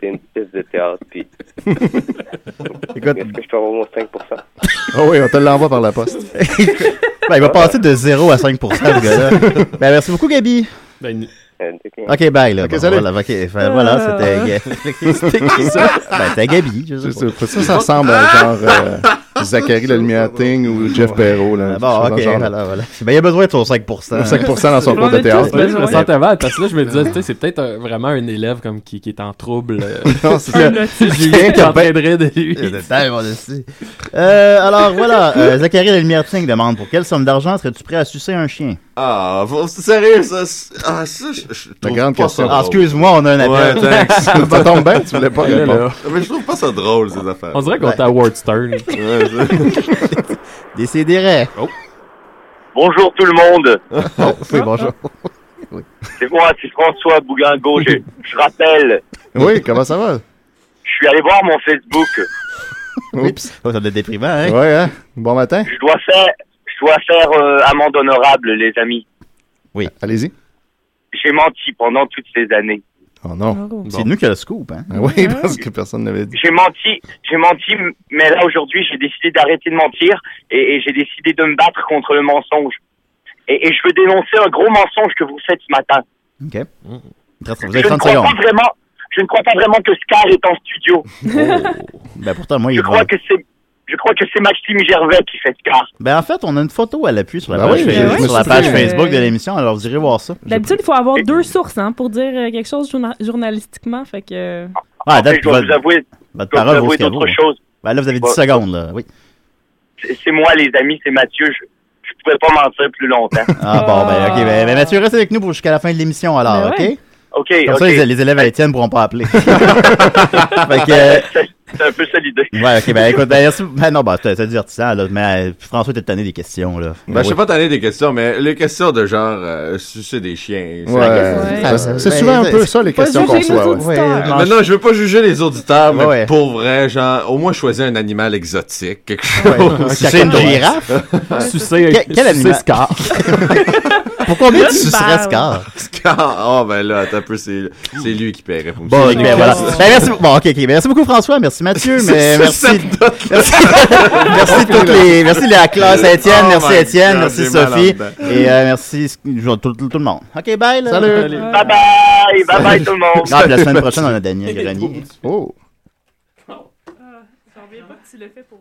Speaker 10: C'est une pièce de théâtre, puis
Speaker 3: Écoute,
Speaker 10: est-ce que je peux avoir mon 5
Speaker 4: Ah oui, on te l'envoie par la poste.
Speaker 3: ben, il va passer de 0 à 5 ce gars-là. Ben, merci beaucoup, Gabi.
Speaker 7: Ben,
Speaker 10: Euh, ok.
Speaker 3: Ok, bye, là.
Speaker 4: Ok,
Speaker 3: Bon,
Speaker 4: salut.
Speaker 3: Voilà, ok, enfin, voilà, Ah. c'était. C'était qui ça? Ben, c'était Gabi, je sais
Speaker 4: C'est
Speaker 3: pas.
Speaker 4: ça, ça, ça ressemble à genre euh, Zachary le Lumiating ou Jeff Perrault. Là,
Speaker 3: Ah, Bon, ok,
Speaker 4: quelque chose dans le genre,
Speaker 3: voilà, voilà. Ben, il a besoin de son 5
Speaker 4: là. 5% dans son
Speaker 5: On
Speaker 4: cours de
Speaker 5: est tous
Speaker 4: théâtre.
Speaker 7: Ben, je me
Speaker 5: Ouais.
Speaker 7: sentais mal parce que là, je me disais, tu sais, c'est peut-être un- vraiment un élève comme qui, qui est en trouble. euh,
Speaker 4: Non, c'est ça.
Speaker 5: Un
Speaker 7: tu sais, Julien qui entraînerait de lui.
Speaker 3: Il y a des tailles par-dessus. Euh, alors voilà, euh, Zachary la Lumière Ting demande pour quelle somme d'argent serais-tu prêt à sucer un chien
Speaker 6: Ah, faut- c'est sérieux, ça. c'est- Ah, ça, je, je trouve
Speaker 4: grande
Speaker 6: pas
Speaker 4: question.
Speaker 6: ça
Speaker 3: Ah,
Speaker 6: drôle.
Speaker 3: excuse-moi, on a un appel.
Speaker 6: Ouais, thanks.
Speaker 4: Ça tombe bien, tu voulais pas
Speaker 7: Là,
Speaker 4: répondre.
Speaker 7: là,
Speaker 6: Mais je trouve pas ça drôle, ces affaires.
Speaker 7: on dirait qu'on est à Ward Stern. Oh.
Speaker 6: Ouais, c'est-
Speaker 3: Décidérez.
Speaker 8: Bonjour tout le monde.
Speaker 3: Oh,
Speaker 4: Oui, bonjour.
Speaker 8: C'est moi, c'est François Bouguingo. Je, je rappelle,
Speaker 4: Oui, comment ça va?
Speaker 8: je suis allé voir mon Facebook.
Speaker 4: Oups.
Speaker 3: Oh, ça doit être déprimant, hein
Speaker 4: Ouais, hein? Bon matin.
Speaker 8: Je dois faire, je dois faire euh, amende honorable, les amis.
Speaker 4: Allez-y.
Speaker 8: J'ai menti pendant toutes ces années.
Speaker 4: Oh non.
Speaker 3: C'est nous qui a le scoop, hein
Speaker 4: Ah Oui, parce que personne ne l'avait dit.
Speaker 8: J'ai menti, j'ai menti, mais là aujourd'hui j'ai décidé d'arrêter de mentir et, et j'ai décidé de me battre contre le mensonge. Et, et je veux dénoncer un gros mensonge que vous faites ce matin.
Speaker 7: Mm.
Speaker 3: Ok. Il te reste- Vous
Speaker 8: Je
Speaker 3: avez
Speaker 8: ne
Speaker 3: 30
Speaker 8: crois
Speaker 3: secondes.
Speaker 8: pas vraiment, je ne crois pas vraiment que Scar est en studio.
Speaker 3: Oh, Ben pourtant, moi,
Speaker 8: Je
Speaker 3: il
Speaker 8: crois que c'est, je crois que c'est Maxime Gervais qui fait Scar.
Speaker 3: Ben en fait, on a une photo à l'appui sur la
Speaker 4: Ben
Speaker 3: page,
Speaker 4: oui,
Speaker 3: Facebook-
Speaker 4: ben oui.
Speaker 3: sur la
Speaker 4: Je me suis
Speaker 3: page
Speaker 5: fait-
Speaker 3: Facebook de l'émission, alors vous irez voir ça.
Speaker 8: Ben,
Speaker 5: D'habitude, il faut avoir deux sources hein, pour dire euh, quelque chose journa- journalistiquement. Fait que, euh,
Speaker 3: Ah, à date,
Speaker 8: Et je dois
Speaker 3: votre,
Speaker 8: vous avouer,
Speaker 3: votre
Speaker 8: je dois vous
Speaker 3: parole vaut ce
Speaker 8: avouer
Speaker 3: qu'elle vaut.
Speaker 8: d'autres
Speaker 3: hein.
Speaker 8: choses.
Speaker 3: Ben là, vous avez 10
Speaker 8: Ouais.
Speaker 3: secondes, là. Oui.
Speaker 8: C'est c'est moi les amis, c'est Mathieu. Je, je pouvais pas mentir plus longtemps.
Speaker 3: Ah bon, ben ok. Ben, ben, Mathieu, reste avec nous pour- jusqu'à la fin de l'émission, alors,
Speaker 5: Ben ouais.
Speaker 3: ok
Speaker 8: Ok,
Speaker 3: Comme
Speaker 8: ok. Ben,
Speaker 3: ça, les, les élèves à Étienne pourront pas appeler. fait que. euh,
Speaker 8: C'est c'est un peu ça l'idée.
Speaker 3: Ouais, ok, ben écoute, ben, merci- ben, non, ben, c'était c'était divertissant, là, mais euh, François t'es tanné des questions, là.
Speaker 6: Ben, je sais pas t'en des questions, mais les questions de genre euh, sucer des chiens. c'est-
Speaker 4: Ouais.
Speaker 3: Ouais.
Speaker 4: Ça- C'est souvent un peu ça, les
Speaker 5: pas
Speaker 4: questions qu'on
Speaker 5: juger nos
Speaker 4: reçoit. ouais.
Speaker 5: auditeurs.
Speaker 3: Ouais.
Speaker 6: Mais non, je veux pas juger les auditeurs, mais
Speaker 3: Ouais.
Speaker 6: pour vrai, genre, au moins choisir un animal exotique, quelque chose.
Speaker 3: Sucer une girafe?
Speaker 7: Sucer
Speaker 3: Quel- quel
Speaker 7: sucer
Speaker 3: animal?
Speaker 7: Scar.
Speaker 3: Pourquoi combien tu
Speaker 5: Une
Speaker 3: sucerais
Speaker 5: barbe.
Speaker 3: ce corps?
Speaker 6: Ah, ben là, attends un peu, c'est c'est lui qui paierait pour me
Speaker 3: Bon, ok,
Speaker 6: sucer.
Speaker 3: ben voilà. Ben, merci, bon, ok, ok, ben, merci beaucoup François, merci Mathieu, mais
Speaker 6: C'est
Speaker 3: merci.
Speaker 6: cette note.
Speaker 3: Merci, merci toutes les, merci la classe à Étienne,
Speaker 6: Oh
Speaker 3: merci
Speaker 6: my
Speaker 3: Étienne,
Speaker 6: God,
Speaker 3: merci
Speaker 6: j'ai mal
Speaker 3: Sophie,
Speaker 6: en dedans.
Speaker 3: et euh, merci tout, tout- tout le monde. Ok, bye, là. Salut.
Speaker 8: Bye bye, bye bye tout le monde.
Speaker 3: Ah, puis la semaine prochaine, on a Daniel Grenier.
Speaker 4: Oh.
Speaker 5: J'en reviens pas que tu l'as fait pour.